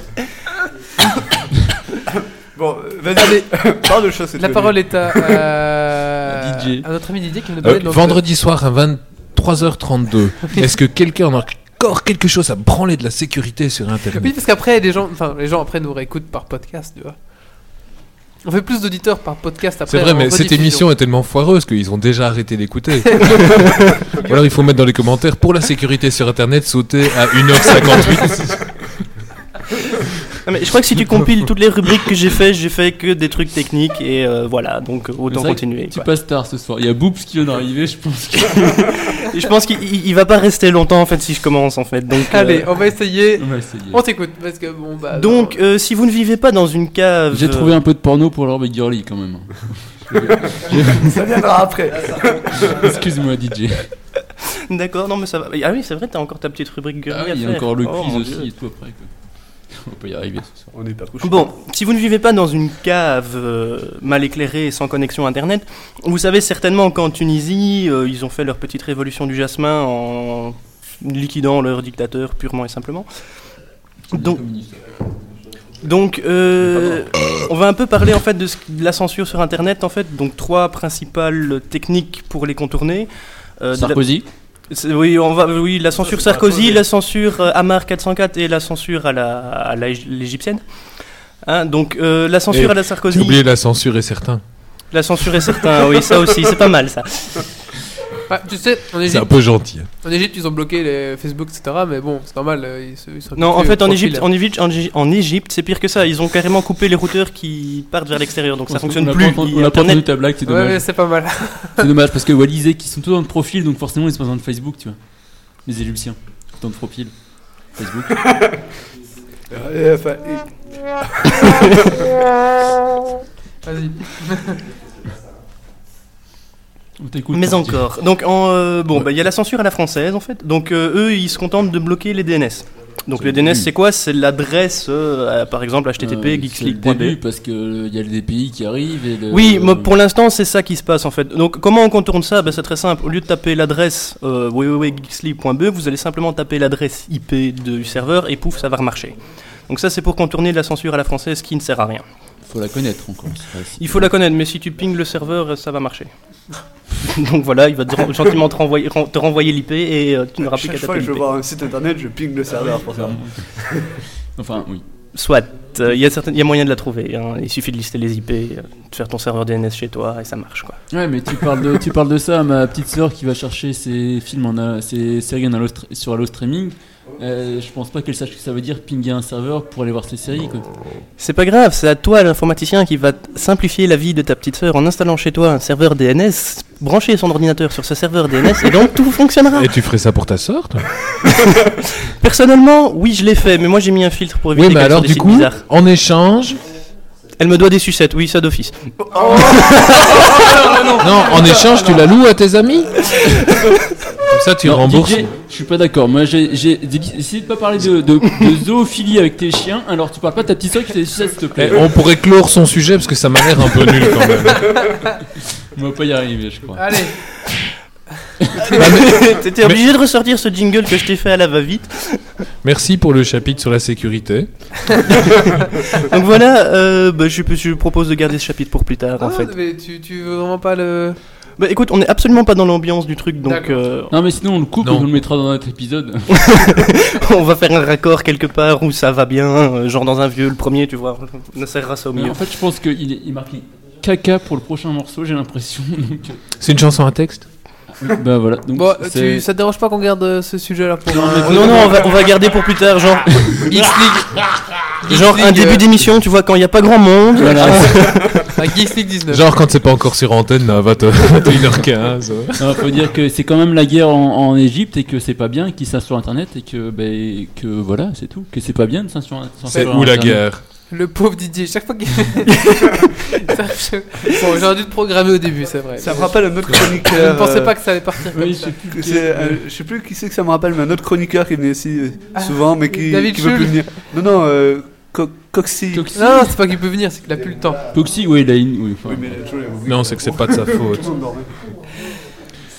Speaker 2: Bon, vas-y, parle de choses.
Speaker 1: La parole est à, euh,
Speaker 4: À Didier.
Speaker 1: à notre ami Didier qui nous
Speaker 3: Euh,
Speaker 1: parlait donc de-
Speaker 3: vendredi soir à 23h32,
Speaker 5: <laughs>
Speaker 3: est-ce que quelqu'un en a encore quelque chose à branler de la sécurité sur
Speaker 1: Oui,
Speaker 3: Internet
Speaker 1: parce qu'après les gens, enfin les gens après nous réécoutent par podcast, tu vois. On fait plus d'auditeurs par podcast après.
Speaker 3: C'est vrai,
Speaker 1: en
Speaker 3: mais cette
Speaker 1: rediffusion.
Speaker 3: émission est tellement foireuse qu'ils ont déjà arrêté <laughs> d'écouter. Ou alors il faut mettre dans les commentaires pour la sécurité sur Internet, sauter à <laughs> 1h58.
Speaker 5: Ah, mais je crois que si tu compiles toutes les rubriques que j'ai fait, j'ai fait que des trucs techniques et euh, voilà, donc autant
Speaker 4: C'est vrai que
Speaker 5: continuer.
Speaker 4: Tu
Speaker 5: quoi.
Speaker 4: passes tard ce soir. Il y a Boops qui vient d'arriver, je pense. que-
Speaker 5: Et Je pense qu'il il- il va pas rester longtemps en fait si je commence en fait. Donc, euh,
Speaker 1: Allez, on va essayer.
Speaker 4: On va essayer.
Speaker 1: On t'écoute parce que bon bah.
Speaker 5: donc euh, si vous ne vivez pas dans une cave,
Speaker 4: J'ai trouvé un peu de porno pour l'orbe girly quand même.
Speaker 2: <laughs> Ça viendra après.
Speaker 4: <laughs> Excuse-moi, DJ.
Speaker 5: euh, D'accord, non mais ça va. Ah oui, c'est vrai, t'as encore ta petite rubrique girly
Speaker 4: Ah oui,
Speaker 5: à
Speaker 4: il y a
Speaker 5: faire.
Speaker 4: encore le
Speaker 5: Oh,
Speaker 4: quiz
Speaker 5: mon
Speaker 4: aussi
Speaker 5: Dieu.
Speaker 4: et tout après. quoi. On peut y arriver ce soir.
Speaker 2: On n'est pas couché.
Speaker 5: Bon, si vous ne vivez pas dans une cave euh, mal éclairée et sans connexion internet, vous savez certainement qu'en Tunisie, euh, ils ont fait leur petite révolution du jasmin en liquidant leur dictateur purement et simplement. Donc, donc euh, on va un peu parler en fait de, ce- de la censure sur internet en fait, donc trois principales techniques pour les contourner. Euh, de la-
Speaker 4: Sarkozy
Speaker 5: c'est- Oui, on va, oui, la censure Sarkozy, la censure euh, Amar 404 et la censure à la à la- l'égyptienne. Hein, donc euh, la censure
Speaker 3: Et
Speaker 5: à la
Speaker 3: J'ai
Speaker 5: Sarkozy,
Speaker 3: oublié la censure est certain.
Speaker 5: la censure est certain, oui, ça aussi, c'est pas
Speaker 4: <laughs>
Speaker 5: mal ça.
Speaker 1: bah, tu sais, en
Speaker 3: C'est
Speaker 1: Égypte,
Speaker 3: un peu gentil.
Speaker 1: en Égypte, ils ont bloqué les Facebook, etc. Mais bon, c'est normal. euh, Ils se, ils se
Speaker 5: Non, en
Speaker 1: habituent
Speaker 5: fait,
Speaker 1: au
Speaker 5: en
Speaker 1: profil.
Speaker 5: Égypte, en Égypte, en Égypte- en Égypte, c'est pire que ça. Ils ont carrément coupé les routeurs qui partent vers l'extérieur, donc ça
Speaker 4: on
Speaker 5: fonctionne
Speaker 4: a
Speaker 5: plus.
Speaker 4: pas entendu-
Speaker 5: Il-
Speaker 4: On a pas entendu
Speaker 5: Internet,
Speaker 4: ta blague, c'est
Speaker 1: Ouais,
Speaker 4: dommage.
Speaker 1: ouais, c'est pas
Speaker 5: <laughs>
Speaker 1: mal.
Speaker 4: C'est dommage parce que Walizé qui sont tous dans le profil, donc forcément ils sont pas dans le Facebook, tu vois. Les Égyptiens, dans le profil. Facebook.
Speaker 2: Euh, enfin, il-
Speaker 1: Vas-y.
Speaker 4: <laughs> On t'écoute.
Speaker 5: mais
Speaker 4: Tardy.
Speaker 5: encore. Donc, en, euh, bon, bah, il y a la censure à la française en fait. Donc, euh, eux, ils se contentent de bloquer les DNS. Donc
Speaker 3: C'est
Speaker 5: le
Speaker 3: le
Speaker 5: DNS,
Speaker 3: début.
Speaker 5: c'est quoi C'est l'adresse, euh, à- par exemple, http
Speaker 4: Euh,
Speaker 5: geeksleague.be.
Speaker 4: c'est le début, parce que euh, il y a le DPI qui arrive et euh, le-
Speaker 5: Oui, mais pour l'instant, c'est ça qui se passe en fait. Donc, comment on contourne ça Ben, C'est très simple. Au lieu de taper l'adresse euh, www.geeksleep.be, vous allez simplement taper l'adresse IP de- du serveur et pouf, ça va remarcher. Donc, ça, c'est pour contourner la censure à la française qui ne sert à rien.
Speaker 4: faut la connaître encore. c'est pas si-
Speaker 5: Il faut la connaître, mais si tu pings le serveur, ça va marcher. <laughs> Donc voilà, il va te- gentiment te renvoyer, ren- te renvoyer l'IP et euh, tu n'auras plus
Speaker 2: Chaque
Speaker 5: qu'à
Speaker 2: fois
Speaker 5: taper
Speaker 2: que je
Speaker 5: l'IP.
Speaker 2: vois un site internet, je ping le serveur pour ça.
Speaker 4: Enfin, oui.
Speaker 5: Soit, euh, il y, a certaines- il y a moyen de la trouver. hein. Il suffit de lister les IP, euh, de faire ton serveur DNS chez toi et ça marche quoi.
Speaker 4: Ouais, mais tu parles de, tu parles de ça à ma petite sœur qui va chercher ses films, en, a- ses séries en allo- sur Allo Streaming. Euh, je pense pas qu'elle sache ce que ça veut dire pinguer un serveur pour aller voir ses séries. Quoi.
Speaker 5: C'est pas grave, c'est à toi l'informaticien qui va t- simplifier la vie de ta petite sœur en installant chez toi un serveur DNS, brancher son ordinateur sur ce serveur DNS et donc tout fonctionnera.
Speaker 3: Et tu ferais ça pour ta sœur toi
Speaker 5: Personnellement, oui, je l'ai fait, mais moi j'ai mis un filtre pour éviter
Speaker 3: Oui, mais
Speaker 5: qu'elle
Speaker 3: alors
Speaker 5: sur des
Speaker 3: du
Speaker 5: sites
Speaker 3: coup,
Speaker 5: bizarres.
Speaker 3: en échange,
Speaker 5: Elle me doit des sucettes, oui, ça d'office.
Speaker 3: non, en échange, tu la loues à tes amis Comme ça, tu
Speaker 4: Non,
Speaker 3: rembourses.
Speaker 4: DJ, je suis pas d'accord. Moi, j'ai j'ai- dis- essayé de pas parler de, de, de zoophilie avec tes chiens. Alors, tu parles pas de ta petite sœur qui fait des sucettes, s'il te plaît.
Speaker 3: Eh, on pourrait clore son sujet parce que ça m'a l'air un peu nul quand même. oh.
Speaker 4: On va pas y arriver, je crois.
Speaker 1: Allez,
Speaker 5: T'étais obligé de ressortir ce jingle que je t'ai fait à la va-vite.
Speaker 3: Merci pour le chapitre sur la sécurité.
Speaker 5: Donc voilà, euh, bah, je, je propose de garder ce chapitre pour plus tard en
Speaker 1: Ah,
Speaker 5: fait.
Speaker 1: mais tu, tu veux vraiment pas le.
Speaker 5: Bah écoute, on n'est absolument pas dans l'ambiance du truc, donc
Speaker 1: D'accord.
Speaker 5: euh,
Speaker 4: Non, mais sinon, on le coupe
Speaker 3: Non.
Speaker 4: et on le mettra dans notre épisode.
Speaker 3: <laughs>
Speaker 5: euh, <laughs> on va faire un raccord quelque part où ça va bien, euh, genre dans un vieux, le premier, tu vois, on serrera ça au
Speaker 4: Mais
Speaker 5: milieu.
Speaker 4: en fait, je pense qu'il est- il marque caca pour le prochain morceau, j'ai l'impression. <laughs> Donc,
Speaker 3: C'est une chanson à texte
Speaker 4: euh, bah voilà. Donc,
Speaker 1: Bon,
Speaker 4: c'est-
Speaker 1: tu, ça te dérange pas qu'on garde euh, ce sujet là pour. un-
Speaker 5: Non, non, on va, on va garder pour plus tard, genre. Genre un
Speaker 1: euh,
Speaker 5: début d'émission, tu vois, quand il n'y a pas grand monde.
Speaker 1: <laughs>
Speaker 4: Voilà.
Speaker 1: Un Geeks League 19.
Speaker 3: Genre quand c'est pas encore sur antenne à 21h15. ouais.
Speaker 4: Non, faut dire que c'est quand même la guerre en, en Égypte et que c'est pas bien qu'ils s'insurent sur internet et que ben que voilà c'est tout que c'est pas bien de s'insurger
Speaker 3: C'est où la guerre
Speaker 1: Le pauvre Didier, chaque fois qu'il. Ça, je- bon, j'aurais dû te programmer au début, c'est vrai.
Speaker 2: Ça me rappelle un autre chroniqueur.
Speaker 1: Je ne pensais
Speaker 2: euh,
Speaker 1: pas que ça allait partir comme
Speaker 4: Oui,
Speaker 1: ça.
Speaker 4: je sais plus.
Speaker 2: que c'est, euh, je sais plus qui c'est que ça me rappelle, mais un autre chroniqueur qui venait ici euh,
Speaker 1: Ah,
Speaker 2: souvent, mais qui,
Speaker 1: David
Speaker 2: qui veut plus
Speaker 1: Schulz.
Speaker 2: venir. Non, non, euh, Co- Coxy.
Speaker 4: Toxi,
Speaker 1: Non, non, c'est pas qu'il peut venir, c'est qu'il a plus le temps.
Speaker 4: Toxi, oui, il a une. oui, enfin.
Speaker 2: Oui, mais là, toujours, oui.
Speaker 3: Non, c'est que c'est pas de sa
Speaker 2: Tout
Speaker 3: faute.
Speaker 2: le monde dormait.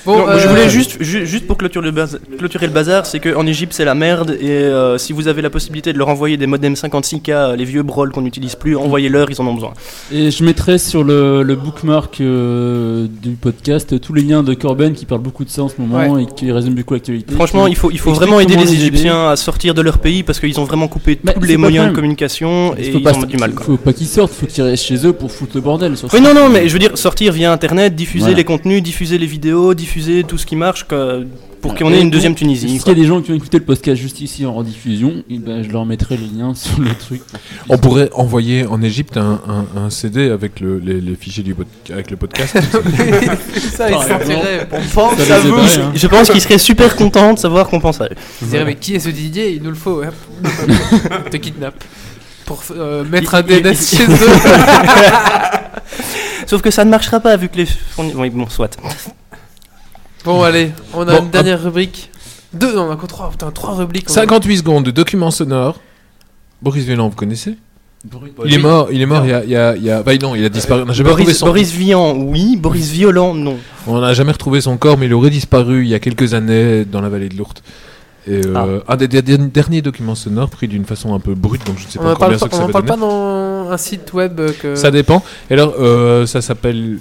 Speaker 1: Bon,
Speaker 5: Non,
Speaker 1: euh,
Speaker 5: Je voulais juste, ju- juste pour clôturer le, baz- clôturer le bazar, c'est qu'en Égypte c'est la merde et euh, si vous avez la possibilité de leur envoyer des modems 56K, euh, les vieux brolles qu'on n'utilise plus, envoyez-leur, ils en ont besoin.
Speaker 4: Et je mettrai sur le, le bookmark euh, du podcast tous les liens de Corben qui parle beaucoup de ça en ce moment et qui résume beaucoup l'actualité.
Speaker 5: Franchement,
Speaker 4: Qui-
Speaker 5: il faut, il faut
Speaker 4: Explique
Speaker 5: vraiment aider
Speaker 4: comment
Speaker 5: les
Speaker 4: les aider.
Speaker 5: Égyptiens à sortir de leur pays parce qu'ils ont vraiment coupé
Speaker 4: Bah,
Speaker 5: tous
Speaker 4: c'est
Speaker 5: les
Speaker 4: pas
Speaker 5: moyens
Speaker 4: le
Speaker 5: de
Speaker 4: problème.
Speaker 5: communication et
Speaker 4: faut
Speaker 5: ils
Speaker 4: pas,
Speaker 5: ont du mal. quoi.
Speaker 4: faut pas qu'ils sortent, faut qu'ils restent chez eux pour foutre le bordel. Sur
Speaker 5: Oui,
Speaker 4: ça.
Speaker 5: non, non, mais je veux dire, sortir via internet, diffuser
Speaker 4: Voilà.
Speaker 5: les contenus, diffuser les vidéos, diffuser tout ce qui marche que- pour qu'on
Speaker 4: Et
Speaker 5: ait une
Speaker 4: donc,
Speaker 5: deuxième Tunisie.
Speaker 4: S'il y a des gens qui ont écouté le podcast juste ici en rediffusion, et ben, je leur mettrai les liens sur le truc.
Speaker 3: On pourrait envoyer en Égypte un, un- un CD avec le, les, les fichiers du pod- avec le
Speaker 2: <laughs>
Speaker 3: podcast.
Speaker 1: <laughs> ça, il se sentirait.
Speaker 2: On pense
Speaker 4: Ça
Speaker 2: à
Speaker 4: les
Speaker 2: vous.
Speaker 4: ébarrait, hein.
Speaker 5: Je pense qu'ils seraient super contents de savoir qu'on pense à eux.
Speaker 1: Il se dirait, mais qui est ce Didier Il nous le faut. Hop. te kidnappe. Pour euh, mettre un
Speaker 5: Il- il-
Speaker 1: DNS
Speaker 5: il-
Speaker 1: chez eux.
Speaker 5: Sauf que ça ne marchera pas vu que les fournis- Oui, bon, soit.
Speaker 1: Bon, allez, on a
Speaker 3: Bon,
Speaker 1: une dernière rubrique. Deux, non, on a encore trois. Putain, trois rubriques. on a-
Speaker 3: 58 secondes de documents sonores. Boris Vian, vous connaissez
Speaker 4: hein.
Speaker 3: Il est mort, il est mort, il y a... il y a- il y a- bah non, il a disparu. On n'a jamais, retrouvé
Speaker 5: Boris,
Speaker 3: son-
Speaker 5: Boris Vian, oui. Boris Violent, non.
Speaker 3: on n'a jamais retrouvé son corps, mais il aurait disparu il y a quelques années dans la vallée de l'Ourthe. Et euh,
Speaker 1: Ah.
Speaker 3: un des, des- des derniers documents sonores pris d'une façon un peu brute, donc je ne sais
Speaker 1: On
Speaker 3: pas
Speaker 1: en
Speaker 3: encore
Speaker 1: parle,
Speaker 3: bien
Speaker 1: pas,
Speaker 3: ce que
Speaker 1: on
Speaker 3: ça
Speaker 1: en
Speaker 3: va
Speaker 1: parle
Speaker 3: donner.
Speaker 1: pas dans un site web que.
Speaker 3: Ça dépend. Et alors, euh,
Speaker 1: <laughs>
Speaker 3: ça s'appelle,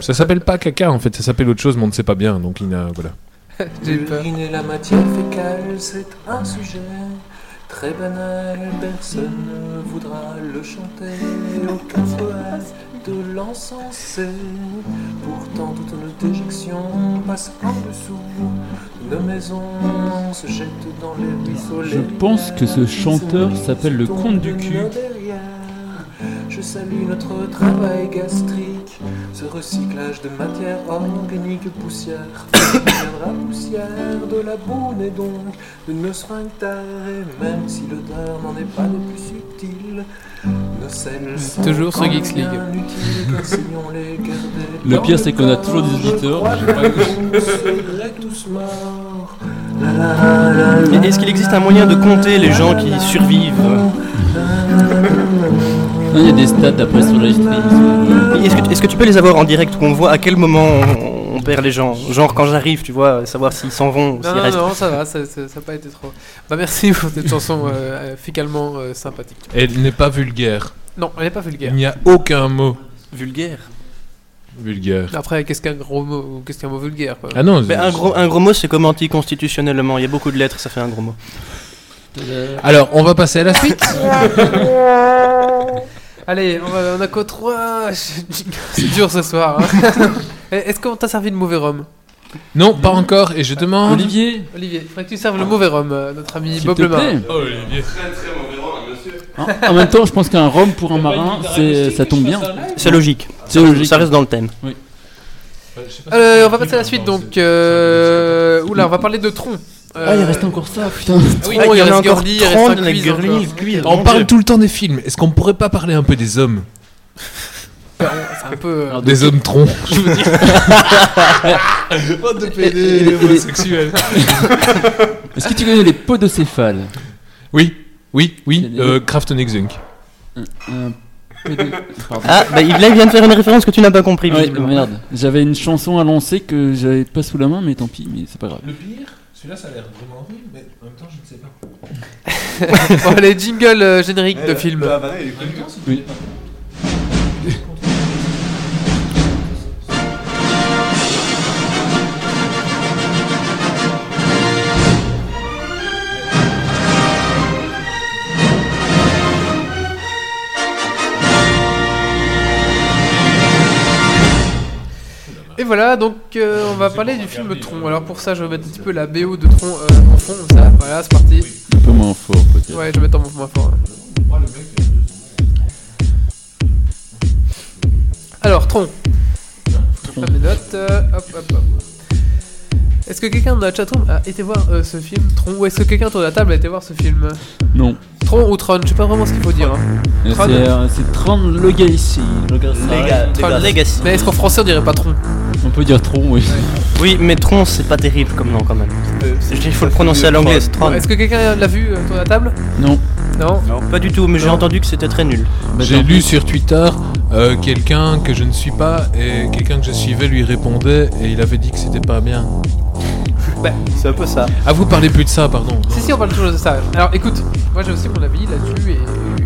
Speaker 3: ça s'appelle pas caca en fait. Ça s'appelle autre chose, mais on ne sait pas bien. Donc il n'a, voilà.
Speaker 1: J'ai peur.
Speaker 10: la matière fécale, c'est un sujet très banal. Personne ne voudra le chanter, aucun poète de l'encenser. Pourtant, toute nos déjections passe en dessous. de Nos maisons se jettent dans les ruisseaux.
Speaker 4: Je pense que ce chanteur s'appelle le comte du cul.
Speaker 10: Je salue notre travail gastrique, ce recyclage de matière organique poussière. <coughs> Deviendra poussière de la boue et donc de nos sphincters. Et même si l'odeur n'en est pas des plus subtiles, nos selles sont
Speaker 1: Toujours sur
Speaker 10: quand
Speaker 1: Geeks
Speaker 10: bien
Speaker 1: League.
Speaker 10: utiles, car signons les garder
Speaker 4: Le
Speaker 10: dans
Speaker 4: pire, c'est qu'on a
Speaker 10: corps.
Speaker 4: Hein, toujours des auditeurs, je
Speaker 10: Je
Speaker 4: sais pas.
Speaker 10: crois qu'on serait tous morts
Speaker 5: Et Est-ce qu'il existe un moyen de compter les gens qui survivent
Speaker 4: Il y a des stats après sur la
Speaker 5: Et Est-ce que, tu- est-ce que tu peux les avoir en direct où on voit à quel moment on, on perd les gens Genre quand j'arrive, tu vois, savoir s'ils s'en vont ou s'ils
Speaker 1: Non, non,
Speaker 5: restent.
Speaker 1: non, ça va, ça n'a pas été trop. Bah merci <laughs> pour cette chanson euh, euh, fécalement euh, sympathique.
Speaker 3: Elle n'est pas vulgaire.
Speaker 1: Non, elle n'est pas vulgaire.
Speaker 3: Il n'y a aucun mot
Speaker 5: Vulgaire.
Speaker 3: vulgaire.
Speaker 1: Après, qu'est-ce qu'un gros mot ou qu'est-ce qu'un mot vulgaire quoi.
Speaker 3: Ah non,
Speaker 5: Mais Ben, un, gros, un gros mot, c'est comme anticonstitutionnellement. Il y a beaucoup de lettres, ça fait un gros mot.
Speaker 3: Alors, on va passer à la suite.
Speaker 1: Allez, on, va- on a qu'au 3 <laughs> C'est dur ce soir. hein. <laughs> Eh, Est-ce qu'on t'a servi de mauvais rhum
Speaker 3: Non, pas encore. Et je demande.
Speaker 4: Olivier
Speaker 1: Olivier, faudrait que tu serves le mauvais rhum, euh, notre ami
Speaker 4: S'il
Speaker 1: Bob
Speaker 4: te
Speaker 1: le Marin.
Speaker 4: plaît.
Speaker 3: Olivier.
Speaker 4: En, en même temps, je pense qu'un rhum pour un marin, c'est, ça tombe bien.
Speaker 5: C'est logique.
Speaker 4: C'est logique.
Speaker 5: Ça reste dans le thème.
Speaker 4: Oui.
Speaker 1: Euh, on va passer à la suite donc. euh, Oula, on va parler de Tron. Euh,
Speaker 4: Ah, il reste encore ça, putain.
Speaker 1: Oui,
Speaker 5: Ah, il y
Speaker 1: il
Speaker 5: en a
Speaker 1: reste
Speaker 5: encore
Speaker 1: Gurley, il
Speaker 5: 30,
Speaker 1: reste un
Speaker 5: la
Speaker 1: quiz
Speaker 5: Gurley,
Speaker 1: encore.
Speaker 5: le quiz.
Speaker 3: On
Speaker 5: Mon
Speaker 3: parle
Speaker 5: Dieu.
Speaker 3: tout le temps des films. Est-ce qu'on pourrait pas parler un peu des hommes
Speaker 1: C'est un peu. euh,
Speaker 3: Des hommes troncs.
Speaker 4: <laughs> Est-ce que tu connais les podocéphales
Speaker 3: Oui, oui, oui.
Speaker 4: Il y a des-
Speaker 3: Euh, Krafton et Zunk.
Speaker 4: Un- un podo- Euh,
Speaker 3: <laughs>
Speaker 4: Pardon.
Speaker 5: Ah, bah il là, il vient de faire une référence que tu n'as pas compris.
Speaker 4: Ouais,
Speaker 5: visiblement.
Speaker 4: merde. J'avais une chanson à lancer que j'avais pas sous la main, mais tant pis, mais c'est pas grave.
Speaker 3: Le pire, celui-là ça a l'air vraiment horrible, mais en même temps je ne sais pas.
Speaker 1: bon, les jingles euh, génériques de film.
Speaker 2: La vanne, elle est cool.
Speaker 4: Oui.
Speaker 1: Et voilà, donc euh, on va parler du film Tron. Alors pour ça, je vais mettre un petit peu la BO de Tron euh, en fond, comme ça. Voilà, c'est parti.
Speaker 4: Un peu moins fort, peut-être.
Speaker 1: Ouais, je vais mettre en mouvement fort. hein. Alors, Tron. Je prends mes notes. euh, hop, hop, hop. Est-ce que quelqu'un de la chatroom a été voir euh, ce film Tron Ou est-ce que quelqu'un autour de la table a été voir ce film
Speaker 4: Non.
Speaker 1: Tron ou Tron Je sais pas vraiment ce qu'il faut dire. hein.
Speaker 4: C'est
Speaker 1: Tron.
Speaker 4: euh, c'est Tron Legacy.
Speaker 5: Léga-
Speaker 1: Tron.
Speaker 5: Ah, Legacy.
Speaker 1: Mais est-ce qu'en français on dirait pas Tron
Speaker 4: On peut dire Tron, oui.
Speaker 5: Oui, mais Tron, c'est pas terrible comme nom quand même.
Speaker 2: Euh,
Speaker 5: Je dis, Il faut le prononcer à l'anglais, c'est Tron.
Speaker 1: Est-ce que quelqu'un l'a vu euh, autour de la table
Speaker 4: Non.
Speaker 1: Non
Speaker 5: Pas du tout, mais j'ai
Speaker 1: Non.
Speaker 5: entendu que c'était très nul.
Speaker 4: Bah,
Speaker 3: J'ai
Speaker 4: tant
Speaker 3: lu
Speaker 4: pis.
Speaker 3: sur Twitter euh, quelqu'un que je ne suis pas et quelqu'un que je suivais lui répondait et il avait dit que c'était pas bien.
Speaker 2: C'est un peu ça.
Speaker 3: Ah vous parlez plus de ça, pardon.
Speaker 1: Si, si, on parle toujours de ça. Alors écoute, moi j'ai aussi mon avis là-dessus et.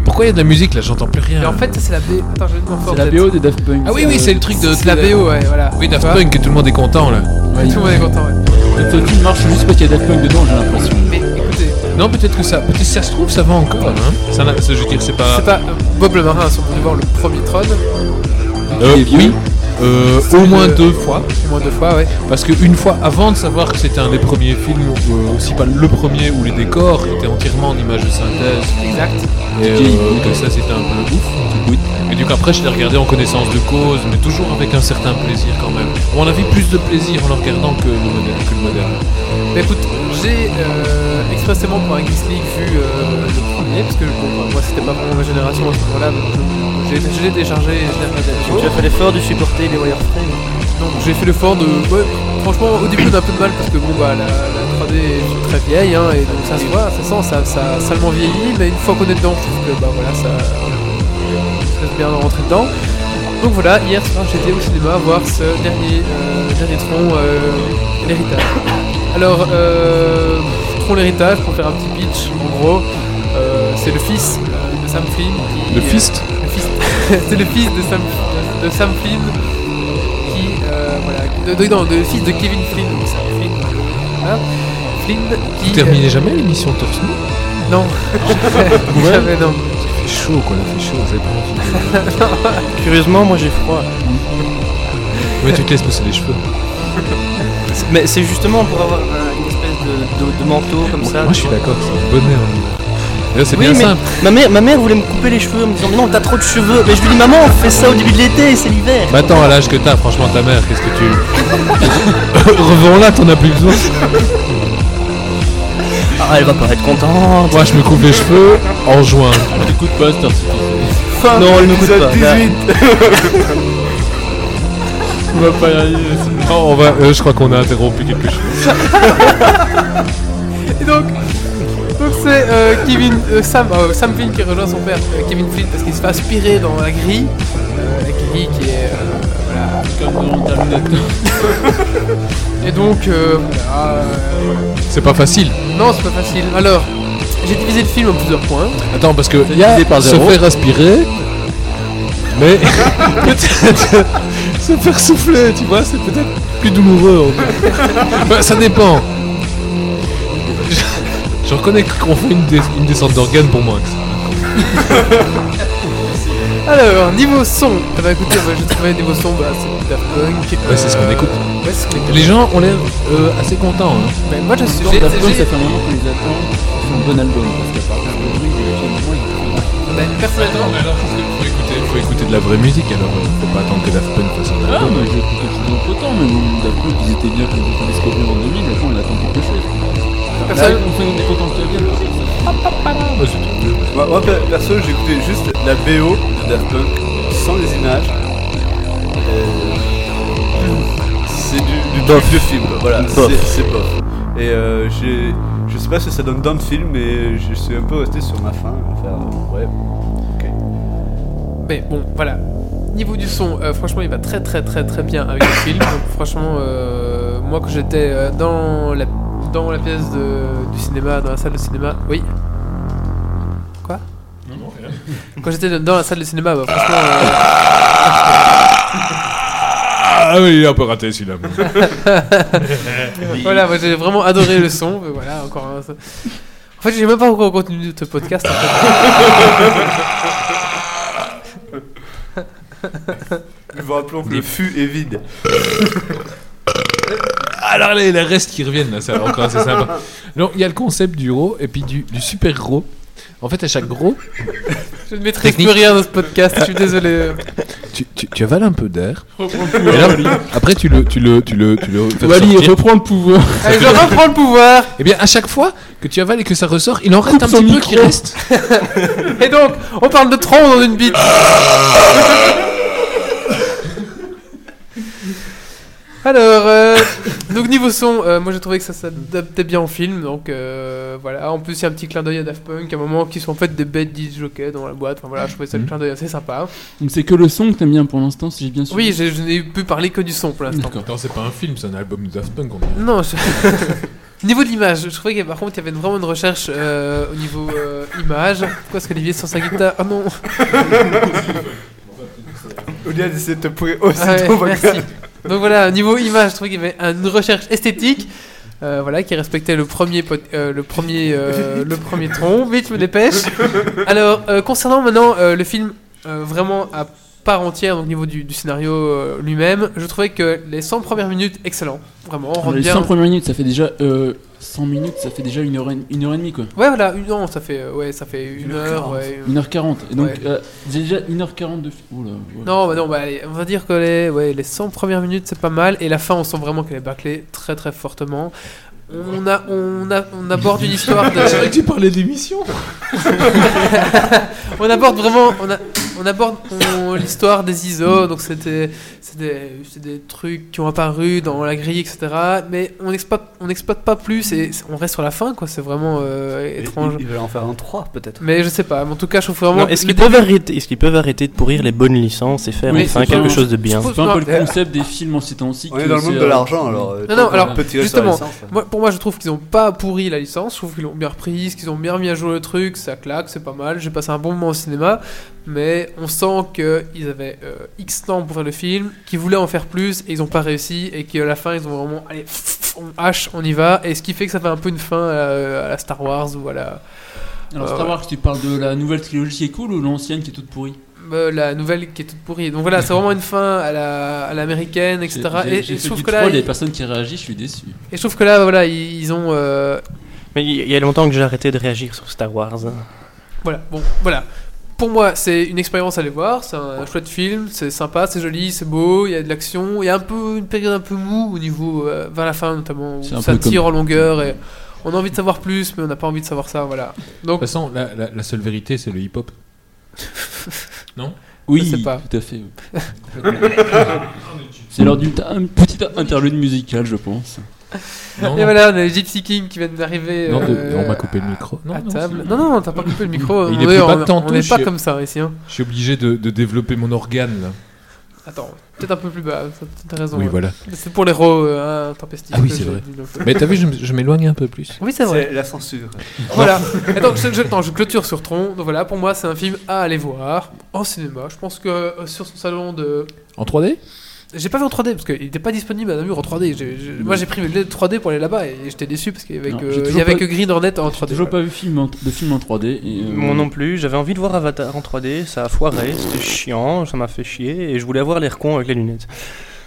Speaker 3: Pourquoi il y a de la musique là J'entends plus rien.
Speaker 1: Et en fait, ça, c'est la BO. Attends, je vais te montrer en
Speaker 4: C'est la
Speaker 1: tête.
Speaker 4: BO de Daft Punk.
Speaker 3: ah oui oui, c'est le truc de
Speaker 1: C'est la BO, ouais, voilà.
Speaker 3: Oui, Daft
Speaker 1: Tu vois
Speaker 3: Punk que tout le monde est content là.
Speaker 1: Tout le monde est content, ouais.
Speaker 4: Ce film marche juste parce qu'il y a Daft Punk dedans, j'ai l'impression.
Speaker 1: Mais écoutez,
Speaker 3: Non, peut-être que ça, peut-être que si ça se trouve ça va encore. Hein. Ça, n'a- ça, je veux dire, c'est pas.
Speaker 1: c'est pas euh, Bob le Marin a sûrement dû voir le premier Tron,
Speaker 3: Euh,
Speaker 4: Il est vieux.
Speaker 3: oui. Euh, au moins
Speaker 1: de-
Speaker 3: deux fois.
Speaker 1: au moins deux fois, ouais.
Speaker 3: Parce qu'une fois avant de savoir que c'était un des premiers films, euh, aussi pas le premier où les décors étaient entièrement en images de synthèse,
Speaker 1: Exact.
Speaker 3: et euh, que ça c'était un peu ouf. Et donc après je l'ai regardé en connaissance de cause, mais toujours avec un certain plaisir quand même. On avait plus de plaisir en le regardant que le modèle. Que le modèle.
Speaker 1: Bah écoute, j'ai euh, expressément pour un Geeks League vu euh, le premier, parce que bon, bah, moi c'était pas vraiment ma génération à ce moment-là, donc je- j'ai- je l'ai téléchargé et je l'ai regardé. à
Speaker 5: Tu
Speaker 1: nouveau.
Speaker 5: as fait l'effort de supporter les wireframes.
Speaker 1: Donc j'ai fait l'effort de. Ouais, franchement, au début on a un peu de mal parce que bon bah la, la 3D est très vieille hein, et donc ça se voit, ça sent, ça, ça a salement vieilli, mais une fois qu'on est dedans, je trouve que bah voilà, ça. ça se bien de rentrer dedans. Donc voilà, hier soir j'étais au cinéma voir ce dernier, euh, dernier Tron, euh, l'héritage. Alors, euh, Tron l'héritage, pour faire un petit pitch, en gros, euh, c'est le fils euh, de Sam Flynn. qui,
Speaker 3: Le
Speaker 1: euh,
Speaker 3: fist
Speaker 1: le fils- <laughs> c'est le fils de Sam, de Sam Flynn qui euh, voilà de, de- non, de- le fils de Kevin Flynn donc Sam Flynn voilà. Flynn qui
Speaker 3: Vous terminez jamais l'émission torse nu
Speaker 1: euh, non <laughs> jamais non
Speaker 3: Ça fait chaud quoi, ça fait chaud, vous avez pas envie de-
Speaker 5: Curieusement, moi j'ai froid.
Speaker 3: Ouais, tu te laisses pousser les cheveux.
Speaker 5: C'est- Mais c'est justement pour avoir un- une espèce de, de- de manteau comme ça.
Speaker 3: Moi je suis d'accord, c'est un bonnet en hiver. Et hein. là, C'est
Speaker 5: Oui,
Speaker 3: bien
Speaker 5: mais
Speaker 3: simple.
Speaker 5: ma mère, ma mère voulait me couper les cheveux en me disant mais non t'as trop de cheveux. Mais je lui dis maman on fait ça au début de l'été c'est l'hiver.
Speaker 3: Bah attends, à l'âge que t'as, franchement, ta mère, qu'est-ce que tu... <laughs> Revends-la, t'en as plus besoin.
Speaker 5: Ah elle va pas être contente.
Speaker 3: Moi, je me coupe les cheveux en juin.
Speaker 4: Écoute pas, Star City.
Speaker 5: Fin non elle me coûte pas. Bah,
Speaker 3: On va pas y arriver. on va, euh, je crois qu'on a interrompu quelque chose.
Speaker 1: Et <laughs> donc, donc c'est euh, Kevin, euh, Sam, euh, Sam Flynn qui rejoint son père, euh, Kevin Flynn, parce qu'il se fait aspirer dans la grille. Euh, la grille qui est. euh, voilà. Et donc, euh, voilà, euh,
Speaker 3: C'est pas facile.
Speaker 1: non, c'est pas facile. Alors, j'ai divisé le film en plusieurs points.
Speaker 3: Attends, parce que il y a
Speaker 8: divisé par
Speaker 3: se
Speaker 8: zéro.
Speaker 3: faire aspirer, mais <laughs> peut-être se faire souffler, tu vois, c'est peut-être plus douloureux. en fait. Bah, ça dépend. Je- Je reconnais qu'on fait une, dé- une descente d'organes pour moi.
Speaker 1: Alors, niveau son, eh ben, écoutez, moi, j'ai trouvé niveau son, bah, c'est du Daft Punk. euh,
Speaker 3: Ouais, c'est ce qu'on écoute.
Speaker 1: ouais, c'est ce qu'on écoute.
Speaker 3: Les gens ont l'air euh, assez contents. hein.
Speaker 1: Mais moi, je suis.
Speaker 4: Daft
Speaker 1: j'ai-
Speaker 4: Punk,
Speaker 1: j'ai-
Speaker 4: ça fait un moment qu'on les attend. C'est un bon album. Parce qu'à part le bruit, il y a des gens, ils font-
Speaker 1: bah, personnellement,
Speaker 3: Alors, faut écouter, faut écouter de la vraie musique, alors euh, faut pas attendre que Daft Punk fasse un
Speaker 4: Ah,
Speaker 3: album.
Speaker 4: mais j'ai trouvé quelque chose d'autre mais bon, Daft Punk, ils étaient bien quand ils ont discovery en 2000, maintenant on attend quelque chose. Là,
Speaker 1: personnellement,
Speaker 4: on fait des potentiels bien.
Speaker 3: Ah, c'est-
Speaker 2: Moi, moi, per- perso, j'écoutais juste la BO de Daft Punk, sans les images. Euh, C'est du, du truc de film, quoi. voilà,
Speaker 8: Bof.
Speaker 2: c'est- c'est bof. Et euh, j'ai- je sais pas ce que ça donne dans le film, mais je suis un peu resté sur ma faim. à faire, euh, ouais.
Speaker 1: Mais bon, voilà. Niveau du son, euh, franchement, il va très très très très bien avec le film. Donc, franchement, euh, moi quand j'étais euh, dans la dans la pièce de- du cinéma, dans la salle de cinéma, oui. Quoi Non non rien. Quand j'étais dans la salle de cinéma, bah, franchement, euh,
Speaker 3: Ah oui, il est un peu raté celui-là.
Speaker 1: voilà, moi j'ai vraiment adoré le son. Mais voilà, encore. un- ça- En fait, je sais même pas pourquoi on continue ce podcast. en fait.
Speaker 2: Nous vous rappelons que le fût est vide.
Speaker 3: <laughs> Alors les, les restes qui reviennent là, ça encore assez sympa. Donc il y a le concept du gros et puis du, du super gros. En fait, à chaque gros,
Speaker 1: Je ne maîtrise plus rien dans ce podcast. Je suis désolé.
Speaker 3: tu, tu, tu avales un peu d'air. Et là, après, tu le, tu le, tu le, tu le. fais
Speaker 4: Wally
Speaker 3: ressortir.
Speaker 4: reprend le pouvoir.
Speaker 1: Allez, je reprends le pouvoir.
Speaker 3: Et bien, à chaque fois que tu avales et que ça ressort, il en reste un
Speaker 4: son
Speaker 3: petit peu
Speaker 4: micro.
Speaker 3: qui reste.
Speaker 1: Et donc, on parle de tronc dans une bite. <laughs> Alors, euh, donc niveau son, euh, moi j'ai trouvé que ça s'adaptait bien au film, donc euh, voilà. En plus, il y a un petit clin d'œil à Daft Punk, à un moment qui sont en fait des bêtes disjockey dans la boîte. Enfin voilà, je trouvais ça le clin d'œil assez sympa.
Speaker 4: Donc c'est que le son que t'aimes bien pour l'instant, si j'ai bien suivi.
Speaker 1: Oui, j'ai- je n'ai pu parler que du son pour l'instant.
Speaker 4: D'accord.
Speaker 3: Attends, c'est pas un film, c'est un album de Daft Punk. On dirait.
Speaker 1: Non, je... <laughs> niveau de l'image, je trouvais que par contre il y avait vraiment une recherche euh, au niveau euh, image. Pourquoi est-ce qu'Olivier est sur sa guitare Oh
Speaker 2: <laughs>
Speaker 1: non
Speaker 2: Olia a décidé de te pourrir aussi
Speaker 1: Ah ouais,
Speaker 2: trop
Speaker 1: merci. Donc voilà, niveau image, je trouve qu'il y avait une recherche esthétique. euh, voilà, qui respectait le premier, pot- euh, le premier,
Speaker 2: <laughs>
Speaker 1: euh, le premier tronc. Vite, je me dépêche. Alors, euh, concernant maintenant euh, le film, euh, vraiment à part entière, donc niveau du, du scénario euh, lui-même, je trouvais que les 100 premières minutes, excellent. Vraiment, on rentre
Speaker 4: Ah, les
Speaker 1: bien.
Speaker 4: 100 Euh, premières minutes, ça fait déjà. euh, 100 minutes, ça fait déjà une heure, et- une heure et demie quoi.
Speaker 1: Ouais, voilà, une, non, ça fait, euh, ouais, ça fait une, heure. ouais.
Speaker 4: 1h40. Et donc,
Speaker 1: Ouais.
Speaker 4: euh, déjà 1h40 de Oh film. Oula, ouais.
Speaker 1: Non, bah non, bah allez, on va dire que les, ouais, les 100 premières minutes, c'est pas mal. Et la fin, on sent vraiment qu'elle est bâclée très très fortement. On, a, on, a, on aborde une histoire de...
Speaker 3: tu parlais d'émission.
Speaker 1: on aborde vraiment, on, a- on aborde on- l'histoire des ISO, donc c'était c'est des, c'est des trucs qui ont apparu dans la grille, etc. Mais on n'exploite on exploite pas plus et on reste sur la fin, quoi. C'est vraiment euh, étrange.
Speaker 2: Ils veulent en faire un 3 peut-être.
Speaker 1: Mais je sais pas, mais en tout cas, je trouve vraiment.
Speaker 5: Non, Est-ce
Speaker 1: le
Speaker 5: qu'ils peuvent, arrêter- est-ce qu'ils peuvent arrêter de pourrir les bonnes licences et faire
Speaker 1: Oui,
Speaker 5: enfin
Speaker 4: c'est
Speaker 5: quelque
Speaker 4: ça.
Speaker 5: chose de bien
Speaker 1: Je
Speaker 4: C'est un peu le
Speaker 1: Non,
Speaker 4: concept des films en ces temps-ci.
Speaker 2: On est
Speaker 4: que
Speaker 2: dans le
Speaker 4: c'est,
Speaker 2: monde de
Speaker 4: euh,
Speaker 2: l'argent alors. euh,
Speaker 1: Non,
Speaker 2: tant
Speaker 1: non,
Speaker 2: qu'on
Speaker 1: alors,
Speaker 2: peut tirer sur
Speaker 1: justement,
Speaker 2: la licence, ouais.
Speaker 1: Moi, pour moi, je trouve qu'ils ont pas pourri la licence. Je trouve qu'ils l'ont bien reprise, qu'ils ont bien mis à jour le truc. Ça claque, c'est pas mal. J'ai passé un bon moment au cinéma. Mais on sent qu'ils avaient euh, X temps pour faire le film, qu'ils voulaient en faire plus et ils ont pas réussi. Et qu'à la fin, ils ont vraiment. Allez, on hache, on y va. Et ce qui fait que ça fait un peu une fin euh, à, la Star Wars ou à la,
Speaker 4: Alors,
Speaker 1: Ah
Speaker 4: Star
Speaker 1: ouais.
Speaker 4: Wars, tu parles de la nouvelle trilogie qui est cool ou l'ancienne qui est toute pourrie
Speaker 1: euh, la nouvelle qui est toute pourrie. Donc voilà, c'est vraiment une fin à la- à l'américaine, etc.
Speaker 4: J'ai-
Speaker 1: Et,
Speaker 4: j'ai-
Speaker 1: et
Speaker 4: j'ai
Speaker 1: je
Speaker 4: fait
Speaker 1: trouve
Speaker 4: du
Speaker 1: que là,
Speaker 4: troll, il y a
Speaker 1: ils-
Speaker 4: personne qui réagit, je suis déçu.
Speaker 1: et je trouve que là, voilà, ils, ils ont. euh,
Speaker 5: Mais il y a longtemps que j'ai arrêté de réagir sur Star Wars. hein.
Speaker 1: Voilà, bon, voilà. Pour moi, c'est une expérience à aller voir, c'est un chouette film, c'est sympa, c'est joli, c'est beau, il y a de l'action, il y a un peu une période un peu mou au niveau euh, vers la fin notamment où
Speaker 4: C'est un
Speaker 1: ça
Speaker 4: peu comme-
Speaker 1: tire en longueur et on a envie de savoir plus mais on n'a pas envie de savoir ça, voilà.
Speaker 3: De toute façon, la, la- la seule vérité, c'est le hip-hop.
Speaker 4: Oui,
Speaker 1: sais pas.
Speaker 4: tout à fait. oui. C'est l'heure d'une ta- une petite interlude musicale, je pense.
Speaker 3: Non,
Speaker 1: <laughs> Et
Speaker 3: non.
Speaker 1: voilà, on a les Gypsy King qui viennent d'arriver.
Speaker 3: Non, de-
Speaker 1: euh,
Speaker 3: on m'a coupé le micro. Non,
Speaker 1: à
Speaker 3: non,
Speaker 1: table. Non, non, t'as pas coupé le micro.
Speaker 3: Il
Speaker 1: on
Speaker 3: est plus
Speaker 1: est,
Speaker 3: pas
Speaker 1: on-
Speaker 3: tant
Speaker 1: on n'est
Speaker 3: touche,
Speaker 1: pas
Speaker 3: je-
Speaker 1: comme ça ici. hein.
Speaker 3: Je suis obligé de, de développer mon organe là.
Speaker 1: Attends, peut-être un peu plus bas. ça- T'as raison.
Speaker 3: Oui,
Speaker 1: ouais.
Speaker 3: voilà.
Speaker 1: C'est pour les ro euh, hein, tempestifs.
Speaker 3: Ah oui,
Speaker 1: que
Speaker 3: c'est
Speaker 1: j'ai
Speaker 3: vrai.
Speaker 1: dit, donc.
Speaker 3: Mais t'as vu, je, m- je m'éloigne un peu plus.
Speaker 1: Oui, c'est vrai.
Speaker 2: la censure.
Speaker 1: Voilà. <laughs> Attends, je, je, attends, je clôture sur Tron. Donc voilà, pour moi, c'est un film à aller voir en cinéma. Je pense que euh, sur son salon de.
Speaker 3: En 3D
Speaker 1: J'ai pas vu en 3D parce qu'il était pas disponible à Namur en 3D. J'ai- j'ai- Moi, j'ai pris mes billets de 3D pour aller là-bas et j'étais déçu parce qu'il y avait
Speaker 4: Mm. Non,
Speaker 1: que,
Speaker 4: j'ai
Speaker 1: il y
Speaker 4: toujours
Speaker 1: avait
Speaker 4: pas-
Speaker 1: que Green Hornet en 3D.
Speaker 4: J'ai toujours
Speaker 1: voilà.
Speaker 4: pas vu film en- de film en 3D. et, euh,
Speaker 5: Moi non plus, j'avais envie de voir Avatar en 3D, ça a foiré, c'était chiant, ça m'a fait chier, et je voulais avoir l'air con avec les lunettes.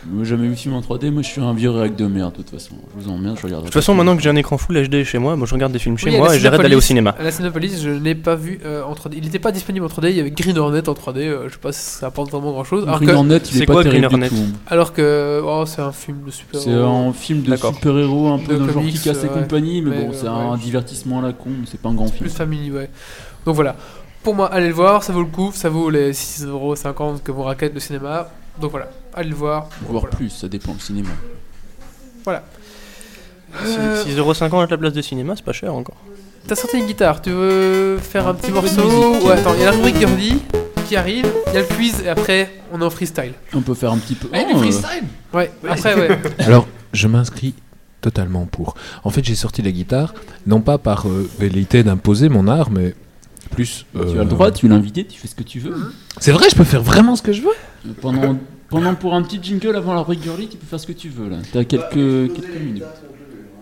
Speaker 4: Moi, Jamais vu film en 3D, moi je suis un vieux réac de merde de toute façon. Je vous emmerde, je regarde.
Speaker 5: De toute façon, maintenant que j'ai un écran full HD chez moi, moi je regarde des films chez
Speaker 1: Oui, à
Speaker 5: moi
Speaker 1: la
Speaker 5: et j'arrête d'aller au
Speaker 1: Cinépolis-
Speaker 5: cinéma.
Speaker 1: À la Cinépolis, je n'ai pas vu euh, en 3D. Il n'était pas disponible en 3D. Il y avait Green Hornet en 3D. euh, je sais pas si ça apporte vraiment grand chose. Alors
Speaker 4: Green
Speaker 1: que,
Speaker 4: Hornet, il
Speaker 5: C'est
Speaker 4: est pas
Speaker 5: quoi, Green
Speaker 4: terrible du
Speaker 5: Hornet
Speaker 4: tout.
Speaker 1: alors que oh, c'est un film de super.
Speaker 4: C'est un film de
Speaker 5: D'accord.
Speaker 4: super-héros, un peu
Speaker 1: De
Speaker 4: dans le genre
Speaker 1: comics,
Speaker 4: Kick-Ass et
Speaker 1: ouais.
Speaker 4: compagnie, mais,
Speaker 1: Mais,
Speaker 4: bon,
Speaker 1: euh,
Speaker 4: c'est un
Speaker 1: ouais.
Speaker 4: divertissement à la con, mais c'est pas un grand film.
Speaker 1: Plus family, ouais. Donc voilà. Pour moi, allez le voir, ça vaut le coup. Ça vaut les 6,50€ que vous raquette le cinéma. Donc voilà, allez le voir.
Speaker 4: Voire
Speaker 1: Voilà.
Speaker 4: plus, ça dépend le cinéma.
Speaker 1: Euh,
Speaker 5: 6,50€ à la place de cinéma, c'est pas cher encore.
Speaker 1: T'as sorti une guitare, tu veux faire un petit
Speaker 4: peu de
Speaker 1: morceau
Speaker 4: musique.
Speaker 1: Ouais, attends, il y a la rubrique Gordy qui arrive, il y a le quiz et après on est en freestyle.
Speaker 4: On peut faire un petit peu.
Speaker 1: Ah,
Speaker 4: Oh, euh,
Speaker 1: Ouais, après, ouais.
Speaker 3: Alors, je m'inscris totalement pour. En fait, j'ai sorti la guitare, non pas par euh, velléité d'imposer mon art, mais plus.
Speaker 4: Oh, Tu
Speaker 3: euh,
Speaker 4: as le droit, tu l'invites, tu fais ce que tu veux.
Speaker 3: C'est vrai, je peux faire vraiment ce que je veux.
Speaker 1: Mm-hmm.
Speaker 4: Euh, Pendant, pendant pour un petit jingle avant la rubrique girly, tu peux faire ce que tu veux là. T'as quelques, quelques minutes.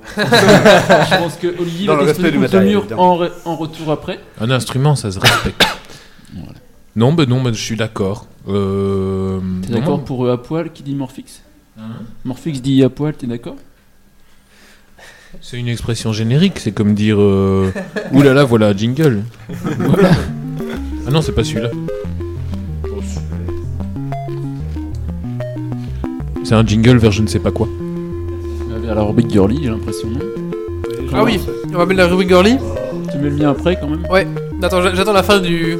Speaker 4: <laughs> Je pense que Olivier
Speaker 2: Dans
Speaker 4: va
Speaker 2: le
Speaker 4: t'exposer
Speaker 2: respect du
Speaker 4: contre le
Speaker 2: matériel,
Speaker 4: mur
Speaker 2: évidemment.
Speaker 4: en, re- en retour après.
Speaker 3: Un instrument, ça se respecte.
Speaker 4: <coughs> Voilà.
Speaker 3: Non, ben non, ben je suis d'accord. Euh,
Speaker 4: T'es
Speaker 3: non,
Speaker 4: d'accord pour euh, à poil qui dit Morphix Morphix dit à poil, t'es d'accord
Speaker 3: C'est une expression générique, c'est comme dire. Euh... Ouh là là, voilà un jingle. voilà. Ah non, c'est pas celui-là. C'est un jingle vers je ne sais pas quoi.
Speaker 4: Euh, Vers la rubrique girly, j'ai l'impression. non
Speaker 1: Ah oui, on va mettre la rubrique Gordy.
Speaker 4: Tu mets le mien après quand même
Speaker 1: Ouais, attends, j'a- j'attends la fin du.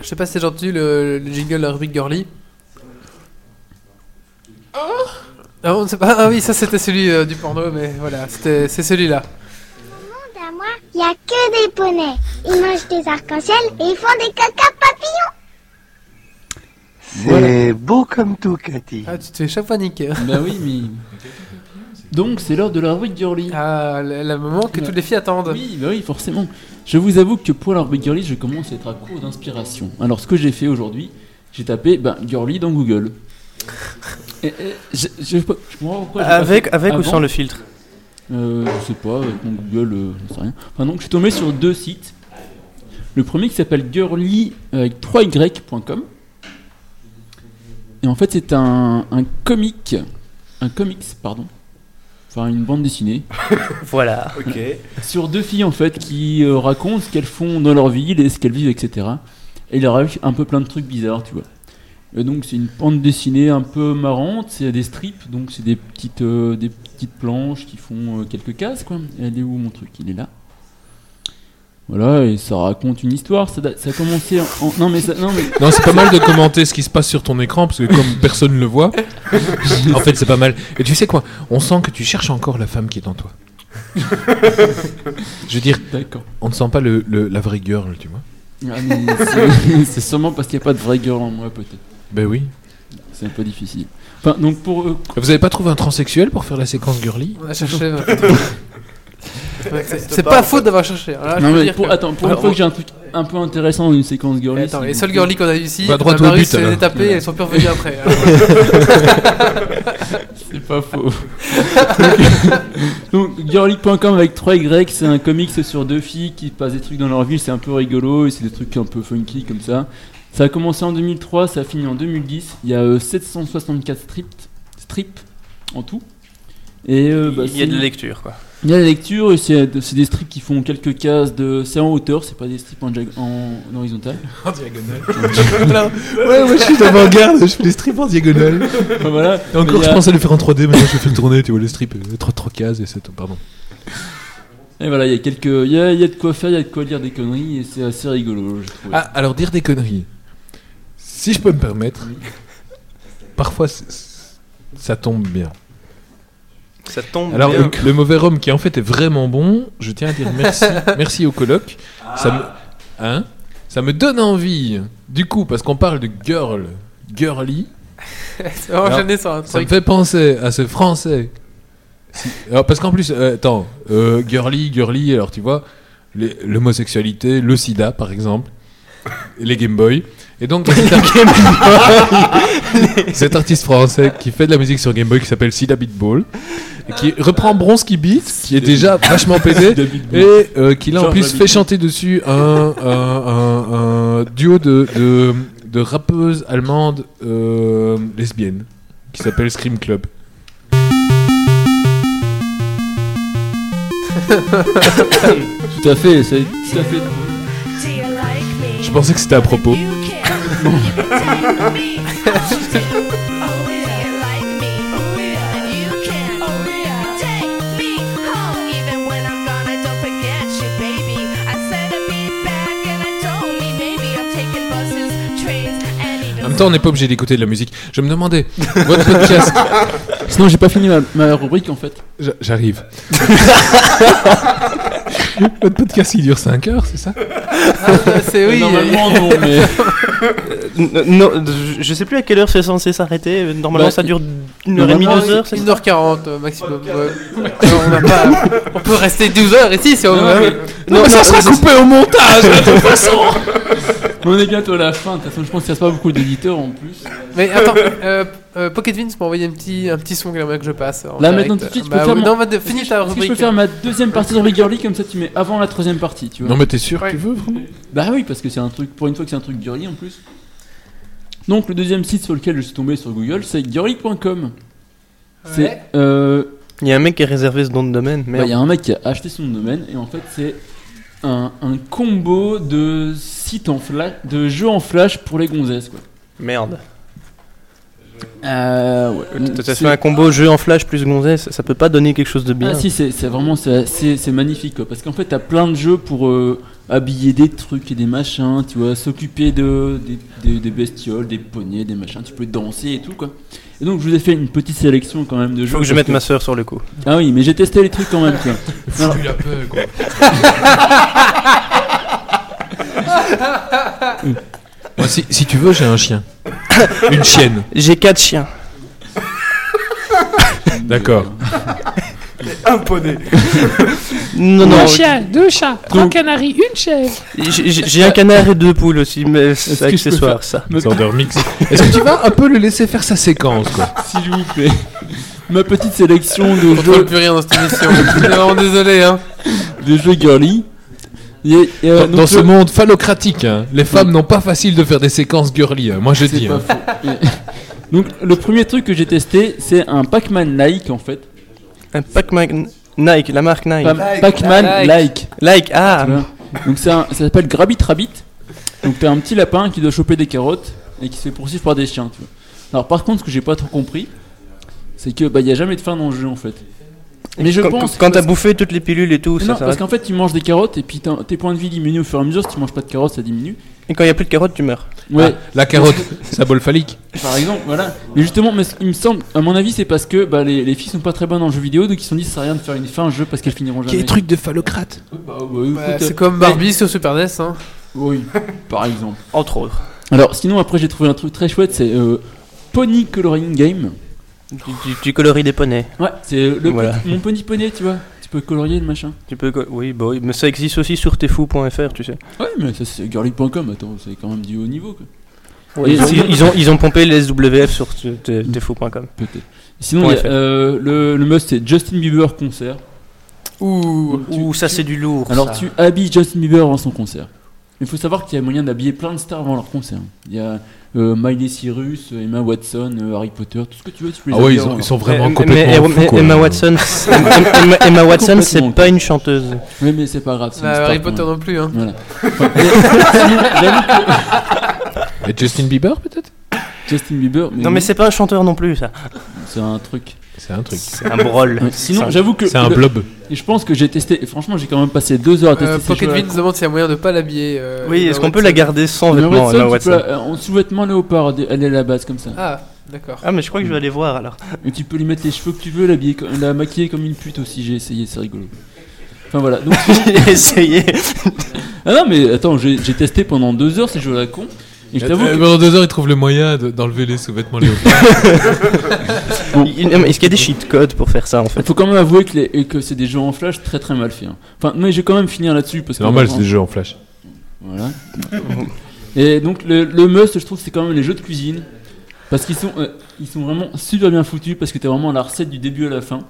Speaker 1: Je sais pas si c'est gentil le, le jingle de la rubrique Girly. Ah, on ne sait pas. ah oui, ça c'était celui euh, du porno, mais voilà, c'était- c'est celui-là.
Speaker 11: à moi, il n'y a que des poneys. Ils mangent des arcs-en-ciel et ils font des caca papillons.
Speaker 10: C'est beau comme tout, Cathy.
Speaker 1: Ah, tu te fais chaque fois niquer.
Speaker 4: Bah oui, mais. Donc c'est l'heure de la rubrique girly.
Speaker 1: Ah, le, le moment que toutes les filles attendent.
Speaker 4: Oui, bah oui, forcément. Je vous avoue que pour la rubrique girly, je commence à être à court d'inspiration. Alors, ce que j'ai fait aujourd'hui, j'ai tapé ben, girly dans Google. Et, et, je, je, je comprends pas pourquoi j'ai pas
Speaker 5: Avec,
Speaker 4: fait
Speaker 5: avec ou
Speaker 4: avant.
Speaker 5: sans le filtre
Speaker 4: Euh, je sais pas, avec mon Google, euh, j'en sais rien. Enfin, donc, je suis tombé sur deux sites. Le premier qui s'appelle girly euh, avec 3y.com. Et en fait, c'est un, un comic. Un comics, pardon. Enfin, une bande dessinée
Speaker 5: Voilà.
Speaker 2: Ok.
Speaker 4: sur deux filles en fait qui euh, racontent ce qu'elles font dans leur ville et ce qu'elles vivent, etc. Et il leur arrive un peu plein de trucs bizarres, tu vois. Et donc c'est une bande dessinée un peu marrante, c'est des strips, donc c'est des petites euh, des petites planches qui font euh, quelques cases quoi. Et Elle est où mon truc Il est là. Voilà, et ça raconte une histoire, ça, da- ça a commencé en... en- Non mais ça... Non mais...
Speaker 3: <laughs> Non, c'est pas mal de commenter ce qui se passe sur ton écran parce que comme personne le voit, en fait c'est pas mal. Et tu sais quoi On sent que tu cherches encore la femme qui est en toi. je veux dire,
Speaker 4: D'accord.
Speaker 3: on ne sent pas le, le- la vraie girl, tu vois.
Speaker 4: Ah, mais c'est- <laughs> c'est sûrement parce qu'il n'y a pas de vraie girl en moi peut-être.
Speaker 3: Ben oui.
Speaker 4: C'est un peu difficile. Enfin, donc pour... euh,
Speaker 3: Vous avez pas trouvé un transsexuel pour faire la séquence girly
Speaker 1: On a cherché. ouais. Ouais, c'est- c'est pas faute d'avoir cherché. Alors là, Ah, je
Speaker 4: non,
Speaker 1: peux
Speaker 4: mais
Speaker 1: dire
Speaker 4: pour,
Speaker 1: que-
Speaker 4: attends, pour une
Speaker 1: Alors,
Speaker 4: fois que j'ai un truc un peu intéressant dans une séquence girly.
Speaker 1: Attends,
Speaker 4: c'est-
Speaker 1: les seules girly qu'on a eu ici,
Speaker 3: Va droit
Speaker 1: euh,
Speaker 3: au
Speaker 1: Marie
Speaker 3: but,
Speaker 1: se les
Speaker 3: alors.
Speaker 1: taper et
Speaker 4: Voilà.
Speaker 1: elles sont plus revenues après. hein. alors.
Speaker 4: C'est pas faux. <laughs> Donc, girly.com avec 3Y, c'est un comics sur deux filles qui passent des trucs dans leur ville, c'est un peu rigolo et c'est des trucs un peu funky comme ça. Ça a commencé en 2003, ça a fini en 2010. Il y a euh, 764 strips, strips en tout. Et euh, bah,
Speaker 5: Il y a
Speaker 4: c'est-
Speaker 5: de la lecture quoi.
Speaker 4: il y a la lecture, et c'est c'est des strips qui font quelques cases de. C'est en hauteur, c'est pas des strips en, jag- en- en horizontal.
Speaker 3: Ouais, ouais, je suis d'avant-garde, je fais les strips en diagonale.
Speaker 4: Enfin, voilà.
Speaker 3: Et encore,
Speaker 4: Mais il y
Speaker 3: je
Speaker 4: a-
Speaker 3: euh, pensais le faire en 3D, maintenant je fais le tourner, tu vois, les strips, 3 cases et c'est tout, pardon.
Speaker 4: Et voilà, il y a quelques, il y a, il y a de quoi faire, il y a de quoi dire des conneries et c'est assez rigolo, je trouve.
Speaker 3: Ah, alors dire des conneries. Si je peux me permettre, parfois c- c- ça tombe bien.
Speaker 5: Ça tombe
Speaker 3: Alors euh,
Speaker 5: bien.
Speaker 3: le, le mauvais rhum qui en fait est vraiment bon, je tiens à dire
Speaker 4: <laughs>
Speaker 3: merci, merci au colloque. Ça
Speaker 4: Ah.
Speaker 3: me, hein, ça me donne envie. Du coup, parce qu'on parle de girl, girly.
Speaker 1: Ça va enchaîner Oh, sur un
Speaker 3: Ça me
Speaker 1: truc.
Speaker 3: fait penser à ce français. Si- alors, parce qu'en plus, euh, attends, euh, girly, girly. Alors tu vois, les- l'homosexualité, le SIDA par exemple, les Game Boy. Et
Speaker 1: <laughs>
Speaker 3: donc cet ar- cet artiste français qui fait de la musique sur Game Boy qui s'appelle Sida Beatball et qui reprend Bronze qui Beat qui est déjà vachement pété
Speaker 4: Sida Beat Ball.
Speaker 3: et euh, qui là en
Speaker 4: Genre
Speaker 3: plus
Speaker 4: la
Speaker 3: fait
Speaker 4: Beat.
Speaker 3: chanter dessus un, un, un- un duo de, de, de rappeuses allemandes euh, lesbiennes qui s'appelle Scream Club.
Speaker 4: Tout à fait, c'est tout à fait.
Speaker 3: Je pensais que c'était à propos. En même temps, on n'est pas obligé d'écouter de la musique. Je me demandais, votre podcast.
Speaker 4: Sinon, j'ai pas fini ma, ma rubrique en fait.
Speaker 3: J'a- J'arrive. votre podcast, il dure 5 heures, c'est ça
Speaker 1: Ah, C'est oui. <laughs>
Speaker 4: Normalement non, mais
Speaker 5: Euh, non, je- je sais plus à quelle heure c'est censé s'arrêter. Normalement,
Speaker 4: Bah,
Speaker 5: ça dure une heure et demie,
Speaker 4: normalement,
Speaker 5: deux heures. c'est ça
Speaker 1: 1h40 euh, maximum. ouais. Alors, on, a pas- on peut rester 12 heures ici si on
Speaker 4: Non,
Speaker 1: veut.
Speaker 3: Non, mais ça sera coupé au montage, de toute façon
Speaker 4: on est bientôt à la fin. De toute façon, je pense qu'il reste pas beaucoup d'éditeurs en plus.
Speaker 1: Mais attends, euh, euh, Pocket Vince m'a envoyé un petit, un petit son quand même que je passe. en
Speaker 4: Là,
Speaker 1: direct.
Speaker 4: maintenant, tout de suite, je peux
Speaker 1: Bah
Speaker 4: faire
Speaker 1: oui,
Speaker 4: mon-
Speaker 1: Non, va de- finis ta
Speaker 4: Est-ce que je
Speaker 1: rubrique.
Speaker 4: peux faire ma deuxième partie de Ruby Girly comme ça tu mets avant la troisième partie, tu vois
Speaker 3: Non, mais t'es sûr que
Speaker 1: Ouais.
Speaker 3: tu veux vraiment
Speaker 4: Bah oui, parce que c'est un truc, pour une fois que c'est un truc girly en plus. Donc le deuxième site sur lequel je suis tombé sur Google, c'est girly.com. C'est
Speaker 1: Ouais.
Speaker 4: euh,
Speaker 5: Il y a un mec qui a réservé ce don de domaine.
Speaker 4: bah,
Speaker 5: Mais
Speaker 4: il y a un mec qui a acheté son domaine et en fait c'est un, un combo de sites en flash, de jeux en flash pour les gonzesses quoi.
Speaker 5: Merde.
Speaker 4: Euh, ouais.
Speaker 5: T'as
Speaker 4: C'est-
Speaker 5: fait un combo jeu en flash plus gonzesse. Ça peut pas donner quelque chose de bien.
Speaker 4: Ah si, c'est c'est vraiment c'est c'est- c'est magnifique quoi. Parce qu'en fait, t'as plein de jeux pour euh, habiller des trucs et des machins, tu vois, s'occuper de des, des- des bestioles, des poneys, des machins. Tu peux danser et tout quoi. Et donc, je vous ai fait une petite sélection quand même de jeux.
Speaker 5: Faut que je
Speaker 4: parce
Speaker 5: mette ma soeur sur le coup.
Speaker 4: Ah oui, mais j'ai testé les trucs quand même.
Speaker 5: <laughs>
Speaker 4: tu vois. Alors,
Speaker 3: Fous-lui la paix, quoi. Moi, si, si tu veux, j'ai un chien. Une chienne,
Speaker 5: J'ai quatre chiens.
Speaker 3: d'accord.
Speaker 2: Un poney.
Speaker 5: Non, non.
Speaker 1: deux chats,
Speaker 4: trois Donc-
Speaker 1: canaris, une chèvre.
Speaker 5: J'ai j'ai un canard et deux poules aussi, mais
Speaker 4: Est-ce
Speaker 5: c'est
Speaker 4: que je peux
Speaker 5: accessoire ça.
Speaker 3: Sander Mix. Est-ce que tu vas un peu le laisser faire sa séquence, quoi
Speaker 4: S'il vous plaît, ma petite sélection de
Speaker 1: On ne
Speaker 4: jeux,
Speaker 1: plus rien dans cette
Speaker 4: <laughs>
Speaker 1: émission. Je suis vraiment désolé. Hein.
Speaker 4: de jeux girly. Et, et, euh,
Speaker 3: Dans,
Speaker 4: donc,
Speaker 3: dans
Speaker 4: le-
Speaker 3: ce monde phallocratique, hein, les femmes n'ont pas facile de faire des séquences girly, hein, moi je
Speaker 4: C'est
Speaker 3: dis.
Speaker 4: pas
Speaker 3: hein.
Speaker 4: faux. Et- Donc le premier truc que j'ai testé, c'est un Pac-Man like en fait.
Speaker 5: Un Pac-Man Nike, la marque Nike.
Speaker 4: Pa- Pac-Man like.
Speaker 1: Like.
Speaker 5: Like, ah
Speaker 4: Voilà. Donc c'est un- ça s'appelle Grabbit Rabbit. Donc t'as un petit lapin qui doit choper des carottes et qui se fait poursuivre par des chiens. Tu vois. Alors par contre, ce que j'ai pas trop compris, c'est que bah y a jamais de fin dans le jeu en fait. Mais je
Speaker 5: Quand-
Speaker 4: pense
Speaker 5: Quand t'as
Speaker 4: parce-
Speaker 5: bouffé toutes les pilules et tout, ça
Speaker 4: non, parce
Speaker 5: s'arrête.
Speaker 4: qu'en fait tu manges des carottes et puis t'as- tes points de vie diminuent au fur et à mesure. Si tu manges pas de carottes, ça diminue.
Speaker 5: Et quand il y a plus de carottes, tu meurs.
Speaker 4: Ouais,
Speaker 3: Ah, la carotte, sa bol phallique.
Speaker 4: par exemple, voilà. Mais justement, mais il me semble, à mon avis, c'est parce que bah, les, les filles sont pas très bonnes en jeu vidéo, donc ils se sont dit ça sert à rien de faire une fin en jeu parce qu'elles finiront jamais.
Speaker 3: trucs de phallocrate
Speaker 4: Bah, bah, écoute,
Speaker 1: Ouais,
Speaker 4: euh,
Speaker 1: c'est comme Barbie sur Super NES. Hein.
Speaker 4: Oui, par exemple.
Speaker 5: Entre autres.
Speaker 4: Alors sinon après j'ai trouvé un truc très chouette, c'est euh, Pony Coloring Game.
Speaker 5: Tu, tu- tu coloris des poneys.
Speaker 4: Ouais, c'est euh, le
Speaker 5: Voilà.
Speaker 4: petit- mon pony poney, tu vois. Tu peux colorier le machin.
Speaker 5: Tu peux col- oui, bah oui, mais ça existe aussi sur tefou.fr, tu sais.
Speaker 4: Ouais, mais ça c'est girly.com, attends, c'est quand même du haut niveau quoi.
Speaker 5: Ils, ils- ils ont, ils ont pompé les SWF sur te- te- tefou.com.
Speaker 4: Peut-être. Sinon, il y a,
Speaker 5: .fr.
Speaker 4: euh, le, le must c'est Justin Bieber concert.
Speaker 1: Ouh.
Speaker 4: Tu-
Speaker 5: Ouh, ça c'est du lourd.
Speaker 4: Alors
Speaker 5: ça.
Speaker 4: tu habilles Justin Bieber avant son concert. Il faut savoir qu'il y a moyen d'habiller plein de stars avant leur concert. Il y a euh, Miley Cyrus, Emma Watson, euh, Harry Potter, tout ce que tu veux, tu peux les
Speaker 3: Ah ouais,
Speaker 4: habiller
Speaker 3: ils, ont-
Speaker 4: avant
Speaker 3: ils
Speaker 4: leur-
Speaker 3: sont
Speaker 5: Mais-
Speaker 3: vraiment
Speaker 5: mais-
Speaker 3: complètement
Speaker 5: mais-
Speaker 3: fous, quoi.
Speaker 5: Emma Watson, c'est- Emma, Emma Watson, c'est
Speaker 4: Complètement.
Speaker 5: pas une chanteuse.
Speaker 4: Ouais, mais c'est pas grave. c'est une
Speaker 1: Bah,
Speaker 4: star
Speaker 1: Harry
Speaker 4: quand même.
Speaker 1: Potter non plus. Hein.
Speaker 4: Voilà. Enfin, mais- sinon, j'avoue que-
Speaker 3: Et Justin Bieber peut-être
Speaker 4: Justin Bieber, mais Mm.
Speaker 5: Non, mais c'est pas un chanteur non plus, ça.
Speaker 4: c'est un truc.
Speaker 3: C'est un truc.
Speaker 5: C'est un <laughs> brol.
Speaker 4: Ouais, Sinon, j'avoue que.
Speaker 3: C'est un
Speaker 4: le-
Speaker 3: blob.
Speaker 4: Et je pense que j'ai testé. et Franchement, j'ai quand même passé deux heures à tester.
Speaker 1: Euh,
Speaker 4: ces
Speaker 1: Pocket
Speaker 4: jeux-là.
Speaker 1: Vite nous demande s'il y a moyen de pas l'habiller. euh,
Speaker 5: Oui,
Speaker 1: Emma
Speaker 5: est-ce qu'on peut la
Speaker 1: Watson.
Speaker 5: garder sans
Speaker 4: Mais
Speaker 5: vêtements,
Speaker 4: Watson,
Speaker 5: Emma
Speaker 4: tu
Speaker 5: Watson
Speaker 4: peux la- euh, En sous-vêtements léopard, elle est à la base comme ça.
Speaker 1: Ah, d'accord.
Speaker 5: Ah, mais je crois que je vais aller voir alors. <laughs>
Speaker 4: Et tu peux lui mettre les cheveux que tu veux, l'habiller co- la maquiller comme une pute aussi. J'ai essayé, c'est rigolo. Enfin voilà. Donc,
Speaker 5: J'ai essayé.
Speaker 4: ah non, mais attends, j'ai j'ai testé pendant deux heures ces jeux à la con. Et je t'avoue
Speaker 3: Euh,
Speaker 4: que.
Speaker 3: Pendant deux heures, il trouve le moyen de- d'enlever les sous-vêtements léopards.
Speaker 5: Il- non, mais Est-ce qu'il y a des cheat codes pour faire ça en fait
Speaker 4: Il faut quand même avouer que, les- que c'est des jeux en flash très très mal faits. hein. Enfin, mais je vais quand même finir là-dessus parce
Speaker 3: C'est
Speaker 4: que
Speaker 3: normal, c'est des jeux en flash.
Speaker 4: Voilà. <laughs> Et donc le, le must, je trouve, c'est quand même les jeux de cuisine. Parce qu'ils sont, euh, ils sont vraiment super bien foutus parce que t'as vraiment la recette du début à la fin.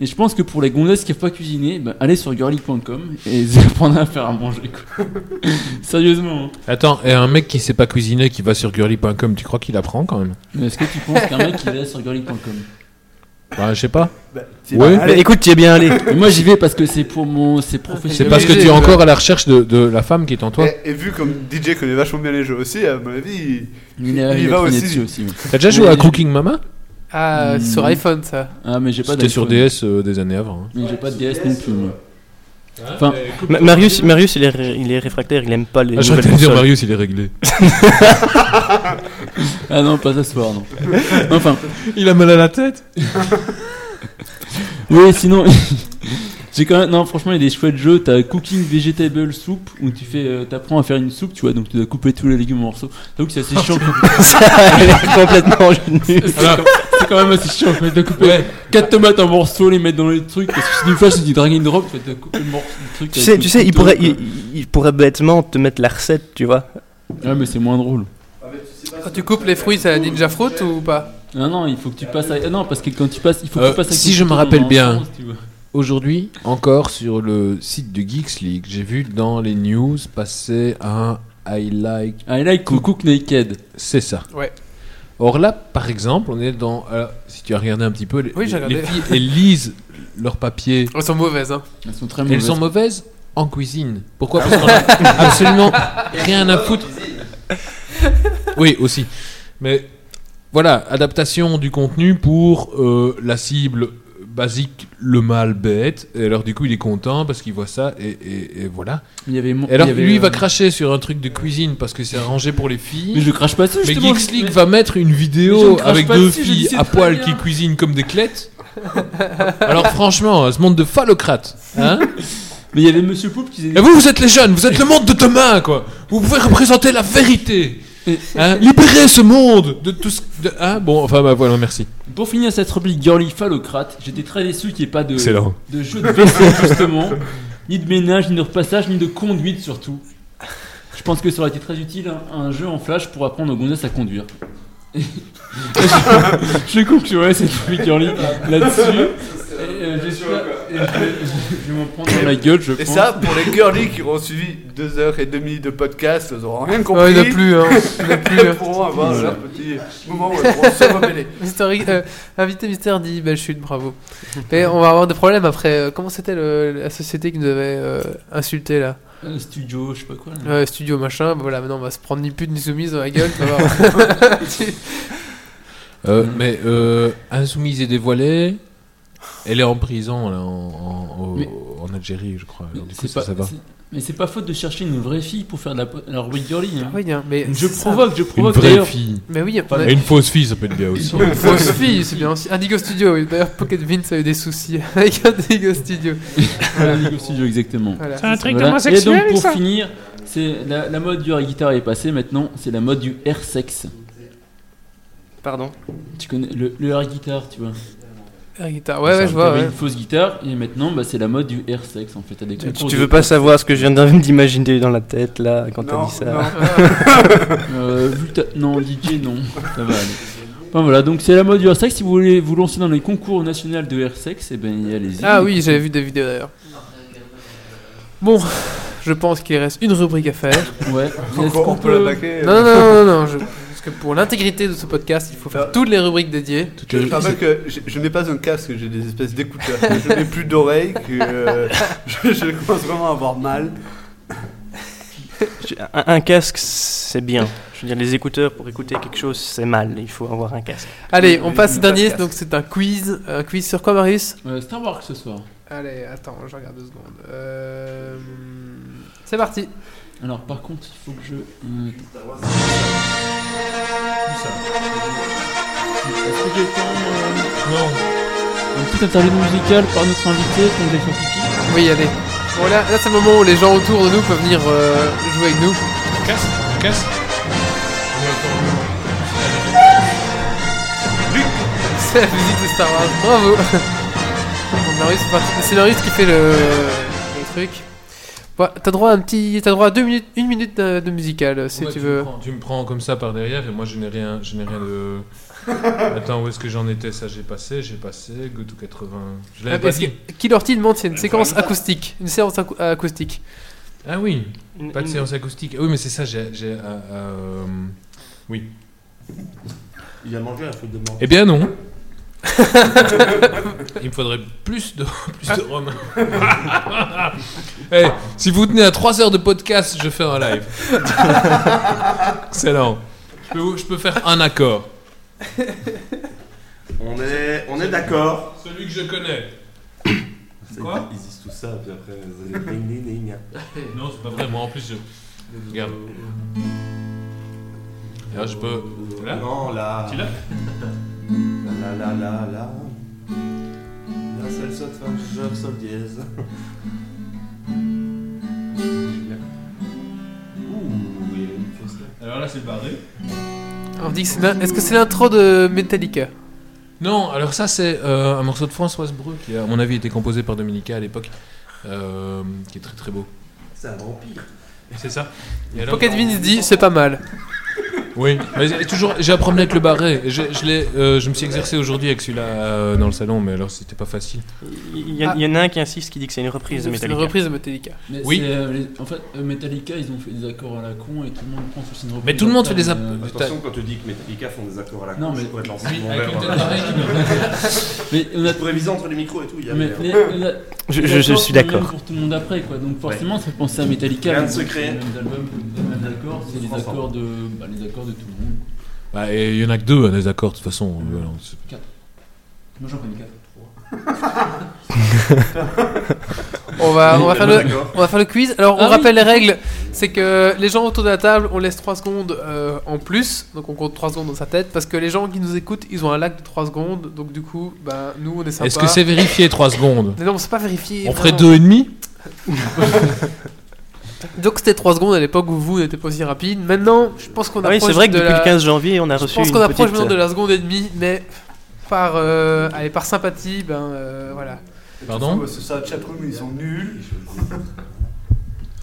Speaker 4: Et je pense que pour les gonzesses qui ne savent pas cuisiner, bah, allez sur girly.com et ils apprendront à faire à manger. quoi. <laughs> Sérieusement. hein.
Speaker 3: Attends, et un mec qui sait pas cuisiner, qui va sur girly.com, tu crois qu'il apprend quand même
Speaker 4: Mais est-ce que tu penses qu'un mec qui va sur girly.com
Speaker 3: Bah, je sais pas.
Speaker 2: c'est
Speaker 3: Ouais.
Speaker 5: Mais Écoute, tu es bien <laughs> allé.
Speaker 4: Et Moi j'y vais parce que c'est pour mon. C'est
Speaker 3: C'est
Speaker 4: professionnel.
Speaker 3: parce que tu es
Speaker 1: Obligé,
Speaker 3: encore à la recherche de, de la femme qui est en toi.
Speaker 4: Eh,
Speaker 2: Et, et vu comme DJ connaît vachement bien les jeux aussi, à mon avis,
Speaker 4: Il,
Speaker 2: il
Speaker 4: arrive
Speaker 2: va
Speaker 4: à traîner
Speaker 2: aussi.
Speaker 4: dessus aussi. oui.
Speaker 3: T'as déjà joué à Cooking Mama
Speaker 1: Ah, c'est sur iPhone ça.
Speaker 4: Ah, mais j'ai pas
Speaker 3: C'était sur
Speaker 4: d'iPhone.
Speaker 3: DS euh, des années avant. hein.
Speaker 4: Mais j'ai pas de DS non plus. moi. Enfin,
Speaker 5: Ma- Marius, Marius il, est, ré- il est réfractaire, il aime pas les
Speaker 3: Ah, je
Speaker 5: nouvelles
Speaker 3: vais dire,
Speaker 5: consoles.
Speaker 3: Marius, il est réglé.
Speaker 4: ah non, pas ce soir, non. Enfin,
Speaker 3: Il a mal à la tête
Speaker 4: Oui, sinon, <laughs> j'ai quand même. Non, franchement, il y a des chouettes jeux. T'as Cooking Vegetable Soup où tu fais, euh, t'apprends à faire une soupe, tu vois, donc tu dois couper tous les légumes en morceaux. Donc c'est assez
Speaker 3: <laughs>
Speaker 4: chiant.
Speaker 5: Ça a <laughs> l'air complètement nul.
Speaker 4: c'est quand- c'est quand même assez chiant en fait, de couper 4 tomates en morceaux, les mettre dans les trucs. Parce que si tu flash, c'est du drag and drop, tu dois couper le morceau du truc.
Speaker 5: Tu
Speaker 4: avec
Speaker 5: sais,
Speaker 4: le
Speaker 5: tu sais il,
Speaker 4: couteau,
Speaker 5: pourrait,
Speaker 4: quoi.
Speaker 5: il, il pourrait bêtement te mettre la recette, tu vois.
Speaker 4: Ouais, mais c'est moins drôle.
Speaker 1: Quand Ah, tu coupes les fruits, c'est la ninja fruit ou pas
Speaker 4: Non, non, il faut que tu passes à. ah Non, parce que quand tu passes, il faut que
Speaker 3: Euh,
Speaker 4: tu passes à
Speaker 3: si je me rappelle bien. Aujourd'hui, encore sur le site du Geeks League, j'ai vu dans les news passer un I like.
Speaker 4: I like to Ah, cook naked.
Speaker 3: C'est ça.
Speaker 1: Ouais.
Speaker 3: Or là, par exemple, on est dans. alors, si tu as regardé un petit peu, les,
Speaker 1: Oui, j'ai
Speaker 3: les
Speaker 1: regardé.
Speaker 3: filles, elles lisent leur papier.
Speaker 1: Elles sont mauvaises, hein.
Speaker 4: Elles sont très
Speaker 3: Elles
Speaker 4: mauvaises. Ah
Speaker 3: sont mauvaises en cuisine. Pourquoi Parce qu'on a
Speaker 4: <laughs>
Speaker 3: absolument rien à foutre. Oui, aussi. Mais voilà, adaptation du contenu pour euh, la cible basique, le mâle bête. Et alors, du coup, il est content parce qu'il voit ça et, et- et voilà.
Speaker 4: Il y avait mon-
Speaker 3: Et alors,
Speaker 4: il y avait,
Speaker 3: lui, il va
Speaker 4: euh,
Speaker 3: cracher sur un truc de cuisine parce que c'est arrangé pour les
Speaker 4: Mais
Speaker 3: filles.
Speaker 4: je crache pas dessus,
Speaker 3: Mais
Speaker 4: justement.
Speaker 3: Geeks League
Speaker 4: Mais-
Speaker 3: va mettre une
Speaker 4: Mais je ne
Speaker 3: vidéo
Speaker 4: crache
Speaker 3: avec
Speaker 4: pas
Speaker 3: deux
Speaker 4: dessus, je le
Speaker 3: filles
Speaker 4: sais
Speaker 3: à
Speaker 4: très
Speaker 3: poil
Speaker 4: bien.
Speaker 3: qui cuisinent comme des clettes. Alors franchement, ce monde de phallocrates, hein
Speaker 4: Mais il y avait Monsieur Poupe qui disait.
Speaker 3: Et vous, vous êtes les jeunes, vous êtes le monde de demain, quoi. Vous
Speaker 4: <laughs>
Speaker 3: pouvez représenter la vérité. Hein Libérez ce monde de tout ce. de- hein bon, enfin, bah, voilà, merci.
Speaker 4: Pour finir cette rubrique girly phallocrate, j'étais très déçu qu'il n'y ait pas de,
Speaker 3: Excellent.
Speaker 4: de jeu
Speaker 3: <laughs>
Speaker 4: de vaisseau justement, ni de ménage, ni de repassage, ni de conduite surtout. Je pense que ça aurait été très utile hein, un, un jeu en flash pour apprendre aux gonzesses à conduire. Et je, je conclurai cette rubrique girly là-dessus. Et, euh, j'espère- et je vais- je vais m'en prendre dans la gueule, je pense.
Speaker 2: Et ça, pour les girlies qui auront suivi deux heures et demie de podcast, elles auront rien
Speaker 1: Ouais,
Speaker 2: compris.
Speaker 1: il n'y a
Speaker 2: <laughs>
Speaker 1: plus, hein. Il n'y a plus. hein.
Speaker 2: Elles pourront avoir leur petit moment où elles pourront se rebeller.
Speaker 1: Mystérieux- euh, invité mystère dit bah, belle chute, bravo. Et on va avoir des problèmes après. euh, Comment c'était le- la société qui nous avait euh, insulté là
Speaker 4: Un Euh, studio, je sais pas quoi. là.
Speaker 1: Euh, Studio machin, bah voilà, maintenant on va se prendre ni pute ni soumise dans la gueule, tu vas voir. <laughs>
Speaker 3: Euh,
Speaker 4: Mm.
Speaker 3: mais euh, insoumise et dévoilée, elle est en prison là, en, en- au-
Speaker 4: Mais-
Speaker 3: en Algérie, je crois.
Speaker 4: Mais
Speaker 3: Alors, du coup,
Speaker 4: c'est
Speaker 3: ça,
Speaker 4: pas-
Speaker 3: ça va.
Speaker 4: c'est- Mais c'est pas faute de chercher une vraie fille pour faire de la, la rubrique girly. hein.
Speaker 1: Oui, bien, mais
Speaker 4: Je
Speaker 1: c'est ça.
Speaker 4: provoque, je
Speaker 3: Une
Speaker 4: provoque
Speaker 3: vraie
Speaker 4: d'ailleurs.
Speaker 3: fille.
Speaker 1: Mais oui, on a
Speaker 3: Et une fausse fille, ça peut être bien
Speaker 4: <laughs>
Speaker 3: aussi.
Speaker 1: une fausse fille, c'est bien aussi. Indigo Studio, oui. d'ailleurs Pocket Vince a eu des soucis <laughs> avec Indigo Studio.
Speaker 4: Voilà, Lego Studio, exactement.
Speaker 1: Voilà.
Speaker 4: Voilà. Et donc pour finir, c'est la, la mode du air guitare est passée. Maintenant, c'est la mode du air sex.
Speaker 5: Pardon.
Speaker 4: Tu connais le, le air guitare, tu vois.
Speaker 1: La guitare, ouais, ouais, je vois.
Speaker 4: T'avais
Speaker 1: ouais.
Speaker 4: une fausse guitare et maintenant, bah, c'est la mode du air sex en fait. T'as des
Speaker 5: Tu,
Speaker 4: concours
Speaker 5: tu
Speaker 4: de-
Speaker 5: veux pas savoir ce que je viens d'im- d'imaginer dans la tête là quand t'as
Speaker 2: Non,
Speaker 5: dit ça
Speaker 2: non.
Speaker 4: Euh, vu que t'as- non, DJ, non, ça va. aller. Enfin, voilà, donc c'est la mode du air sex. Si vous voulez vous lancer dans les concours nationaux de air sex, et ben allez-y.
Speaker 1: Ah oui, j'avais vu des vidéos d'ailleurs. Bon, je pense qu'il reste une rubrique à faire.
Speaker 4: Ouais. <laughs> Est-ce
Speaker 2: Encore,
Speaker 4: qu'on
Speaker 2: on peut l'attaquer. euh.
Speaker 1: Non, non, non, non, non, je- parce que pour l'intégrité de ce podcast, il faut faire toutes les rubriques dédiées.
Speaker 2: Je te rappelle que je, je n'ai pas un casque, j'ai des espèces d'écouteurs. je <laughs> n'ai plus d'oreilles, que euh, je, je commence vraiment à avoir mal.
Speaker 5: Un, un casque, c'est bien. Je veux dire, les écouteurs pour écouter quelque chose, c'est mal. Il faut avoir un casque.
Speaker 1: Allez, on passe au dernier, donc c'est un quiz. Un quiz sur quoi, Marius
Speaker 4: Euh, Star Wars ce soir.
Speaker 1: Allez, attends, je regarde deux secondes. Euh, C'est parti.
Speaker 4: Alors, par contre, il faut que je. euh, attends. Est-ce que j'ai le temps, euh, Un petit interlude musical par notre invité, Congé Scientifique.
Speaker 1: Oui, allez. Bon, là, là, c'est le moment où les gens autour de nous peuvent venir euh, jouer avec nous. <laughs>
Speaker 12: Casse, casse.
Speaker 1: C'est la musique de Star Wars, bravo <laughs> Bon, Marius, c'est parti. C'est Marius qui fait le, le truc. Bon, t'as droit à un petit, t'as droit à deux minutes, une minute de, de musicale si
Speaker 3: Ouais,
Speaker 1: tu
Speaker 3: me
Speaker 1: veux.
Speaker 3: prends- tu me prends comme ça par derrière et moi je n'ai rien, je n'ai rien
Speaker 4: <laughs>
Speaker 3: de. Attends, où est-ce que j'en étais Ça, j'ai passé, j'ai passé, go to 80. Je l'avais
Speaker 1: Ah,
Speaker 3: pas
Speaker 1: parce
Speaker 3: dit.
Speaker 1: que Kilorty demande c'est une séquence acoustique, une séance acou- acoustique.
Speaker 3: Ah oui,
Speaker 1: Une-
Speaker 3: pas de
Speaker 1: une-
Speaker 3: séance acoustique. Ah oui, mais c'est ça, j'ai. j'ai, euh, euh, oui.
Speaker 13: Il a mangé la faute de mort.
Speaker 3: Eh bien non. <laughs> Il me faudrait plus de, <laughs> plus de rhum. Eh, si vous tenez à 3 heures de podcast, je fais un <laughs> live. Excellent. Je peux, vous- je peux faire un accord.
Speaker 13: On est, on est d'accord.
Speaker 3: Celui que je connais.
Speaker 13: Quoi Ils disent tout ça, puis après. euh, <laughs> ils disent ding, ding, ding.
Speaker 3: Non, c'est pas vrai, moi en plus je. Regarde. Et Là, je peux. Là
Speaker 13: Non, Euh, là.
Speaker 3: Tu l'as
Speaker 13: Là, là, là, là, là. La seule sol, fin, je sol dièse. Ouh, il y a une fausse là.
Speaker 3: Alors là, c'est barré.
Speaker 1: On dit que c'est l'in- est-ce que c'est l'intro de Metallica
Speaker 3: Non, alors ça c'est euh, un morceau de Françoise Breu qui a, à mon avis été composé par Dominica à l'époque, euh, qui est très très beau.
Speaker 13: C'est un vampire.
Speaker 3: C'est ça.
Speaker 1: Pocket Vince dit c'est pas mal.
Speaker 3: Oui, mais j'ai- toujours j'ai un problème avec le barré. Je, je, l'ai, euh, je me suis exercé aujourd'hui avec celui-là euh, dans le salon, mais alors c'était pas facile.
Speaker 5: Il
Speaker 1: Ah.
Speaker 5: y, a- il y en a un qui insiste, qui dit que c'est une reprise de Metallica.
Speaker 4: Mais
Speaker 3: Oui.
Speaker 4: c'est, euh, les- en fait, euh, Metallica, ils ont fait des accords à la con et tout le monde pense que c'est une reprise.
Speaker 3: Mais tout le monde fait des
Speaker 4: interne,
Speaker 3: app-
Speaker 4: euh,
Speaker 13: Attention quand tu dis que Metallica font des accords à la
Speaker 4: Non,
Speaker 13: con,
Speaker 4: mais-
Speaker 13: je pourrais te lancer
Speaker 4: oui,
Speaker 13: mon
Speaker 4: avec
Speaker 13: verre,
Speaker 4: une tête
Speaker 13: voilà.
Speaker 3: <laughs>
Speaker 4: pareille qui me- euh, Mais on a-
Speaker 13: Je pourrais viser entre les micros et tout. il y a-
Speaker 4: Mais
Speaker 13: il
Speaker 4: les-
Speaker 13: y a-
Speaker 4: les-
Speaker 5: Je-
Speaker 4: les
Speaker 5: je- je
Speaker 4: accords sont
Speaker 5: suis
Speaker 4: les mêmes
Speaker 5: d'accord.
Speaker 4: Pour tout le monde après, quoi. Donc forcément,
Speaker 13: Ouais.
Speaker 4: ça fait penser à Metallica.
Speaker 13: Rien de
Speaker 4: mais
Speaker 13: secret.
Speaker 4: Les mêmes albums, les mêmes accords, c'est les accords de, bah, les accords de tout le monde.
Speaker 3: Bah, et il y en a que deux hein, des accords de toute façon. euh, alors, c'est-
Speaker 4: Moi, j'en connais quatre.
Speaker 1: On va,
Speaker 3: Oui,
Speaker 1: on, va faire
Speaker 3: bah,
Speaker 1: le,
Speaker 3: d'accord.
Speaker 1: on va faire le quiz. Alors, on
Speaker 4: Ah oui.
Speaker 1: rappelle les règles. C'est que les gens autour de la table, on laisse 3 secondes euh, en plus. Donc, on compte 3 secondes dans sa tête. Parce que les gens qui nous écoutent, ils ont un lac de 3 secondes. Donc, du coup, bah, nous, on est sympa.
Speaker 3: Est-ce que c'est vérifié 3 secondes
Speaker 1: Mais non, c'est pas vérifié.
Speaker 3: On ferait
Speaker 1: vraiment.
Speaker 3: deux et demi
Speaker 1: Donc, c'était 3 secondes à l'époque où vous n'étiez pas aussi rapide. Maintenant, je pense qu'on
Speaker 5: Ah oui,
Speaker 1: approche
Speaker 5: c'est vrai que
Speaker 1: de
Speaker 5: depuis
Speaker 1: la-
Speaker 5: le 15 janvier, on a reçu
Speaker 1: Je pense
Speaker 5: une
Speaker 1: qu'on approche
Speaker 5: petite-
Speaker 1: maintenant de la seconde et demie. Mais par, euh, allez, par sympathie, ben euh, voilà.
Speaker 3: Pardon
Speaker 2: C'est ça, chatroom, ils sont nuls.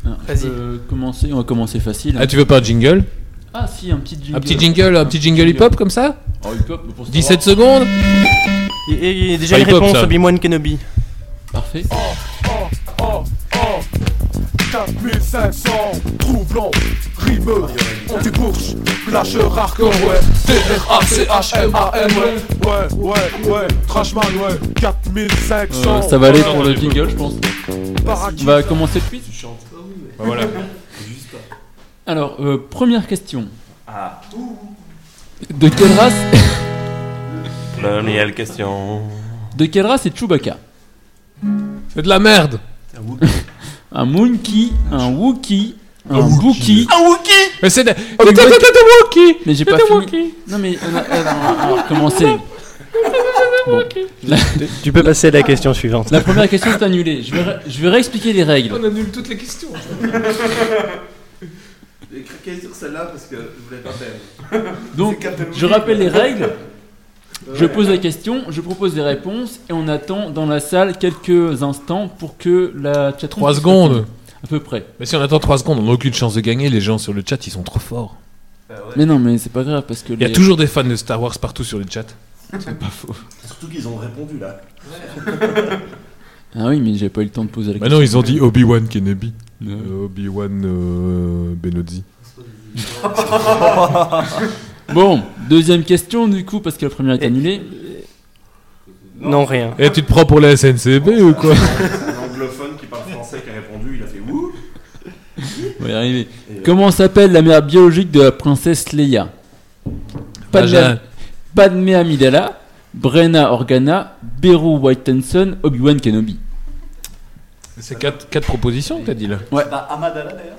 Speaker 4: Ah, on peut Commencer, on va commencer facile. hein.
Speaker 3: Ah, tu veux pas un jingle
Speaker 4: Ah, si, un petit jingle.
Speaker 3: Un petit jingle, un petit jingle hip-hop comme ça
Speaker 4: Oh, hip-hop, mais pour savoir-
Speaker 3: 17 secondes
Speaker 5: Et- euh, et Il y a déjà
Speaker 3: Pas
Speaker 5: une
Speaker 3: hip-hop,
Speaker 5: réponse,
Speaker 3: ça.
Speaker 5: Obi-Wan Kenobi.
Speaker 4: Parfait.
Speaker 9: Oh, oh, 4500, troublant, rimeux, anti-bourge, lâcheur hardcore, ouais. T-R-A-C-H-M-A-N, ouais. Ouais, ouais, ouais, trashman, ouais. 4500.
Speaker 4: Euh, ça va aller pour le jingle, je pense. On va commencer tout de suite.
Speaker 3: Bah voilà.
Speaker 4: Alors, euh, première question.
Speaker 13: Ah.
Speaker 4: De quelle race
Speaker 13: Première question.
Speaker 4: De quelle race est Chewbacca
Speaker 3: C'est de la merde
Speaker 4: Un Monkey, un Wookie, un, Wookie.
Speaker 13: Un Wookie
Speaker 3: Mais c'est de...
Speaker 4: Une bonne-
Speaker 3: Wookie
Speaker 4: Mais j'ai pas fini. Non mais on a, euh, on va- on va recommencer. Bon. La,
Speaker 5: Tu peux passer à la question suivante.
Speaker 4: la première question est annulée. Je vais, ré- je vais réexpliquer les règles.
Speaker 3: On annule toutes les questions.
Speaker 13: J'ai craqué sur celle-là parce que je voulais pas perdre.
Speaker 4: Donc, je rappelle les règles. Je pose la question, je propose des réponses et on attend dans la salle quelques instants pour que la chatroom.
Speaker 3: 3
Speaker 4: puisse
Speaker 3: secondes
Speaker 4: répondre. À peu près.
Speaker 3: Mais si on attend 3 secondes, on n'a aucune chance de gagner. Les gens sur le chat, ils sont trop forts.
Speaker 4: Mais non, mais c'est pas grave parce que.
Speaker 3: Il y a
Speaker 4: les-
Speaker 3: toujours des fans de Star Wars partout sur le chat. C'est pas faux.
Speaker 13: Surtout qu'ils ont répondu là.
Speaker 4: Ah oui, mais j'ai pas eu le temps de poser la
Speaker 3: Bah
Speaker 4: question.
Speaker 3: non, ils ont dit Obi-Wan Kenobi. Euh, Obi-Wan euh, Benozzi.
Speaker 4: Bon, deuxième question du coup parce que la première est annulée.
Speaker 5: Non, rien.
Speaker 3: Et Eh, tu te prends pour la SNCB ou quoi
Speaker 13: Un anglophone qui parle français qui a répondu, il a fait ouh
Speaker 4: On va y arriver. Comment s'appelle la mère biologique de la princesse Leia
Speaker 3: Vagin.
Speaker 4: Padmé- Padmé Amidala, Brenna Organa, Beru Whitehenson, Obi-Wan Kenobi.
Speaker 3: C'est quatre, quatre propositions que t'as dit là
Speaker 4: Ouais.
Speaker 8: Bah, Amadala d'ailleurs.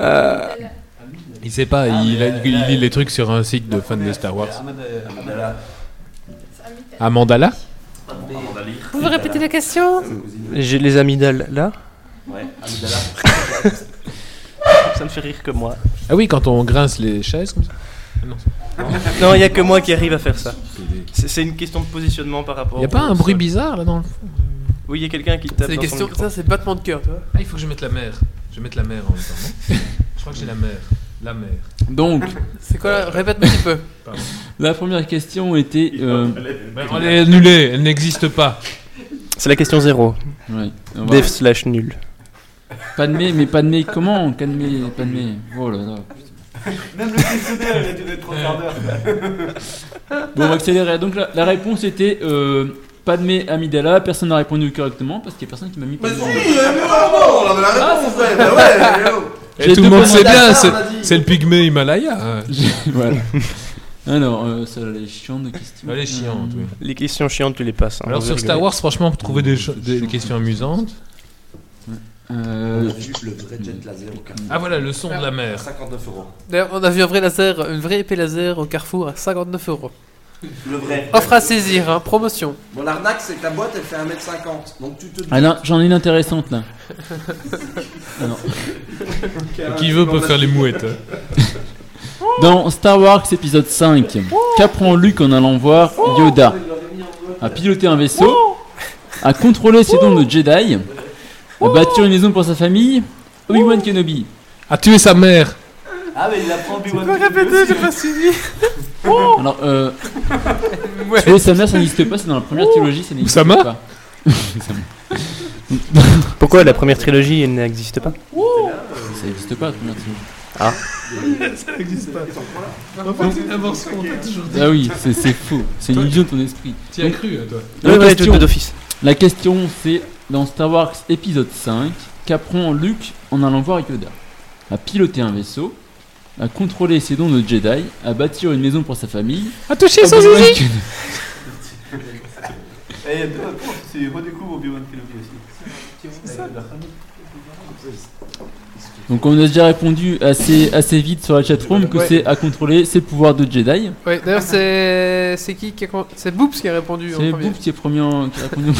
Speaker 3: Euh,
Speaker 8: Ah,
Speaker 3: Il sait pas, il, a- il
Speaker 8: euh,
Speaker 3: lit les trucs sur un site de fans de Star Wars.
Speaker 8: Amadala.
Speaker 3: Amandala
Speaker 1: Pouvez répéter la question
Speaker 5: J'ai les amygdales là.
Speaker 8: Ouais, Amidala.
Speaker 5: <laughs> ça me fait rire que moi.
Speaker 3: Ah oui, quand on grince les chaises comme ça
Speaker 5: Non, il n'y a que moi qui arrive à faire ça. C'est c'est une question de positionnement par rapport.
Speaker 3: Y a pas
Speaker 5: au
Speaker 3: un bruit
Speaker 5: sol.
Speaker 3: bizarre là dans le fond
Speaker 5: Oui, il y a quelqu'un qui tape.
Speaker 1: C'est des
Speaker 5: dans son
Speaker 1: questions,
Speaker 5: micro.
Speaker 1: ça c'est battement de cœur, tu vois.
Speaker 3: Ah, il faut que je mette la mer. Je vais mettre la mer en même temps. non je crois que j'ai la mer. La mer.
Speaker 4: Donc,
Speaker 1: C'est quoi là Répète un petit peu.
Speaker 4: la première question était. euh,
Speaker 3: Elle est annulée, elle n'existe pas.
Speaker 5: C'est la question zéro.
Speaker 4: ouais, on va-
Speaker 5: Def slash nul.
Speaker 4: Padmé, mais Padmé, comment Padmé, Padmé. Oh là là.
Speaker 8: Même le questionnaire, il a duré 3 quarts d'heure.
Speaker 4: <laughs> Bon, on va accélérer. Donc la, la réponse était euh, Padmé Amidala. Personne n'a répondu correctement parce qu'il y a personne qui m'a mis Padmé.
Speaker 3: Et tout le monde sait bien,
Speaker 4: c'est...
Speaker 3: c'est c'est le pygmée Himalaya.
Speaker 4: <laughs> voilà. Alors, euh, ça, les chiantes de questions.
Speaker 3: Elle est chiante, oui.
Speaker 8: Ah,
Speaker 5: Les questions chiantes, tu les passes. hein.
Speaker 3: Alors sur Star Wars, franchement, pour trouver des, cho- des questions amusantes.
Speaker 4: Euh,
Speaker 13: Juste le vrai jet laser au carton.
Speaker 3: Ah voilà, le son de la mer.
Speaker 13: 59 euros.
Speaker 1: D'ailleurs, on a vu un vrai laser, une vraie épée laser au Carrefour à 59 euros.
Speaker 13: Le vrai.
Speaker 1: Offre à saisir, hein, promotion.
Speaker 13: Bon, l'arnaque, c'est que la boîte, elle fait 1m50. Donc tu te dis.
Speaker 4: Ah là, j'en ai une intéressante là. Alors,
Speaker 3: Qui veut peut faire les mouettes. hein.
Speaker 4: dans Star Wars épisode 5, qu'apprend Luke en allant voir Yoda À piloter un vaisseau, à contrôler ses dons de Jedi, à bâtir une maison pour sa famille, Obi-Wan Kenobi.
Speaker 3: A tué sa mère.
Speaker 8: Ah, mais il apprend b
Speaker 1: Répétez, j'ai pas suivi.
Speaker 4: Alors, euh, tuer sa mère, ça n'existe pas, c'est dans la première trilogie, ça n'existe
Speaker 3: Oussama
Speaker 4: pas.
Speaker 5: Pourquoi la première trilogie elle n'existe pas
Speaker 4: Ça n'existe pas, la première trilogie. Ah oui, c'est- c'est faux, c'est une illusion de ton esprit.
Speaker 3: T'y as cru, toi
Speaker 4: La
Speaker 5: Ouais, ouais,
Speaker 4: question-
Speaker 5: tout d'office.
Speaker 4: La question c'est dans Star Wars épisode 5, qu'apprend Luke en allant voir Yoda À piloter un vaisseau, à contrôler ses dons de Jedi, à bâtir une maison pour sa famille.
Speaker 3: A touché son
Speaker 4: Obi-Wan
Speaker 3: zizi.
Speaker 4: Kenobi.
Speaker 8: Et il y a deux réponses. C'est redécouvre Obi-Wan Kenobi aussi.
Speaker 4: Donc on a déjà répondu assez, assez vite sur la chatroom que
Speaker 1: Ouais.
Speaker 4: c'est à contrôler ses pouvoirs de Jedi.
Speaker 1: Ouais, d'ailleurs, c'est c'est qui qui a con- C'est Boops qui a répondu en
Speaker 4: C'est
Speaker 1: premier.
Speaker 4: Boop qui est premier en- qui a répondu.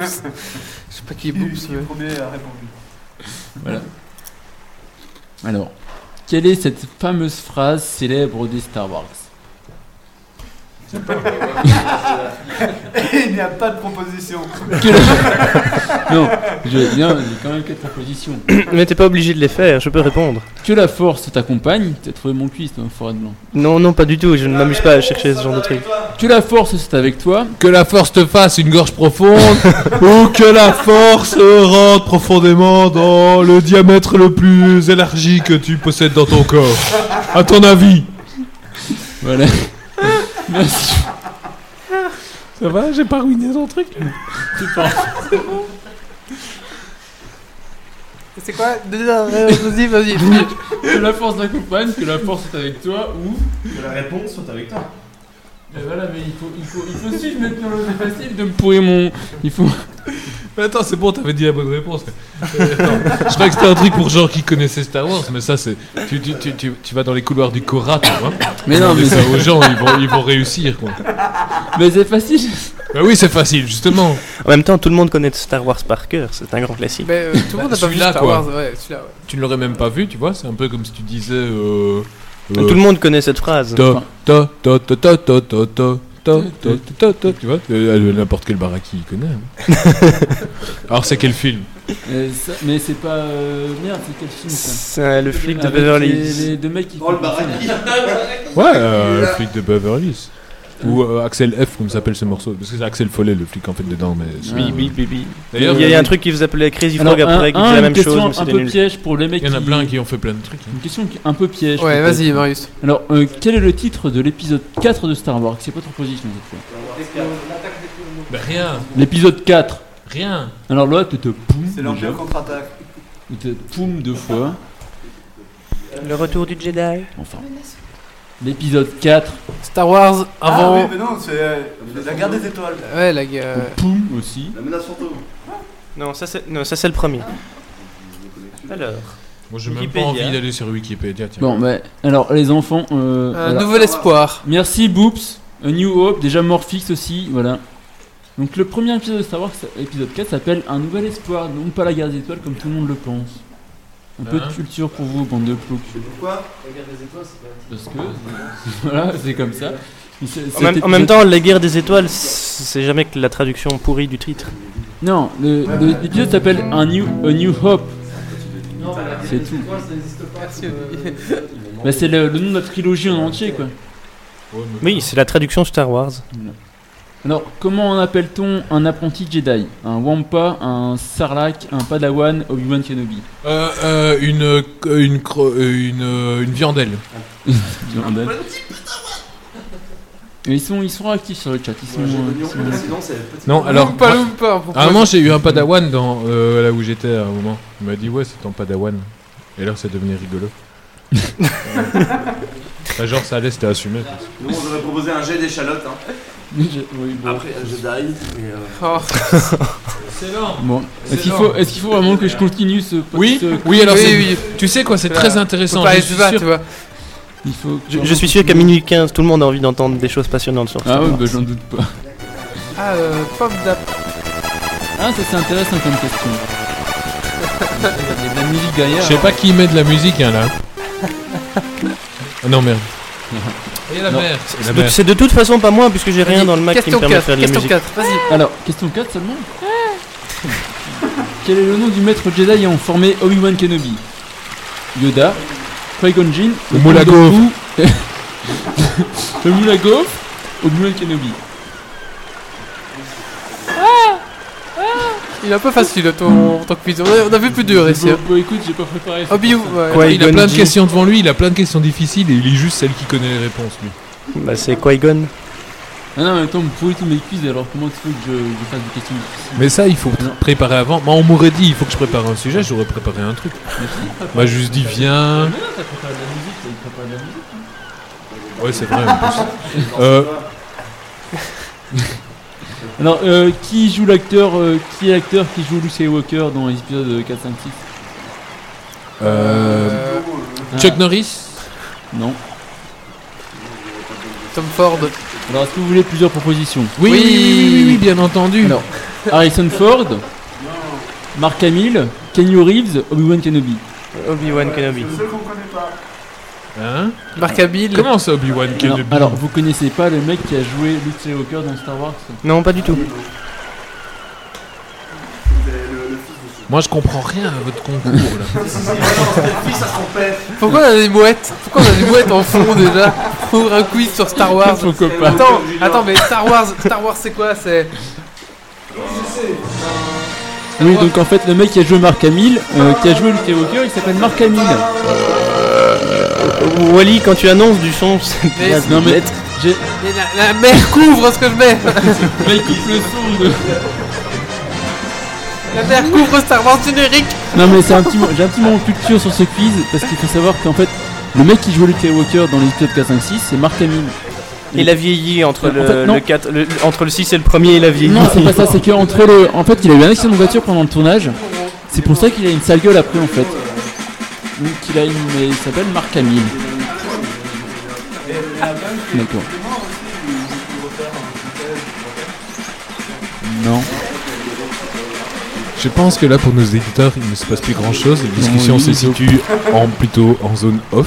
Speaker 1: Je sais pas qui est
Speaker 8: Il
Speaker 1: Boops,
Speaker 8: est le
Speaker 1: mais.
Speaker 8: premier à répondre.
Speaker 4: Alors, quelle est cette fameuse phrase célèbre des Star Wars
Speaker 8: Et il n'y a pas de proposition.
Speaker 4: <laughs> Non, j'ai bien, j'ai quand même quelques propositions.
Speaker 5: <coughs> Mais t'es pas obligé de les faire, je peux répondre.
Speaker 4: Que la force t'accompagne, t'as trouvé mon cuisse dans la forêt de blanc.
Speaker 5: Non, non, pas du tout, je ne m'amuse pas à chercher ce genre de truc.
Speaker 4: Que la force c'est avec toi,
Speaker 3: Que la force te fasse une gorge profonde <laughs> ou que la force rentre profondément dans le diamètre le plus élargi que tu possèdes dans ton corps. À ton avis
Speaker 4: Voilà. <laughs> Merci.
Speaker 3: Ça va J'ai pas ruiné ton <laughs> truc
Speaker 1: C'est quoi Déjà, euh, vas-y, vas-y.
Speaker 4: Que la force t'accompagne, que la force est avec toi, ou.
Speaker 13: Que la réponse soit avec toi.
Speaker 4: Mais voilà, Eh ben mais il faut, il faut, il faut suivre maintenant le facile de me pourrir mon. Il faut.
Speaker 3: Mais attends, c'est bon, t'avais dit la bonne réponse. Euh, attends, je croyais que c'était un truc pour gens qui connaissaient Star Wars, mais ça, c'est. Tu, tu, tu, tu, tu vas dans les couloirs du Cora, hein. tu vois.
Speaker 4: Mais non,
Speaker 3: Demandez
Speaker 4: mais,
Speaker 3: ça aux gens, ils vont, ils vont réussir, quoi.
Speaker 4: mais c'est facile.
Speaker 3: Bah oui, c'est facile, justement.
Speaker 5: En même temps, tout le monde connaît Star Wars par cœur, c'est un grand classique.
Speaker 1: <laughs> Mais euh, tout le monde n'a pas vu
Speaker 3: celui-là,
Speaker 1: Star
Speaker 3: quoi.
Speaker 1: Wars, ouais, celui-là, ouais.
Speaker 3: Tu ne l'aurais même pas vu, tu vois. C'est un peu comme si tu disais. Euh, euh,
Speaker 5: Tout le monde connaît cette phrase.
Speaker 3: Ta, ta, ta, ta, ta, ta, ta, ta, ta, ta, ta, ta, ta, Tu vois, euh, n'importe quel baraki il connaît. <laughs> hein. Alors, c'est quel film
Speaker 4: Euh, ça- mais c'est pas. euh, Merde, c'est quel film ça
Speaker 5: C'est le flic de
Speaker 4: Avec
Speaker 5: Beverly
Speaker 4: les-
Speaker 5: Hills.
Speaker 4: les deux mecs qui.
Speaker 13: Dans le baraki.
Speaker 3: Ouais, euh, le flic de Beverly Hills. Ou euh, Axel F, comme s'appelle ce morceau. Parce que c'est Axel Follet, le flic, en fait, dedans. Mais...
Speaker 5: Oui, oui, oui, oui.
Speaker 3: Ah. D'ailleurs, euh,
Speaker 5: Il y a un truc qui vous appelait Crazy
Speaker 4: Alors,
Speaker 5: Frog après,
Speaker 4: un-
Speaker 5: qui
Speaker 4: un,
Speaker 5: faisait la
Speaker 4: une
Speaker 5: même chose,
Speaker 4: question
Speaker 5: mais
Speaker 4: un
Speaker 5: c'était
Speaker 4: peu
Speaker 5: nul.
Speaker 4: piège pour les mecs
Speaker 3: Il y en a
Speaker 4: qui-
Speaker 3: plein qui ont fait plein de trucs. hein.
Speaker 4: Une question qui- un peu piège.
Speaker 1: Ouais,
Speaker 4: peut-être.
Speaker 1: vas-y, Marius.
Speaker 4: Alors, euh, quel est le titre de l'épisode 4 de Star Wars C'est pas trop position cette fois.
Speaker 3: Bah, rien,
Speaker 4: L'épisode 4.
Speaker 3: rien.
Speaker 4: Alors là, tu te poum.
Speaker 8: C'est
Speaker 4: déjà.
Speaker 8: l'Empire contre-attaque.
Speaker 4: Tu te poum deux fois.
Speaker 12: Le retour du Jedi.
Speaker 4: Enfin. L'épisode 4.
Speaker 1: Star Wars avant.
Speaker 2: Ah oui, mais non, c'est euh, la guerre des étoiles.
Speaker 1: Ouais, la guerre. euh,
Speaker 4: Poum aussi.
Speaker 2: La menace fantôme.
Speaker 5: Non, ça c'est non, ça, c'est le premier. Alors.
Speaker 3: Moi, j'ai même pas envie d'aller sur Wikipédia. Tiens.
Speaker 4: Bon, bah, alors les enfants. euh,
Speaker 1: Un nouvel espoir.
Speaker 4: Merci Boops, A New Hope, déjà Morphix aussi, voilà. Donc le premier épisode de Star Wars, épisode 4, s'appelle Un nouvel espoir, donc pas la guerre des étoiles comme tout le monde le pense. Un peu
Speaker 13: Hein
Speaker 4: de culture pour vous, bande de ploucs.
Speaker 13: Pourquoi La guerre des étoiles, c'est
Speaker 4: Parce voilà, c'est <laughs> comme ça. Mais c'est-
Speaker 5: En même,
Speaker 4: cet
Speaker 5: en même
Speaker 4: épisode-
Speaker 5: temps, la guerre des étoiles, c'est jamais que la traduction pourrie du titre.
Speaker 4: Non, le- le- l'épisode s'appelle Un New, A New Hope. C'est tout.
Speaker 13: euh,
Speaker 4: Bah, c'est le, le nom de la trilogie en entier, quoi.
Speaker 3: Oh,
Speaker 5: Oui, c'est la traduction Star Wars.
Speaker 4: Alors, comment en appelle-t-on un apprenti Jedi Un Wampa, un Sarlacc, un Padawan, Obi-Wan Kenobi
Speaker 3: Euh, euh, une, euh, une, cro- euh, une, euh, une viandelle.
Speaker 4: Viandelle. Et ils sont, ils sont actifs sur le chat. Ils sont,
Speaker 13: Ouais, j'ai
Speaker 4: euh,
Speaker 13: l'oignon, <laughs>
Speaker 4: ils sont-
Speaker 13: mais sinon, c'est petit.
Speaker 3: Ah, Non, alors.
Speaker 1: Loompa,
Speaker 3: moi-
Speaker 1: Loompa, pourquoi
Speaker 5: Ah,
Speaker 3: à un moment,
Speaker 1: ça
Speaker 3: j'ai eu un padawan dans, euh, là où j'étais à un moment. Il m'a dit, ouais, c'est ton padawan. Et là, c'est devenu rigolo. Bah, genre, ça allait, c'était assumé. quoi.
Speaker 13: Nous, on aurait proposé un jet d'échalote. Hein. Après, un Jedi. Et, euh... Ah,
Speaker 3: Excellent.
Speaker 4: Bon, est-ce qu'il
Speaker 3: Excellent.
Speaker 4: faut, est-ce qu'il faut vraiment que je continue ce euh,
Speaker 3: Oui,
Speaker 4: ce-
Speaker 3: oui, alors
Speaker 4: Oui,
Speaker 3: c'est-
Speaker 4: oui.
Speaker 3: tu sais quoi, c'est
Speaker 4: Voilà.
Speaker 3: très intéressant.
Speaker 4: Faut pas
Speaker 3: je
Speaker 4: être
Speaker 3: suis
Speaker 4: vain,
Speaker 3: sûr-
Speaker 4: tu vois. Il faut
Speaker 5: Je, je suis sûr qu'à minuit 15, tout le monde a envie d'entendre des choses passionnantes sur Star
Speaker 4: Ah ouais,
Speaker 5: Wars.
Speaker 4: bah, j'en doute pas.
Speaker 1: Ah, euh, Pop Dap.
Speaker 4: Ah, ça c'est intéressant comme question. Il y a de la musique derrière.
Speaker 3: Je sais pas qui met de la musique, hein, là. Ah non, merde. Et la
Speaker 4: Non.
Speaker 3: mère.
Speaker 5: C'est de- C'est de toute façon pas moi, puisque j'ai rien dans le Mac qui me permet de faire de la musique.
Speaker 1: vas-y.
Speaker 4: Alors, question 4 seulement Quel est le nom du maître Jedi ayant formé Obi-Wan Kenobi Yoda, Qui-Gon Jinn,
Speaker 3: Le Moula
Speaker 4: Count Dooku, le Moula Goff, Obi-Wan Kenobi.
Speaker 1: Il est un peu facile ton, ton quiz. On a, on a vu plus dur ici.
Speaker 3: hein.
Speaker 4: Bon, bon, écoute, j'ai pas préparé. c'est
Speaker 1: Obi-
Speaker 4: pour ça.
Speaker 1: ouais.
Speaker 3: il a
Speaker 1: Qui-Gon
Speaker 3: plein de
Speaker 1: Jinn.
Speaker 3: questions devant lui, il a plein de questions difficiles et il lit juste celle qui connaît les réponses, lui.
Speaker 5: Bah, c'est Qui-Gon.
Speaker 4: Ah non, mais attends, vous pourrez tous mes quiz alors comment tu veux que je, je fasse des questions difficiles
Speaker 3: Mais ça, il faut pr- préparer avant. Moi, on m'aurait dit, il faut que je prépare un sujet, j'aurais préparé un truc. Moi, je juste dit, viens.
Speaker 4: Mais non, t'as préparé de la musique, t'as préparé de
Speaker 3: Ouais,
Speaker 4: la musique.
Speaker 3: c'est vrai. en plus. Euh,
Speaker 4: Alors, euh, qui joue l'acteur euh, Qui est l'acteur qui joue Luke Skywalker dans les épisodes euh, 4, 5, 6
Speaker 3: euh, Chuck
Speaker 4: Ah.
Speaker 3: Norris
Speaker 4: Non.
Speaker 1: Tom Ford.
Speaker 4: Alors, est-ce que vous voulez plusieurs propositions
Speaker 3: Oui, oui, oui, oui, oui, oui, bien entendu.
Speaker 4: Alors, Harrison Ford, Mark Hamill, Kenny Reeves, Obi-Wan Kenobi.
Speaker 5: Obi-Wan Kenobi.
Speaker 3: Hein
Speaker 1: Mark Hamill.
Speaker 3: Comment ça, Obi-Wan
Speaker 4: Alors,
Speaker 3: Kenobi
Speaker 4: alors, vous connaissez pas le mec qui a joué Luke Skywalker dans Star Wars
Speaker 5: Non, pas du tout.
Speaker 3: Moi, je comprends rien à votre concours, là.
Speaker 1: Pourquoi on a des mouettes Pourquoi on a des mouettes en fond déjà pour un quiz sur Star Wars
Speaker 4: Faut que pas.
Speaker 1: Attends, attends, mais Star Wars, Star Wars c'est quoi C'est
Speaker 4: Oui, donc en fait, le mec qui a joué Mark Hamill, euh, qui a joué Luke Skywalker, il s'appelle Mark Hamill.
Speaker 5: Wally, quand tu annonces du son, c'est
Speaker 1: Mais-
Speaker 4: non, mais j'ai.
Speaker 1: Mais la, la mer couvre ce que je mets.
Speaker 4: Là, il coupe le son de.
Speaker 1: La mer couvre Star Wars générique.
Speaker 4: Non mais c'est un petit mo- j'ai un petit moment culture sur ce quiz parce qu'il faut savoir qu'en fait le mec qui joue Luke Skywalker dans l'épisode 4 5 6 c'est Mark Hamill.
Speaker 5: Il a vieilli entre
Speaker 4: En
Speaker 5: le,
Speaker 4: fait, non.
Speaker 5: le 4, le- entre le 6 et le premier, il a vieilli.
Speaker 4: Non c'est pas ça, c'est que entre le en fait il a eu un accident de voiture pendant le tournage. C'est pour ça qu'il a une sale gueule après en fait. Donc il a une mais il s'appelle Mark Hamill. D'accord. Non.
Speaker 3: Je pense que là, pour nos éditeurs, il ne se passe plus grand chose. La discussion
Speaker 4: Non,
Speaker 3: se
Speaker 4: oui,
Speaker 3: situe en, plutôt en zone off.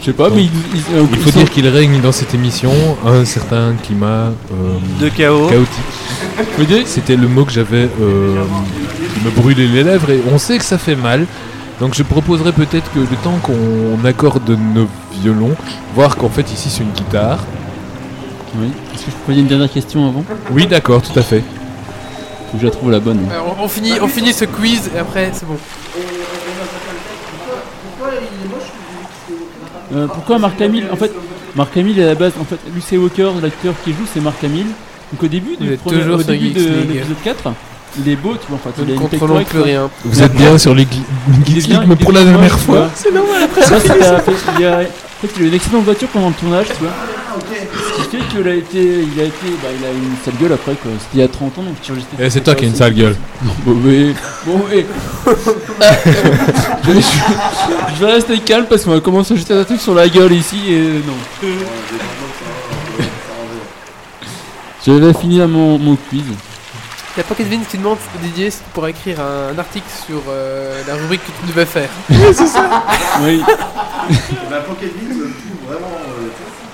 Speaker 4: Je sais pas, mais ils- ils- euh,
Speaker 3: Ah il faut
Speaker 4: ils sont-
Speaker 3: dire qu'il règne dans cette émission un certain climat euh,
Speaker 5: De chaos.
Speaker 3: chaotique. Vous voyez, C'était le mot que j'avais euh, qui me brûlait les lèvres et on sait que ça fait mal. Donc je proposerais peut-être que le temps qu'on accorde nos violons, voir qu'en fait ici c'est une guitare.
Speaker 4: Oui. Est-ce que je peux poser une dernière question avant
Speaker 3: Oui, d'accord, tout à fait.
Speaker 4: Faut que je la trouve la bonne. hein.
Speaker 1: Alors, Euh, on, on finit, on finit ce quiz et après c'est bon.
Speaker 4: Euh, pourquoi Mark Hamill En fait, Mark Hamill à la base, en fait, Luke Skywalker, l'acteur qui joue, c'est Mark Hamill. Donc au début
Speaker 1: Vous
Speaker 4: du
Speaker 1: êtes
Speaker 4: premier,
Speaker 1: toujours
Speaker 4: au
Speaker 1: sur
Speaker 4: début
Speaker 1: Geeks
Speaker 4: de
Speaker 1: League.
Speaker 4: l'épisode 4, il est beau, tu vois. Enfin,
Speaker 1: Nous
Speaker 4: il
Speaker 1: ne
Speaker 4: a une
Speaker 1: contrôlons
Speaker 4: pectorale,
Speaker 1: plus
Speaker 4: quoi.
Speaker 1: rien.
Speaker 3: Vous êtes bien sur les gli-
Speaker 4: Il
Speaker 3: Geeks
Speaker 4: est bien,
Speaker 3: League, mais
Speaker 4: il est
Speaker 3: pour la
Speaker 4: bien,
Speaker 3: dernière
Speaker 4: tu
Speaker 3: fois.
Speaker 4: vois. Ça, ça, ça, il a- en fait, il a eu une excellente voiture pendant le tournage, tu vois. Ce qui fait qu'il a été, il a été, bah, il a eu une sale gueule après quoi. C'était il y a 30 ans donc tu vois, j'étais-
Speaker 3: Et Eh, c'est toi qui as une sale gueule.
Speaker 4: Bon, oui. Bon, oui. je, Euh, je- je vais rester calme parce qu'on va commencer à jeter un truc sur la gueule ici et non. Je vais finir mon, mon quiz.
Speaker 1: Il y a Pocket Vince qui demande Didier si tu pourrais écrire un, un article sur euh, la rubrique que tu devais faire.
Speaker 13: Oui, c'est ça.
Speaker 4: Oui.
Speaker 13: Et bah, Pocket Beat, je le trouve vraiment.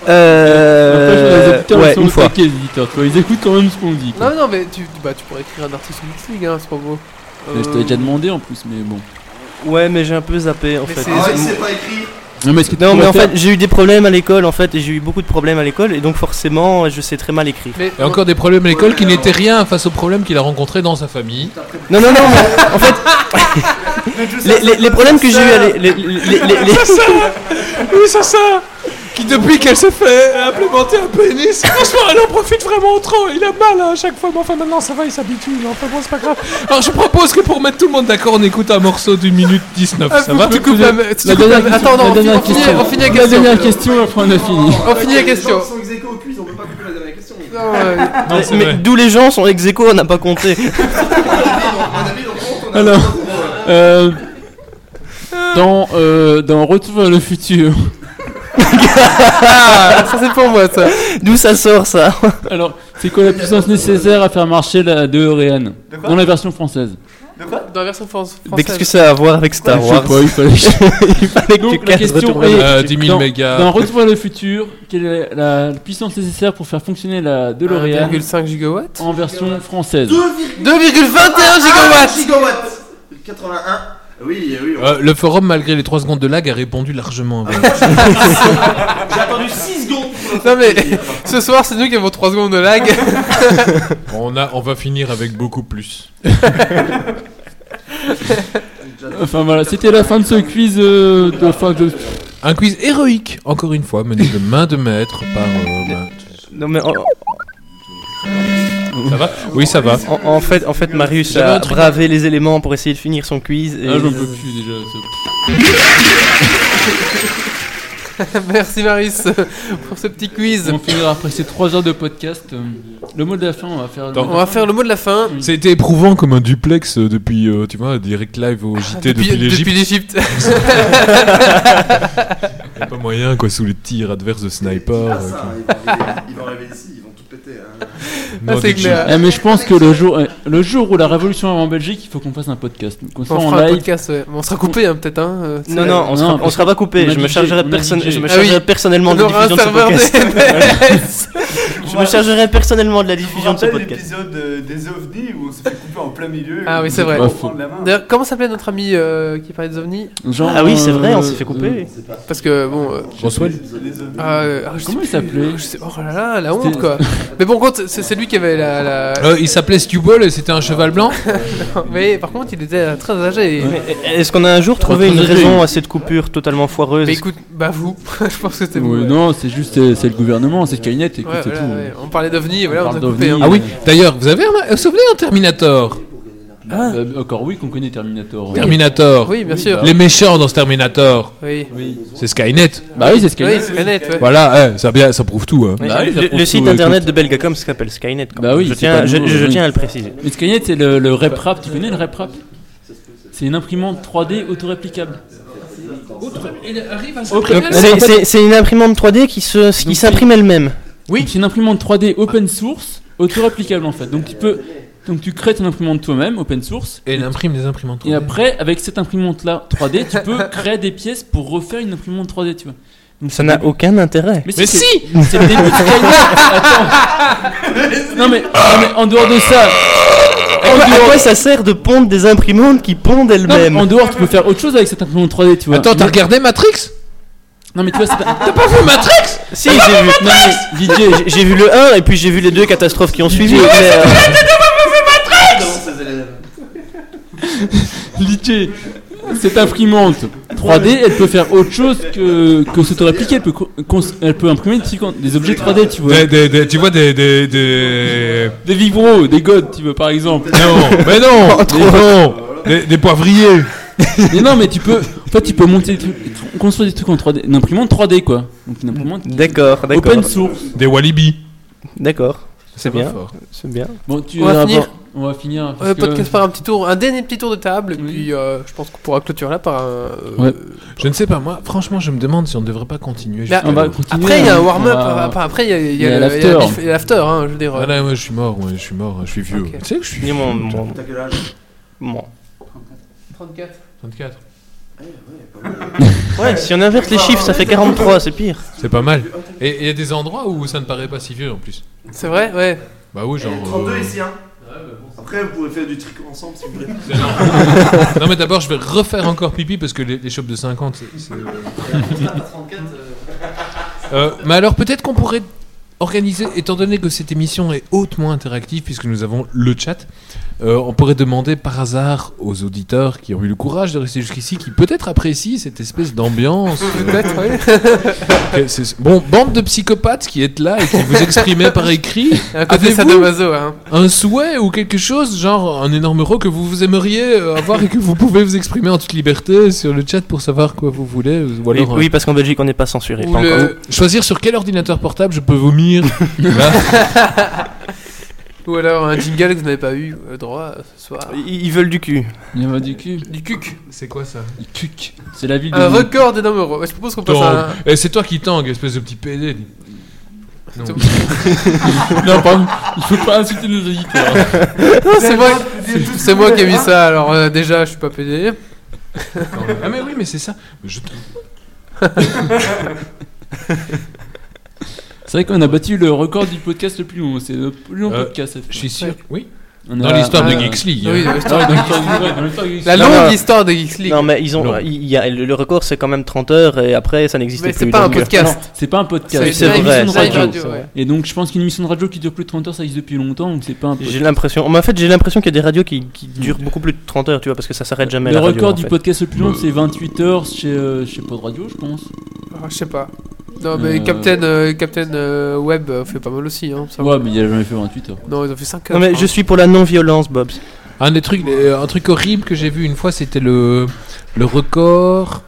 Speaker 13: euh,
Speaker 4: Après, les
Speaker 12: Euh.
Speaker 4: auditeurs, ils
Speaker 12: ouais,
Speaker 4: sont
Speaker 12: une
Speaker 4: au
Speaker 12: fois.
Speaker 4: taquet, les auditeurs, tu vois, ils écoutent quand même ce qu'on dit. quoi.
Speaker 1: Non, non, mais tu, bah, tu pourrais écrire un article sur Geeks League, hein, c'est pas beau. Euh,
Speaker 4: Mais Euh, je t'avais déjà demandé en plus, mais bon.
Speaker 5: Ouais, mais j'ai un peu zappé en
Speaker 1: Mais
Speaker 5: fait.
Speaker 1: c'est- Ah ouais, c'est
Speaker 13: pas écrit.
Speaker 4: Non, mais ce que tu
Speaker 5: Non, mais
Speaker 4: pourrais
Speaker 5: en fait,
Speaker 4: faire-
Speaker 5: j'ai eu des problèmes à l'école en fait, et j'ai eu beaucoup de problèmes à l'école, et donc forcément, je sais très mal écrire.
Speaker 1: Mais
Speaker 3: Et encore des problèmes à l'école qui n'étaient rien face aux problèmes qu'il a rencontrés dans sa famille.
Speaker 5: Non, non, non, mais en fait.
Speaker 1: <laughs>
Speaker 5: les, les- les problèmes que j'ai eu à l'é- les- les- les-
Speaker 4: <laughs>
Speaker 5: les-
Speaker 3: Oui, c'est ça Qui depuis qu'elle s'est fait implémenter un pénis, franchement, elle en profite vraiment trop. Il a mal hein, à chaque fois, mais enfin maintenant ça va, il s'habitue. mais Enfin bon, c'est pas grave. Alors je propose que pour mettre tout le monde d'accord, on écoute un morceau d'une minute 19.
Speaker 1: Ah,
Speaker 3: ça va
Speaker 1: tu coupes la- tu coupes la- Attends, non, on finit- on finit- on finit la
Speaker 4: La
Speaker 1: question.
Speaker 4: dernière question, après on a fini.
Speaker 1: On finit la question.
Speaker 13: Sans ex aequo au quiz, on peut pas couper la dernière question.
Speaker 5: Mais-
Speaker 4: c'est
Speaker 5: mais
Speaker 4: vrai.
Speaker 5: d'où les gens sont ex aequo, on n'a pas compté.
Speaker 4: Alors, euh, dans, euh, dans Retour vers le futur.
Speaker 1: ça c'est pour moi ça.
Speaker 5: D'où ça sort ça
Speaker 4: Alors, c'est quoi la puissance nécessaire à faire marcher la DeLorean Dans la version française.
Speaker 1: Dans la version France.
Speaker 5: Mais qu'est-ce que ça a à voir avec Star
Speaker 4: Je sais
Speaker 5: Wars
Speaker 4: pas, il <laughs> fallait-
Speaker 5: Il fallait que
Speaker 4: Donc,
Speaker 5: tu
Speaker 4: la
Speaker 5: casses
Speaker 4: question
Speaker 5: Retour
Speaker 4: est Euh,
Speaker 5: vers le futur.
Speaker 3: 10 000
Speaker 4: dans,
Speaker 3: mégas.
Speaker 4: dans Retour vers le futur, quelle est la puissance nécessaire pour faire fonctionner la DeLorean
Speaker 1: 1,5 gigawatts
Speaker 4: en version française
Speaker 1: 2,21 gigawatts
Speaker 13: gigawatts 81 Oui, eh oui. on-
Speaker 3: Euh, le forum, malgré les 3 secondes de lag, a répondu largement.
Speaker 1: Ah.
Speaker 13: J'ai attendu 6 secondes pour le
Speaker 1: Non mais
Speaker 13: faire.
Speaker 1: ce soir c'est nous qui avons 3 secondes de lag. <laughs>
Speaker 3: on, a, on va finir avec beaucoup plus.
Speaker 4: Enfin voilà, c'était la fin de ce quiz euh, de fin de.
Speaker 3: Un quiz héroïque, encore une fois, mené de main de maître par. euh, ben,
Speaker 5: Non, mais en,
Speaker 3: Ça va Oui, ça va.
Speaker 5: en- en fait, en fait, Marius
Speaker 3: J'avais un
Speaker 5: a
Speaker 3: truc-
Speaker 5: bravé les éléments pour essayer de finir son quiz. Et...
Speaker 4: Ah, j'en peux plus déjà. c'est-
Speaker 1: Merci Marius pour ce petit quiz.
Speaker 4: On finira après ces 3 heures de podcast. euh, Le mot de la fin, on va faire. le-
Speaker 3: Attends.
Speaker 1: On va faire le mot de la fin.
Speaker 3: C'était éprouvant comme un duplex euh, depuis, euh, tu vois, direct live au JT depuis, l'Égypte.
Speaker 1: Ah, Depuis l'Égypte.
Speaker 3: Y a Pas moyen, quoi, sous les tirs adverses de sniper.
Speaker 13: Ah,
Speaker 3: euh,
Speaker 13: ça,
Speaker 3: quoi.
Speaker 13: ils vont arriver- Ils vont arriver ici, ils vont tout péter. hein.
Speaker 3: Non,
Speaker 1: c'est
Speaker 3: t'es
Speaker 1: clair.
Speaker 4: Eh, mais je pense que le jour, euh, le jour où la révolution arrive en Belgique, il faut qu'on fasse un podcast. Qu'on soit
Speaker 1: On
Speaker 4: en
Speaker 1: fera un
Speaker 4: live.
Speaker 1: podcast. ouais. On sera coupé hein, peut-être. Hein. euh,
Speaker 5: Non,
Speaker 1: c'est-
Speaker 5: non, on sera,
Speaker 4: Non,
Speaker 5: on sera pas coupé.
Speaker 4: on a
Speaker 5: Je me
Speaker 4: DJ,
Speaker 5: chargerai,
Speaker 4: on a
Speaker 5: person-
Speaker 4: DJ.
Speaker 5: je me
Speaker 1: Ah oui.
Speaker 5: chargerai personnellement
Speaker 1: On
Speaker 5: de la
Speaker 1: aura un
Speaker 5: diffusion de ce
Speaker 1: serveur
Speaker 5: podcast.
Speaker 1: DNS.
Speaker 5: Je me chargerai personnellement de la
Speaker 2: Je vous
Speaker 5: diffusion de ce
Speaker 2: rappelle
Speaker 5: podcast.
Speaker 2: l'épisode euh, des ovnis où on s'est fait couper en plein milieu.
Speaker 1: Ah oui, c'est vrai.
Speaker 4: Bah,
Speaker 2: On peut prendre la main.
Speaker 1: D'ailleurs, comment s'appelait notre ami euh, qui parlait des ovnis
Speaker 4: Genre,
Speaker 5: Ah oui, c'est
Speaker 4: euh,
Speaker 5: vrai, on s'est fait
Speaker 4: euh,
Speaker 5: couper.
Speaker 1: Parce que bon. euh,
Speaker 3: Roswell
Speaker 1: euh, ah, je sais
Speaker 4: Comment il
Speaker 1: plus,
Speaker 4: s'appelait
Speaker 1: je sais- Oh là là, la honte quoi. Mais bon, compte, c'est c'est lui qui avait la. la-
Speaker 3: Euh, Il s'appelait Stewball et c'était un cheval blanc.
Speaker 1: <laughs> Mais par contre, il était euh, très
Speaker 4: euh,
Speaker 1: âgé.
Speaker 5: Mais Est-ce qu'on a un jour trouvé une raison à cette coupure totalement foireuse
Speaker 1: Mais écoute, bah vous, <laughs> je pense que c'était vous.
Speaker 4: ouais,
Speaker 1: ouais.
Speaker 4: Non, c'est juste euh, c'est le gouvernement, c'est Skynet, écoute,
Speaker 1: Ouais,
Speaker 4: c'est
Speaker 1: voilà,
Speaker 4: tout.
Speaker 1: ouais. On parlait d'OVNI, et voilà, on,
Speaker 4: parle
Speaker 1: a coupé.
Speaker 4: d'OVNI.
Speaker 1: hein.
Speaker 3: Ah oui, d'ailleurs, vous avez remar- vous souvenez en Terminator
Speaker 5: Ah.
Speaker 4: Euh, encore oui, qu'on connaît Terminator.
Speaker 3: Terminator.
Speaker 1: Oui, bien sûr.
Speaker 3: Les méchants dans ce Terminator,
Speaker 1: Oui,
Speaker 3: c'est Skynet.
Speaker 4: Bah oui, c'est Skynet.
Speaker 1: Oui, c'est Skynet, ouais.
Speaker 3: Voilà, eh, ça, bien, ça prouve tout. hein.
Speaker 5: Mais
Speaker 4: Bah oui, ça
Speaker 5: le,
Speaker 4: prouve
Speaker 5: le
Speaker 4: tout,
Speaker 5: site
Speaker 4: euh,
Speaker 5: internet de Belgacom s'appelle Skynet. quand
Speaker 4: Bah
Speaker 5: même.
Speaker 4: oui,
Speaker 5: je
Speaker 4: c'est
Speaker 5: tiens,
Speaker 4: pas
Speaker 5: je,
Speaker 4: nouveau,
Speaker 5: je
Speaker 4: oui.
Speaker 5: tiens à le préciser.
Speaker 4: Mais Skynet, c'est le, le RepRap. Tu connais le RepRap C'est une imprimante 3D autoréplicable. Autoréplicable.
Speaker 5: C'est- C'est c'est une imprimante 3D qui se-
Speaker 4: Donc,
Speaker 5: qui s'imprime elle-même.
Speaker 4: Oui, c'est une imprimante 3D open source autoréplicable en fait. Donc tu peux, donc tu crées ton imprimante toi-même open source.
Speaker 3: Et il imprime des imprimantes.
Speaker 4: Et après, avec cette imprimante-là 3D, tu peux créer des pièces pour refaire une imprimante 3D, tu vois. Donc,
Speaker 5: Ça n'a aucun intérêt.
Speaker 4: Mais, si C'est le début de Skynet Attends Non mais, non, mais en dehors de ça,
Speaker 5: À quoi, à quoi ça sert de pondre des imprimantes qui pondent
Speaker 4: non, mais en
Speaker 5: elles-mêmes
Speaker 4: dehors, tu peux faire autre chose avec cette imprimante 3D, tu vois.
Speaker 3: Attends, t'as
Speaker 4: Mais-
Speaker 3: regardé Matrix
Speaker 4: Non mais tu vois, c'est un-
Speaker 3: T'as pas vu Matrix
Speaker 5: Si, <laughs> j'ai vu.
Speaker 4: Non mais, Didier,
Speaker 5: J'ai- J'ai vu le 1 et puis j'ai vu les deux catastrophes qui ont suivi.
Speaker 4: Ouais,
Speaker 5: mais, euh,
Speaker 13: Dans ces élèves.
Speaker 4: Didier, cette imprimante 3D, elle peut faire autre chose que, que s'auto-répliquer. Elle peut, co- cons- elle peut imprimer des, petits con- des objets 3D, tu vois.
Speaker 3: Des- des- des- tu vois des des des
Speaker 4: Des vibros, des godes, tu veux par exemple.
Speaker 3: Non, mais non, mais non, des, des poivriers.
Speaker 4: mais non, mais tu peux, en fait, tu peux monter, des trucs- des trucs- construire des trucs en 3D, une imprimante 3D quoi. Donc une imprimante. qui-
Speaker 5: D'accord, d'accord.
Speaker 4: Open source.
Speaker 3: Des Walibi.
Speaker 5: D'accord. C'est
Speaker 4: va
Speaker 5: bien.
Speaker 4: fort.
Speaker 5: C'est bien.
Speaker 4: Bon, tu
Speaker 1: On va
Speaker 4: vas
Speaker 1: finir.
Speaker 4: avoir- On va finir. parce
Speaker 1: Euh,
Speaker 4: que-
Speaker 1: podcast par un petit tour, un dernier petit tour de table, puis euh, je pense qu'on pourra clôturer là par un. euh,
Speaker 3: Ouais. Je ne sais pas, moi, franchement, je me demande si on ne devrait pas continuer.
Speaker 1: Bah,
Speaker 3: jusqu'à
Speaker 1: on va
Speaker 3: là.
Speaker 4: continuer. hein.
Speaker 1: Après, il y a un warm-up, euh,
Speaker 4: On va-
Speaker 1: enfin, après, il y a- il y a
Speaker 4: Il y a
Speaker 1: le- il y a
Speaker 4: l'after.
Speaker 1: diff- il y a l'after, hein, je veux dire.
Speaker 3: Ah là, ouais, je suis mort, ouais, je suis mort, je suis vieux.
Speaker 1: Ok.
Speaker 3: Tu sais que je suis
Speaker 5: Dis
Speaker 3: vieux.
Speaker 5: mon- mon-
Speaker 13: T'as quel âge
Speaker 1: 34.
Speaker 3: 34.
Speaker 5: Ouais, si on inverse les chiffres, ça fait 43, c'est pire.
Speaker 3: C'est pas mal. Et et il y a des endroits où ça ne paraît pas si vieux en plus.
Speaker 1: C'est vrai, ouais.
Speaker 3: Bah oui, genre.
Speaker 13: Eh, 32
Speaker 3: euh,
Speaker 13: ici, hein Après, vous pouvez faire du tricot ensemble si vous voulez.
Speaker 3: non mais d'abord je vais refaire encore pipi parce que les, les chopes de 50 c'est- c'est- Euh, mais alors peut-être qu'on pourrait organiser, étant donné que cette émission est hautement interactive puisque nous avons le chat, euh, on pourrait demander par hasard aux auditeurs qui ont eu le courage de rester jusqu'ici, qui peut-être apprécient cette espèce d'ambiance. euh,
Speaker 1: Peut-être, oui. <laughs>
Speaker 3: que c'est- Bon, bande de psychopathes qui êtes là et qui vous exprimez par écrit.
Speaker 1: Un côté
Speaker 3: Avez-vous
Speaker 1: sadomaso, hein.
Speaker 3: un souhait ou quelque chose, genre un énorme euro que vous, vous aimeriez euh, avoir et que vous pouvez vous exprimer en toute liberté sur le chat pour savoir quoi vous voulez ou- ou
Speaker 5: Oui,
Speaker 3: alors, euh,
Speaker 5: oui, parce qu'en Belgique, on n'est pas censuré.
Speaker 1: Ou
Speaker 5: pas encore.
Speaker 1: le-
Speaker 3: Choisir sur quel ordinateur portable je peux vomir.
Speaker 1: Ou alors un jingle que vous n'avez pas eu euh, droit euh, ce soir.
Speaker 5: Ils ils veulent du cul.
Speaker 4: Il y en a du cul.
Speaker 1: Du cuc.
Speaker 3: C'est quoi ça
Speaker 4: Du cuc. C'est la ville de.
Speaker 1: Un record d'énormes euros. Ouais, Je propose qu'on passe à un.
Speaker 3: Eh, C'est toi qui tangue, espèce de petit PD.
Speaker 1: <laughs>
Speaker 3: Non.
Speaker 4: Non, pardon, il faut pas insulter nos auditeurs.
Speaker 1: Non, c'est moi, c'est- c'est moi qui ai mis ça, alors euh, déjà, je suis pas pédé.
Speaker 3: ah mais oui, mais c'est ça. Mais je te-
Speaker 4: C'est vrai qu'on a battu le record du podcast le plus long. C'est le plus long
Speaker 3: Euh,
Speaker 4: podcast. cette fois.
Speaker 3: Je suis sûr. Oui.
Speaker 4: On
Speaker 3: Dans
Speaker 4: a-
Speaker 3: l'histoire
Speaker 1: ah,
Speaker 3: de Geeks League.
Speaker 1: oui,
Speaker 3: hein.
Speaker 1: oui.
Speaker 4: Ah ouais, dans l'histoire du- ouais, dans l'histoire du-
Speaker 1: La
Speaker 5: Non,
Speaker 1: longue
Speaker 5: mais-
Speaker 1: histoire des Geeks League.
Speaker 5: Non, mais ils ont,
Speaker 3: Non.
Speaker 5: il y a- le le record, c'est quand même 30 heures et après, ça n'existe
Speaker 1: Mais
Speaker 5: plus.
Speaker 1: c'est pas un
Speaker 5: donc, euh,
Speaker 1: podcast.
Speaker 4: Non, c'est pas un podcast.
Speaker 5: Oui,
Speaker 1: C'est
Speaker 5: c'est
Speaker 1: une
Speaker 4: une
Speaker 5: vrai,
Speaker 4: émission de
Speaker 5: c'est
Speaker 1: live
Speaker 4: radio.
Speaker 5: vrai,
Speaker 1: radio,
Speaker 5: c'est vrai.
Speaker 1: ouais.
Speaker 4: Et donc, je pense qu'une émission de radio qui dure plus de 30 heures, ça existe depuis longtemps, donc c'est pas un
Speaker 5: euh, J'ai
Speaker 4: podcast.
Speaker 5: l'impression. mais En fait, j'ai l'impression qu'il y a des radios qui, qui durent beaucoup plus de 30 heures, tu vois, parce que ça s'arrête jamais.
Speaker 4: Mm. Le
Speaker 5: la radio,
Speaker 4: record
Speaker 5: en
Speaker 4: du
Speaker 5: fait.
Speaker 4: podcast le plus
Speaker 3: Bah,
Speaker 4: long, c'est 28 heures chez, euh, chez Pod Radio, je pense.
Speaker 1: Ah, Je sais pas. Non, mais
Speaker 4: Euh.
Speaker 1: Captain, euh, Captain euh, Web euh, fait pas mal aussi. Hein, ça va.
Speaker 4: Ouais, mais il a jamais fait 28 heures.
Speaker 1: Non, ils ont fait 5 heures.
Speaker 5: Non, mais
Speaker 1: hein.
Speaker 5: je suis pour la non-violence, Bobs.
Speaker 3: Un des trucs, euh, un truc horrible que j'ai vu une fois, c'était le le record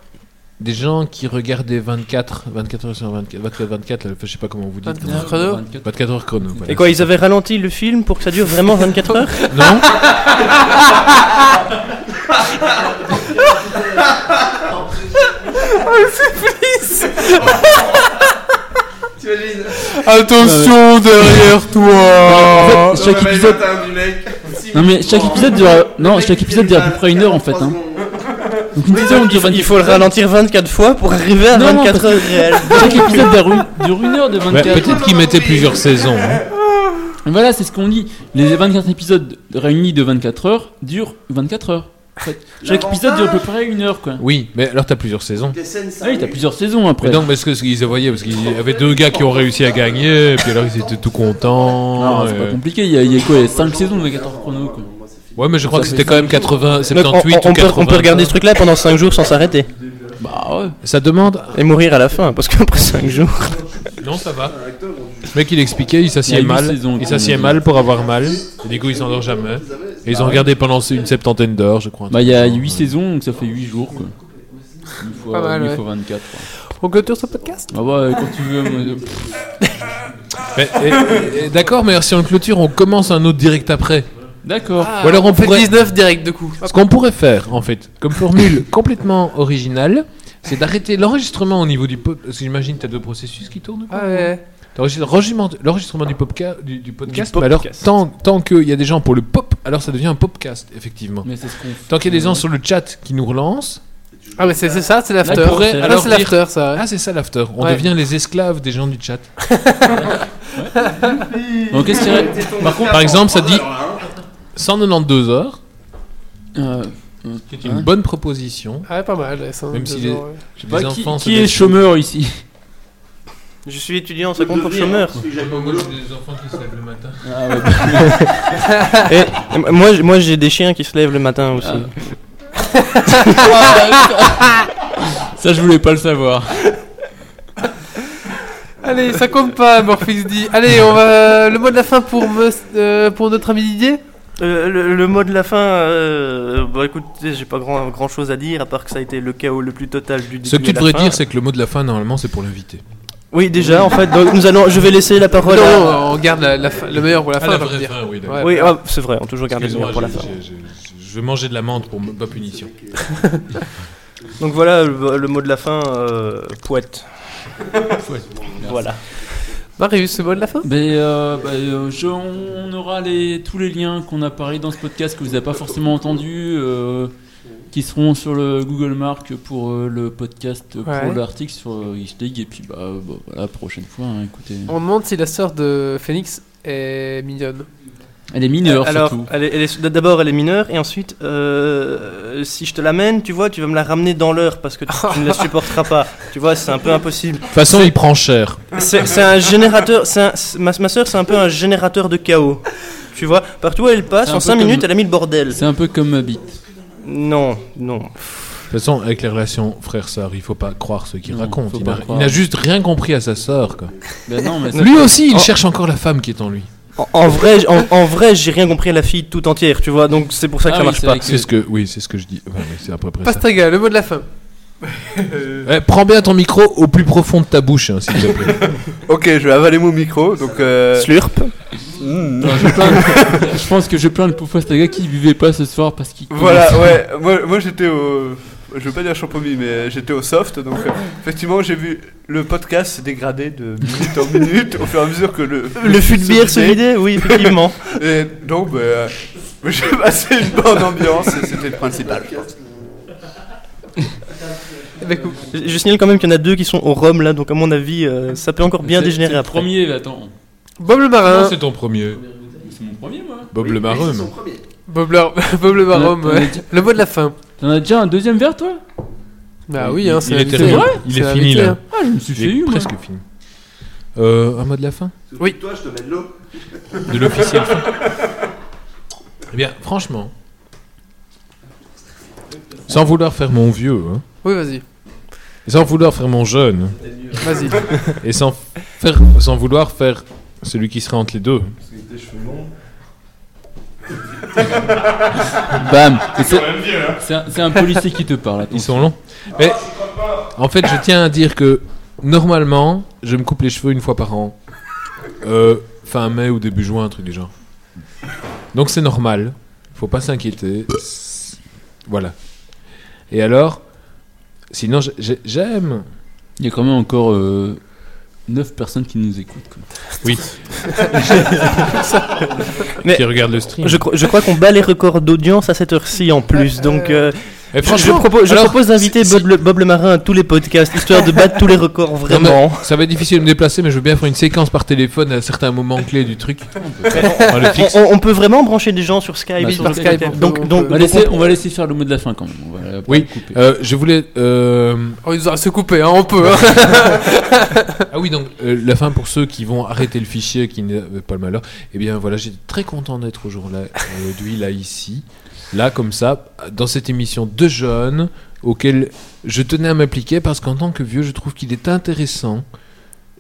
Speaker 3: des gens qui regardaient 24 24 heures sur 24 24 24 là, je sais pas comment vous dites.
Speaker 1: 24 chrono
Speaker 4: 24.
Speaker 3: 24 heures chrono. voilà.
Speaker 5: Et quoi, ils avaient ralenti le film pour que ça dure vraiment
Speaker 4: <laughs>
Speaker 5: 24 heures
Speaker 3: Non
Speaker 13: T'imagines
Speaker 3: Attention
Speaker 4: <laughs>
Speaker 3: derrière toi.
Speaker 4: En fait, chaque épisode.
Speaker 13: du mec.
Speaker 4: Non, mais chaque épisode dure. Non, chaque épisode dure à peu près une heure en fait. Hein. Donc, une émission dure 24
Speaker 5: Il faut le ralentir 24 fois pour arriver à
Speaker 4: Non, non,
Speaker 5: 24
Speaker 4: parce
Speaker 5: heures
Speaker 4: <laughs>
Speaker 5: réelles.
Speaker 4: Chaque épisode dure une, dure une heure de 24 heures.
Speaker 3: Peut-être qu'ils mettaient plusieurs saisons. hein.
Speaker 4: Voilà, c'est ce qu'on dit. Les 24 épisodes réunis de 24 heures durent 24 heures. En fait, chaque épisode dure à peu près une heure, quoi.
Speaker 3: Oui, mais alors t'as plusieurs saisons.
Speaker 13: Les scènes, ça.
Speaker 4: Ah oui, t'as plusieurs saisons après.
Speaker 3: Mais donc, parce que ce qu'ils voyaient, parce qu'il y avait deux gars qui ont réussi à gagner, et puis alors ils étaient tout contents.
Speaker 4: Non, Ah, c'est
Speaker 3: et-
Speaker 4: pas compliqué, il y a, il y a quoi 5 saisons de 24 heures chrono, quoi.
Speaker 3: Ouais, mais je crois
Speaker 4: Ça
Speaker 3: que
Speaker 4: fait
Speaker 3: c'était quand même 80,
Speaker 5: Donc, on,
Speaker 3: 78
Speaker 5: on- on
Speaker 3: ou
Speaker 5: peut,
Speaker 3: 80.
Speaker 5: on peut regarder ce truc-là pendant 5 jours sans s'arrêter.
Speaker 4: Bah ouais.
Speaker 3: euh, Ça demande.
Speaker 5: Et mourir à la fin, parce qu'après 5 jours.
Speaker 3: Non, ça va. Le mec, il expliquait, il s'assied
Speaker 4: Il y a huit
Speaker 3: mal.
Speaker 4: saisons,
Speaker 3: il
Speaker 4: quand
Speaker 3: s'assied
Speaker 4: même.
Speaker 3: mal pour avoir mal. Et du coup, ils s'endorment jamais. Et ils ont regardé pendant une septantaine d'heures, je crois.
Speaker 4: Bah, il y a 8 saisons, donc ça fait 8 jours, quoi. Une fois,
Speaker 1: Pas mal,
Speaker 4: une
Speaker 1: ouais.
Speaker 4: fois 24. quoi.
Speaker 1: On clôture ce podcast
Speaker 4: Ah bah, euh, quand tu veux. moi, euh, pff,
Speaker 3: Mais- et- et- D'accord, mais alors, si on le clôture, on commence un autre direct après.
Speaker 4: D'accord.
Speaker 3: Ou alors on
Speaker 1: Ah, fait
Speaker 3: pourrait-
Speaker 1: 19 direct de coup.
Speaker 3: Ce qu'on pourrait faire, en fait, comme
Speaker 4: <laughs>
Speaker 3: formule complètement originale, c'est d'arrêter l'enregistrement au niveau du. po- Parce que j'imagine que tu as deux processus qui tournent. quoi.
Speaker 1: Ah ouais.
Speaker 3: L'enregistrement l'enregistrement du, popca- du, du podcast,
Speaker 5: Du
Speaker 3: mais alors
Speaker 5: popcast.
Speaker 3: tant, tant qu'il y a des gens pour le pop, alors ça devient un popcast, effectivement.
Speaker 4: Mais c'est ce qu'on fait.
Speaker 3: Tant qu'il y a des gens sur le chat qui nous relancent,
Speaker 1: Ah, mais c'est c'est ça, c'est l'after.
Speaker 3: on pourrait
Speaker 1: Ah,
Speaker 3: alors
Speaker 1: c'est
Speaker 3: dire-
Speaker 1: l'after, ça. ouais.
Speaker 3: Ah, c'est ça l'after. On
Speaker 1: Ouais.
Speaker 3: devient les esclaves des gens du chat.
Speaker 4: Donc, qu'est-ce qu'il y a Par contre,
Speaker 3: Par exemple, ça dit 192 heures.
Speaker 4: euh,
Speaker 3: C'est une bonne proposition.
Speaker 1: Ah, ouais, pas mal. ouais, ça,
Speaker 3: Même si
Speaker 1: deux
Speaker 3: les-
Speaker 1: ans, ouais.
Speaker 3: Les
Speaker 4: bah, qui,
Speaker 3: enfants se
Speaker 4: qui est
Speaker 3: laissent-
Speaker 4: chômeur ici
Speaker 5: Je suis étudiant, ça compte pour chômeur.
Speaker 3: Moi, j'ai des enfants qui se lèvent le matin.
Speaker 4: Ah ouais.
Speaker 5: Et euh, moi,
Speaker 4: Ah.
Speaker 5: j- moi j'ai des chiens qui se lèvent le matin aussi.
Speaker 4: Ça, je voulais pas le savoir.
Speaker 1: Allez, ça compte pas, Morphix dit. Allez, on va. euh, Le mot de la fin pour, me- euh, pour notre ami Didier
Speaker 5: Euh, le, le mot de la fin, euh, bah écoutez, j'ai pas grand, grand chose à dire, à part que ça a été le chaos le plus total du début.
Speaker 3: Ce que tu
Speaker 5: à la
Speaker 3: devrais
Speaker 5: fin.
Speaker 3: dire, c'est que le mot de la fin, normalement, c'est pour l'invité.
Speaker 5: Oui, déjà, en fait, donc nous allons. Je vais laisser la parole.
Speaker 1: Non,
Speaker 5: à...
Speaker 1: on garde la- la fin- le meilleur pour la
Speaker 3: Ah,
Speaker 1: fin,
Speaker 3: la
Speaker 1: j'ai envie
Speaker 3: vraie
Speaker 1: de dire.
Speaker 3: fin, oui, d'accord.
Speaker 1: Ouais.
Speaker 5: Oui, ah, c'est vrai, on toujours garde le meilleur
Speaker 3: Excuse-moi,
Speaker 5: pour la
Speaker 3: j'ai-
Speaker 5: fin.
Speaker 3: j'ai- j'ai- Je vais manger de l'amande pour ma punition.
Speaker 5: Donc voilà le, le mot de la fin, euh, poète. Voilà.
Speaker 1: Marius, c'est bon de la fin
Speaker 4: ben, euh, ben, euh, je- On aura les, tous les liens qu'on a parlé dans ce podcast que vous n'avez pas forcément entendu, euh, qui seront sur le Google Mark pour euh, le podcast, pour
Speaker 1: Ouais.
Speaker 4: l'article sur euh, Geeks League, et puis bah, euh, bah, voilà, prochaine fois, hein, écoutez.
Speaker 1: On demande si la sœur de Phoenix est mignonne.
Speaker 4: Elle est mineure
Speaker 5: Alors,
Speaker 4: surtout.
Speaker 5: elle est- elle est- d'abord elle est mineure et ensuite, euh, si je te l'amène, tu vois, tu vas me la ramener dans l'heure parce que tu,
Speaker 3: <laughs>
Speaker 5: tu ne la supporteras pas. Tu vois, c'est un peu impossible.
Speaker 3: De toute façon, il prend cher.
Speaker 5: C'est c'est un générateur, c'est un- c'est- ma, ma soeur c'est un peu un générateur de chaos. Tu vois, partout où elle passe,
Speaker 4: C'est un
Speaker 5: en
Speaker 4: peu
Speaker 5: 5 minutes
Speaker 4: comme-
Speaker 5: elle a mis le bordel.
Speaker 4: C'est un peu comme euh, ma bite.
Speaker 5: Non, non.
Speaker 3: De toute façon, avec les relations frère-sœur, il faut pas croire ce qu'il
Speaker 4: Non,
Speaker 3: raconte.
Speaker 4: faut
Speaker 3: Il
Speaker 4: pas
Speaker 3: n'a- Il
Speaker 4: croire.
Speaker 3: n'a juste rien compris à sa sœur. quoi.
Speaker 4: Ben non, mais ça-
Speaker 3: Lui aussi, il
Speaker 5: Oh.
Speaker 3: cherche encore la femme qui est en lui.
Speaker 5: En, en vrai, j- en, en vrai, j'ai rien compris à la fille tout entière, tu vois, donc c'est pour ça que
Speaker 4: Ah
Speaker 5: ça
Speaker 4: oui,
Speaker 5: marche
Speaker 4: c'est
Speaker 5: pas.
Speaker 4: vrai que-
Speaker 3: C'est ce que, oui, c'est ce que je dis. Enfin, oui, c'est à peu près ça.
Speaker 1: Pastaga, le mot de la fin.
Speaker 3: Ouais, prends bien ton micro au plus profond de ta bouche, hein, s'il te plaît.
Speaker 2: Ok, je vais avaler mon micro. Donc, euh,
Speaker 5: Slurp.
Speaker 2: hmm.
Speaker 4: euh, Je, plains- je pense que je plains le Poufastaga qui ne buvait pas ce soir parce qu'il.
Speaker 2: Voilà, ouais. Moi, moi, j'étais au. Je veux pas dire champomis, mais j'étais au soft. Donc, euh, effectivement, j'ai vu le podcast se dégrader de minute en minute au fur et à mesure que le.
Speaker 5: Le fût de bière se
Speaker 4: <laughs>
Speaker 5: vidait, oui, effectivement.
Speaker 2: Et donc, bah, euh, j'ai passé une bonne ambiance et c'était le principal. je pense.
Speaker 1: Eh ben, écoute,
Speaker 5: Je je signale quand même qu'il y en a deux qui sont au rhum là, donc à mon avis, euh, ça peut encore bien
Speaker 4: C'est-
Speaker 5: dégénérer
Speaker 4: c'est le
Speaker 5: après.
Speaker 4: Premier, attends.
Speaker 1: Bob le
Speaker 3: <laughs> Non,
Speaker 1: marin.
Speaker 3: c'est ton premier.
Speaker 4: C'est mon premier, moi.
Speaker 3: Bob le Marum.
Speaker 1: Bob, le- <laughs> Bob le marin,
Speaker 4: On a- on a
Speaker 1: ouais.
Speaker 4: dit-
Speaker 1: Le mot de la fin.
Speaker 4: T'en as déjà un deuxième verre, toi
Speaker 1: Bah
Speaker 3: Il-
Speaker 1: oui, hein,
Speaker 3: il-
Speaker 1: c'est
Speaker 3: il est
Speaker 1: l'invité.
Speaker 3: terminé.
Speaker 1: Ouais,
Speaker 3: Il
Speaker 1: c'est
Speaker 3: est fini
Speaker 1: l'invité,
Speaker 3: là.
Speaker 1: hein.
Speaker 4: Ah, je me suis fait
Speaker 3: Il est
Speaker 4: eu, moi.
Speaker 3: presque fini. Euh, un mot de la fin
Speaker 1: Oui.
Speaker 13: Toi, je te mets de l'eau.
Speaker 3: De l'officiel. eh bien, franchement, sans vouloir faire mon vieux, hein,
Speaker 1: Oui, vas-y.
Speaker 3: et sans vouloir faire mon jeune,
Speaker 1: Vas-y.
Speaker 3: et sans, faire, sans vouloir faire celui qui serait entre les deux,
Speaker 13: Parce que tes cheveux longs.
Speaker 4: Bam Et C'est c'est un, c'est un policier qui te parle, attends.
Speaker 3: ils sont longs. Mais en fait, je tiens à dire que normalement, je me coupe les cheveux une fois par an. Euh, fin mai ou début juin, un truc du genre. Donc c'est normal, faut pas s'inquiéter. C'est- Voilà. Et alors, sinon j'ai- j'ai- j'aime
Speaker 4: Il y a quand même encore 9 personnes qui nous écoutent. quoi.
Speaker 3: Oui.
Speaker 5: <laughs> Mais-
Speaker 3: qui regarde le stream.
Speaker 5: Je, crois- je crois qu'on bat les records d'audience à cette heure-ci en plus, donc euh,
Speaker 3: Et
Speaker 5: je, je
Speaker 3: franchement,
Speaker 5: propose, je
Speaker 3: alors,
Speaker 5: propose d'inviter
Speaker 3: si-
Speaker 5: Bob, le- Bob le Marin à tous les podcasts, histoire de battre tous les records
Speaker 3: non, mais
Speaker 5: vraiment.
Speaker 3: ça va être difficile de me déplacer, mais je veux bien faire une séquence par téléphone à certains moments clés du truc. On le
Speaker 5: On,
Speaker 3: fixe.
Speaker 5: on- on peut vraiment brancher des gens sur Skype.
Speaker 4: Bah,
Speaker 5: sur
Speaker 4: sur
Speaker 5: Skype,
Speaker 1: Skype, on peut-
Speaker 5: Donc,
Speaker 1: on
Speaker 5: donc,
Speaker 4: On va,
Speaker 5: donc
Speaker 4: laisser,
Speaker 5: on-
Speaker 4: on va laisser faire le mot de la fin quand même. On va pas
Speaker 3: Oui,
Speaker 4: le couper.
Speaker 3: Euh, je voulais. euh,
Speaker 1: Oh, il doit se couper, hein, on peut. hein.
Speaker 3: Ah oui, donc euh, la fin pour ceux qui vont arrêter le fichier, qui n'avaient pas le malheur. Eh bien voilà, j'étais très content d'être aujourd'hui là, ici, là comme ça, dans cette émission de jeunes auquel je tenais à m'appliquer parce qu'en tant que vieux, je trouve qu'il est intéressant.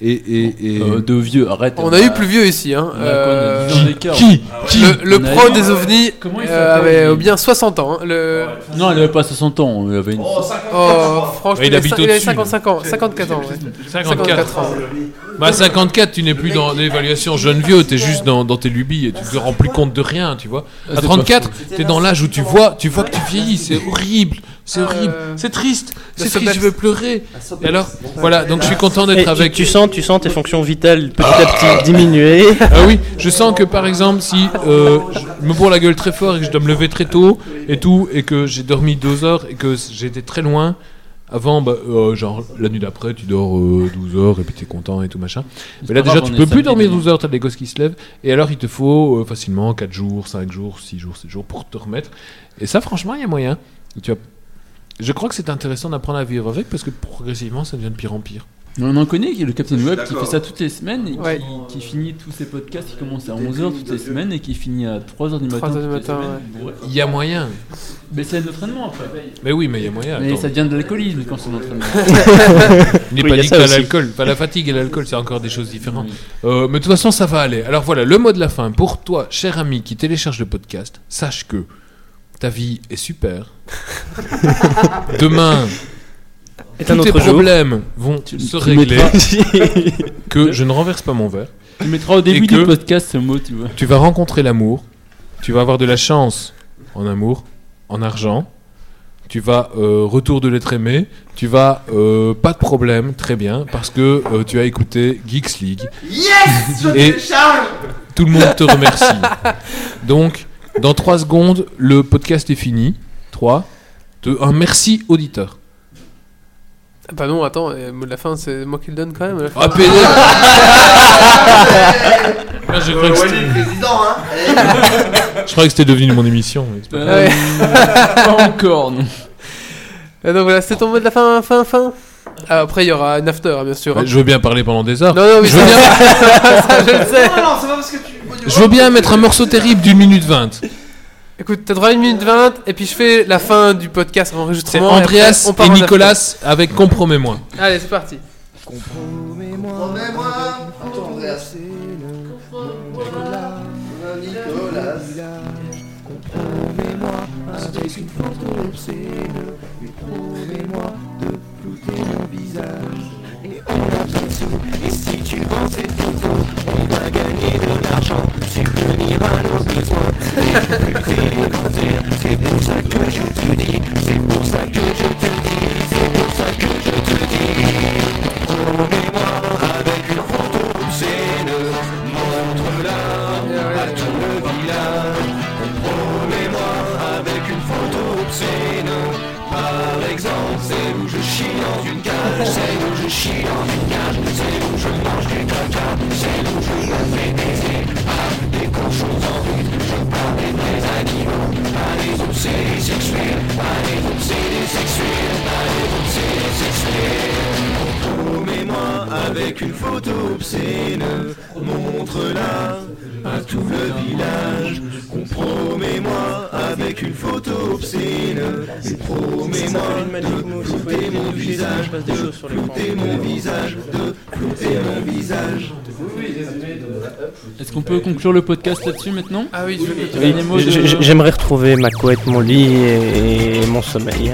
Speaker 3: Et, et, et...
Speaker 4: Euh, de vieux, arrête.
Speaker 1: On a eu plus vieux ici. Hein.
Speaker 4: on a quoi, on a dix ans
Speaker 1: Euh,
Speaker 4: d'écart.
Speaker 3: qui
Speaker 1: le le
Speaker 4: On a
Speaker 1: pro
Speaker 4: eu-
Speaker 1: des ovnis
Speaker 4: Comment il
Speaker 1: euh,
Speaker 4: s'appelle,
Speaker 1: avait
Speaker 4: lui
Speaker 1: bien 60 ans. hein, Le...
Speaker 4: Non, elle avait pas 60 ans. Elle avait une...
Speaker 13: Oh, 50
Speaker 1: Oh, franchement,
Speaker 3: Ouais, il
Speaker 1: il, a
Speaker 3: habite
Speaker 1: cin- il avait
Speaker 3: au-dessus, là.
Speaker 1: 55 ans, 54 ans. ouais. 54 ans.
Speaker 3: Bah 54, tu n'es plus dans l'évaluation jeune-vieux, t'es juste dans, dans tes lubies et tu te rends plus compte de rien, tu vois.
Speaker 5: Ah,
Speaker 4: c'est
Speaker 3: À
Speaker 4: pas
Speaker 3: 34, t'es dans l'âge où tu vois, tu vois que tu vieillis, c'est horrible, c'est horrible, c'est triste, c'est triste,
Speaker 1: sommeil.
Speaker 3: je veux pleurer. Et alors, voilà, donc je suis content
Speaker 5: Et
Speaker 3: d'être
Speaker 5: tu-
Speaker 3: avec.
Speaker 5: tu, sens, tu sens tes fonctions vitales petit à
Speaker 1: <laughs>
Speaker 5: petit diminuer.
Speaker 3: Ah oui, je sens que par exemple, si euh, je me bourre la gueule très fort et que je dois me lever très tôt et tout, et que j'ai dormi deux heures et que j'étais très loin, avant, bah, euh, genre la nuit d'après, tu dors euh, 12 heures et puis t'es content et tout machin. Mais là
Speaker 4: pas
Speaker 3: déjà,
Speaker 4: grave,
Speaker 3: tu
Speaker 4: on est
Speaker 3: peux plus
Speaker 4: samedi
Speaker 3: dormir
Speaker 4: demain.
Speaker 3: 12 heures, t'as des gosses qui se lèvent, et alors il te faut euh, facilement 4 jours, 5 jours, 6 jours, 7 jours pour te remettre. Et ça, franchement, il y a moyen. Tu vois, je crois que c'est intéressant d'apprendre à vivre avec parce que progressivement, ça devient de pire en pire.
Speaker 4: On en connaît, le Captain
Speaker 13: Je suis
Speaker 4: Web qui fait
Speaker 13: d'accord.
Speaker 4: ça toutes les semaines et
Speaker 1: Ouais.
Speaker 4: qui, qui finit tous ses podcasts qui commencent à
Speaker 13: Des
Speaker 4: 11h toutes les
Speaker 13: crimes de
Speaker 4: semaines et qui finit à 3h du matin.
Speaker 1: 3h du
Speaker 4: toutes les
Speaker 1: matin,
Speaker 4: semaines. Ouais.
Speaker 3: Il y a moyen.
Speaker 4: Mais c'est un entraînement après.
Speaker 3: Mais oui, mais il y a moyen.
Speaker 4: Mais
Speaker 3: attends.
Speaker 4: ça devient de l'alcoolisme quand c'est un entraînement.
Speaker 3: Il n'est pas
Speaker 4: Oui, il y a
Speaker 3: dit
Speaker 4: ça
Speaker 3: que
Speaker 4: aussi.
Speaker 3: l'alcool, pas la fatigue et l'alcool, c'est encore des choses différentes. Euh, mais de toute façon, ça va aller. Alors voilà, le mot de la fin. Pour toi, cher ami qui télécharge le podcast, sache que ta vie est super.
Speaker 4: <laughs>
Speaker 3: Demain,
Speaker 5: Est un
Speaker 3: tous tes
Speaker 5: autre jour. <laughs>
Speaker 3: problèmes vont
Speaker 5: Tu-
Speaker 3: se
Speaker 5: tu
Speaker 3: régler.
Speaker 5: mettras-
Speaker 3: que je ne renverse pas mon verre.
Speaker 4: Tu mettras au début
Speaker 3: Et que
Speaker 4: du podcast ce mot, tu vois.
Speaker 3: Tu vas rencontrer l'amour. Tu vas avoir de la chance en amour, en argent. Tu vas euh, retour de l'être aimé. Tu vas euh, pas de problème, très bien, parce que euh, tu as écouté Geeks League.
Speaker 7: Yes,
Speaker 3: <laughs>
Speaker 7: je
Speaker 3: Et
Speaker 7: télécharge
Speaker 3: Tout le monde te remercie. Donc, dans 3 secondes, le podcast est fini. 3, 2, 1. Merci, auditeur.
Speaker 1: Ah Bah non, attends, euh, mot de la fin, c'est moi qui le donne quand même. à la fin.
Speaker 3: Ah, pédé Ah, je, croyais que c'était- <laughs> je croyais que c'était devenu mon émission. mais c'est pas grave.
Speaker 1: <laughs> Ouais. <laughs>
Speaker 4: Pas encore, non.
Speaker 1: Et donc voilà, c'est ton mot de la fin, fin, fin. Ah, après, il y aura une after, hein, bien sûr.
Speaker 3: Ouais, Je veux bien parler pendant des heures.
Speaker 1: Non, non, oui,
Speaker 3: je, veux
Speaker 1: ça-
Speaker 3: bien,
Speaker 1: <laughs> ça, je le sais.
Speaker 7: Non, non, c'est pas parce que tu.
Speaker 3: je veux bien mettre un morceau terrible d'une minute vingt.
Speaker 1: Écoute, t'as droit à une minute 20 et puis je fais la fin du podcast en
Speaker 3: C'est
Speaker 1: enregistrement.
Speaker 3: Andreas
Speaker 1: après, on
Speaker 3: et,
Speaker 1: part en
Speaker 3: Nicolas avec Compromets-moi.
Speaker 1: after. Allez, c'est parti.
Speaker 7: Promets-moi Attends, Andreas. Nicolas. Avec une photo obscène, montre-la à tout le village. Compromets-moi avec une photo obscène. Et promets-moi de flouter mon visage, de flouter mon visage, de flouter mon visage.
Speaker 4: Est-ce qu'on peut conclure le podcast là-dessus maintenant
Speaker 1: Ah oui, je veux que tu-
Speaker 4: Dernier mot de-
Speaker 5: J- j- J'aimerais retrouver ma couette, mon lit et, et mon sommeil.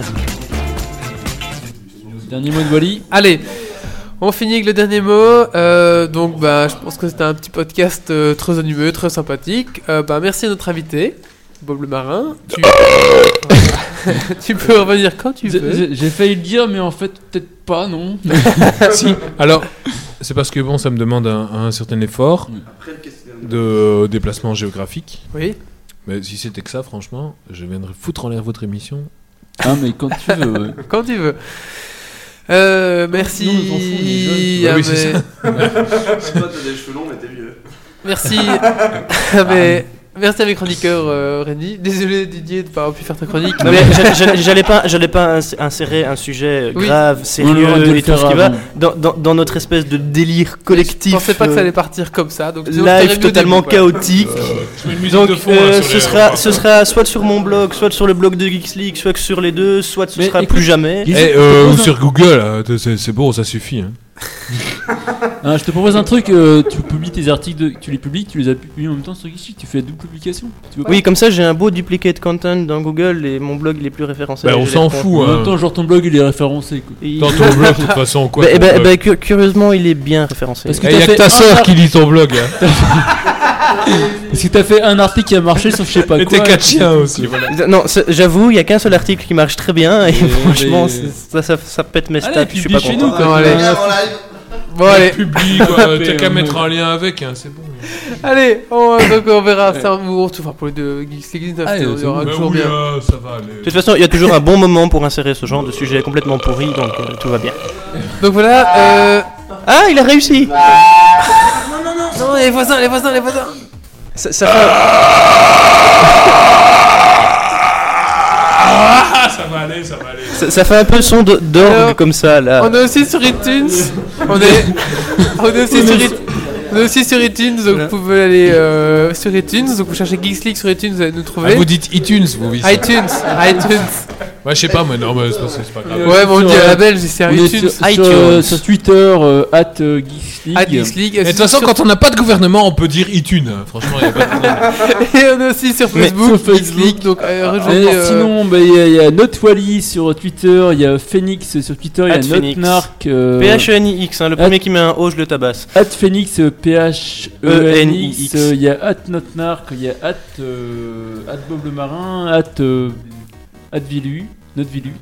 Speaker 4: Dernier mot de Wally.
Speaker 1: Allez, on finit avec le dernier mot. Euh, donc, bah, je pense que c'était un petit podcast euh, très animé, très sympathique. Euh, bah, merci à notre invité, Bob le Marin. Tu, <laughs> Tu peux revenir quand tu
Speaker 4: J'ai-
Speaker 1: veux.
Speaker 4: j'ai- J'ai failli le dire, mais en fait, peut-être pas, non.
Speaker 3: si, alors, c'est parce que bon, ça me demande un, un certain effort
Speaker 2: <laughs>
Speaker 3: de déplacement géographique.
Speaker 1: Oui.
Speaker 3: Mais si c'était que ça, franchement, je viendrais foutre en l'air votre émission.
Speaker 4: Ah, mais quand tu veux. ouais.
Speaker 1: Quand tu veux. Euh, merci.
Speaker 4: Non, on s'en fout, on est jeunes,
Speaker 1: à
Speaker 3: Ouais, oui, c'est
Speaker 1: mes-
Speaker 13: Toi, t'as des cheveux longs, mais t'es vieux.
Speaker 5: <laughs>
Speaker 1: Merci. à mes-
Speaker 5: Ah,
Speaker 1: Merci à mes chroniqueurs, euh, Rémi. Désolé Didier de ne pas avoir pu faire ta chronique.
Speaker 5: Non, mais j'a- j'a- j'allais pas, j'allais pas ins- insérer un sujet euh,
Speaker 1: Oui.
Speaker 5: grave,
Speaker 4: On aurait dû
Speaker 5: sérieux
Speaker 4: le
Speaker 5: et tout ce qui
Speaker 4: faire
Speaker 5: va
Speaker 4: avant.
Speaker 5: dans, dans- dans notre espèce de délire
Speaker 1: Je
Speaker 5: collectif.
Speaker 1: pensais pas que ça
Speaker 5: euh,
Speaker 1: allait partir comme ça. Donc, sinon, je t'aurais mis
Speaker 5: live
Speaker 1: au
Speaker 5: totalement
Speaker 1: début, quoi.
Speaker 5: chaotique.
Speaker 3: Je mets une musique
Speaker 5: Donc
Speaker 3: de fond,
Speaker 5: euh,
Speaker 3: là, sur
Speaker 5: ce
Speaker 3: les-
Speaker 5: sera ce sera soit sur mon blog, soit sur le blog de Geeks League, soit sur les deux, soit ce
Speaker 4: Mais
Speaker 5: sera
Speaker 4: écoute,
Speaker 5: plus jamais.
Speaker 4: Guy-
Speaker 3: Eh, euh, ou sur Google, euh, c'est c'est bon, ça suffit. hein.
Speaker 4: Ah, je te propose un truc, euh, tu publies tes articles, de- tu les publies, tu les as publiés en même temps sur Geeksy, tu fais la double publication. Tu veux pas
Speaker 5: Oui, comme ça j'ai un beau duplicate content dans Google et mon blog il est plus référencé.
Speaker 3: Bah,
Speaker 5: et
Speaker 3: on
Speaker 5: je
Speaker 3: s'en
Speaker 5: l'ai-
Speaker 3: fout.
Speaker 4: En même
Speaker 3: hein.
Speaker 4: temps, genre ton blog il est référencé quoi.
Speaker 5: Il-
Speaker 3: Dans ton blog, de <laughs> toute façon, quoi.
Speaker 5: Bah,
Speaker 3: ton
Speaker 5: eh ben-
Speaker 3: blog.
Speaker 5: bah, cu- curieusement, il est bien référencé.
Speaker 4: Parce que
Speaker 3: Eh,
Speaker 4: t'as
Speaker 3: y a
Speaker 4: fait
Speaker 3: que ta
Speaker 4: un
Speaker 3: sœur
Speaker 4: ar-
Speaker 3: qui lit ton blog. hein.
Speaker 4: Parce que t'as fait un article qui a marché sur je sais pas
Speaker 3: Et
Speaker 4: quoi.
Speaker 3: tes quatre
Speaker 4: hein.
Speaker 3: chiens aussi.
Speaker 5: Euh, Non, c'est- j'avoue, il y a qu'un seul article qui marche très bien et
Speaker 4: Mais-
Speaker 5: <laughs> franchement,
Speaker 4: mais-
Speaker 5: c'est- ça, ça, ça pète mes
Speaker 4: Allez,
Speaker 5: stats. Je suis pas
Speaker 4: publie chez
Speaker 5: content.
Speaker 4: nous, quoi.
Speaker 1: allez.
Speaker 4: Ouais.
Speaker 13: en live.
Speaker 1: Bon, allez.
Speaker 3: <laughs> Publie, <laughs> quoi. T'as qu'à mettre un lien avec, hein, c'est bon.
Speaker 1: Allez, on, donc on verra. Ça, on vous retrouve enfin, pour les deux Geeks League.
Speaker 4: Ah,
Speaker 1: il y
Speaker 4: c'est
Speaker 1: aura
Speaker 4: bon.
Speaker 3: Bah
Speaker 1: toujours
Speaker 3: oui,
Speaker 1: bien.
Speaker 3: euh, ça va aller.
Speaker 5: De toute façon, il y a toujours un bon moment pour insérer ce genre de sujet complètement pourri, donc euh, tout va bien.
Speaker 3: hein.
Speaker 1: Donc voilà. Euh...
Speaker 5: Ah, il a réussi
Speaker 1: Non, les voisins, les voisins, les voisins.
Speaker 5: Ça- ça fait un-
Speaker 3: Ah, ça
Speaker 12: ça va aller, ça va aller.
Speaker 5: Ça, ça fait un peu le son de- d'orgue
Speaker 1: Alors,
Speaker 5: comme ça là.
Speaker 1: On est aussi sur iTunes. On est, on est aussi sur it- on est aussi sur iTunes, donc vous pouvez aller euh, sur iTunes. Donc vous cherchez Geeks League sur iTunes, vous allez nous trouver.
Speaker 3: Ah, vous dites iTunes, vous, oui, ça.
Speaker 1: iTunes, iTunes.
Speaker 3: Ah, Ouais, je sais pas, mais non, mais c'est pas, c'est pas grave.
Speaker 1: Ouais, mais on dit à la belge, c'est
Speaker 4: On est
Speaker 1: iTunes.
Speaker 4: sur- sur, euh, sur Twitter, euh, at euh, Geeks
Speaker 1: At Geeks League.
Speaker 3: Et de
Speaker 1: <laughs>
Speaker 3: toute façon, quand on n'a pas de gouvernement, on peut dire iTunes. hein. Franchement, il y a pas de problème.
Speaker 1: <laughs> Et on est aussi sur
Speaker 4: Mais-
Speaker 1: Facebook,
Speaker 4: sur
Speaker 1: Geeks League, donc euh,
Speaker 4: Ah,
Speaker 1: rejoignez,
Speaker 4: et
Speaker 1: euh,
Speaker 4: Sinon, bah, il y a- il y, a Notwally sur Twitter, il y a Phoenix sur Twitter,
Speaker 5: At
Speaker 4: il y a
Speaker 5: Phoenix.
Speaker 4: Notnark. euh,
Speaker 5: PHENIX, hein, le
Speaker 4: at-
Speaker 5: premier qui met un O, je le tabasse.
Speaker 4: At Phoenix, euh, PH,
Speaker 1: E
Speaker 4: E-N-I-X,
Speaker 5: E-N-I-X.
Speaker 4: euh, il y a At Notnark, il y a At, euh, at Bob le Marin, At, euh, at Vilu, Notre Vilu.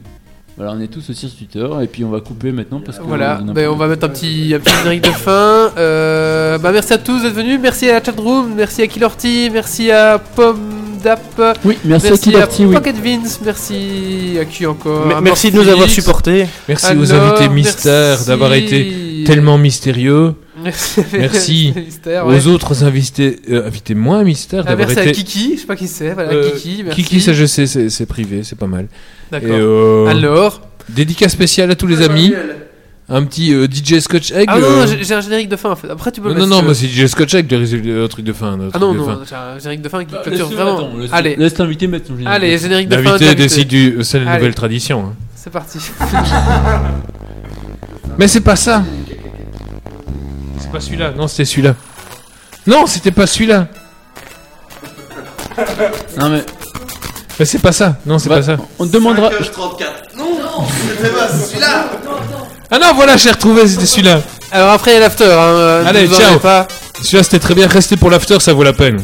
Speaker 4: Voilà, on est tous aussi sur Twitter, et puis on va couper maintenant parce que.
Speaker 1: Voilà,
Speaker 4: on a-
Speaker 1: ben, on va mettre un petit, un petit générique de fin. Euh, bah, merci à tous d'être venus, merci à la chatroom, merci à Kilorty, merci à Pomme Dap.
Speaker 4: Oui, merci à Kilorty, oui.
Speaker 1: Pocket Vince, merci à qui encore
Speaker 5: Me-
Speaker 1: À
Speaker 5: merci de nous avoir
Speaker 1: Morphix.
Speaker 5: supportés.
Speaker 3: <laughs> Merci
Speaker 1: Alors,
Speaker 3: aux invités mystères
Speaker 1: merci.
Speaker 3: d'avoir été tellement mystérieux.
Speaker 1: <laughs> Merci. <laughs>
Speaker 3: Merci
Speaker 1: Mystère,
Speaker 3: aux
Speaker 1: Ah, ouais.
Speaker 3: autres invités, euh, invités moins mystères
Speaker 1: Ah,
Speaker 3: d'avoir
Speaker 1: merci
Speaker 3: été.
Speaker 1: à Kiki, je sais pas qui c'est, voilà,
Speaker 3: Euh,
Speaker 1: Kiki, merci.
Speaker 3: Kiki, ça je sais, c'est c'est privé, c'est pas mal.
Speaker 1: D'accord.
Speaker 3: Et, euh,
Speaker 1: Alors
Speaker 3: Dédicace spéciale à tous les amis. Un petit euh, DJ Scotch Egg.
Speaker 1: Ah non,
Speaker 3: euh,
Speaker 1: non, j'ai j'ai un générique de fin en fait. Après, tu peux
Speaker 3: non,
Speaker 1: le
Speaker 3: non,
Speaker 1: mettre
Speaker 3: non,
Speaker 1: si tu
Speaker 3: moi
Speaker 1: veux.
Speaker 3: c'est DJ Scotch Egg, le, résul- le truc de fin. le
Speaker 1: Ah
Speaker 3: truc
Speaker 1: non,
Speaker 3: de
Speaker 1: non,
Speaker 3: fin.
Speaker 1: j'ai un générique de fin qui
Speaker 4: Bah, laisse-le,
Speaker 1: clôture vraiment.
Speaker 4: attends, laisse-
Speaker 1: Allez.
Speaker 4: laisse l'invité mettre son générique.
Speaker 1: Allez, générique de fin.
Speaker 3: L'invité
Speaker 1: d'invité.
Speaker 3: décide du- euh, c'est la
Speaker 1: Allez.
Speaker 3: nouvelle tradition, hein.
Speaker 1: C'est parti. <laughs>
Speaker 3: Mais c'est pas ça. C'est pas celui-là. Non, c'était celui-là. Non, c'était pas celui-là.
Speaker 4: Non, mais.
Speaker 3: Mais c'est pas ça. Non, c'est
Speaker 4: Bah,
Speaker 3: pas ça.
Speaker 4: On te demandera.
Speaker 13: 34. Non, non, c'était pas celui-là.
Speaker 3: Ah non, voilà, j'ai retrouvé, c'était celui-là.
Speaker 1: Alors après, il y a l'after. hein, euh, ne
Speaker 3: Allez,
Speaker 1: vous en
Speaker 3: ciao.
Speaker 1: avez pas.
Speaker 3: Celui-là, c'était très bien. Restez pour l'after, ça vaut la peine.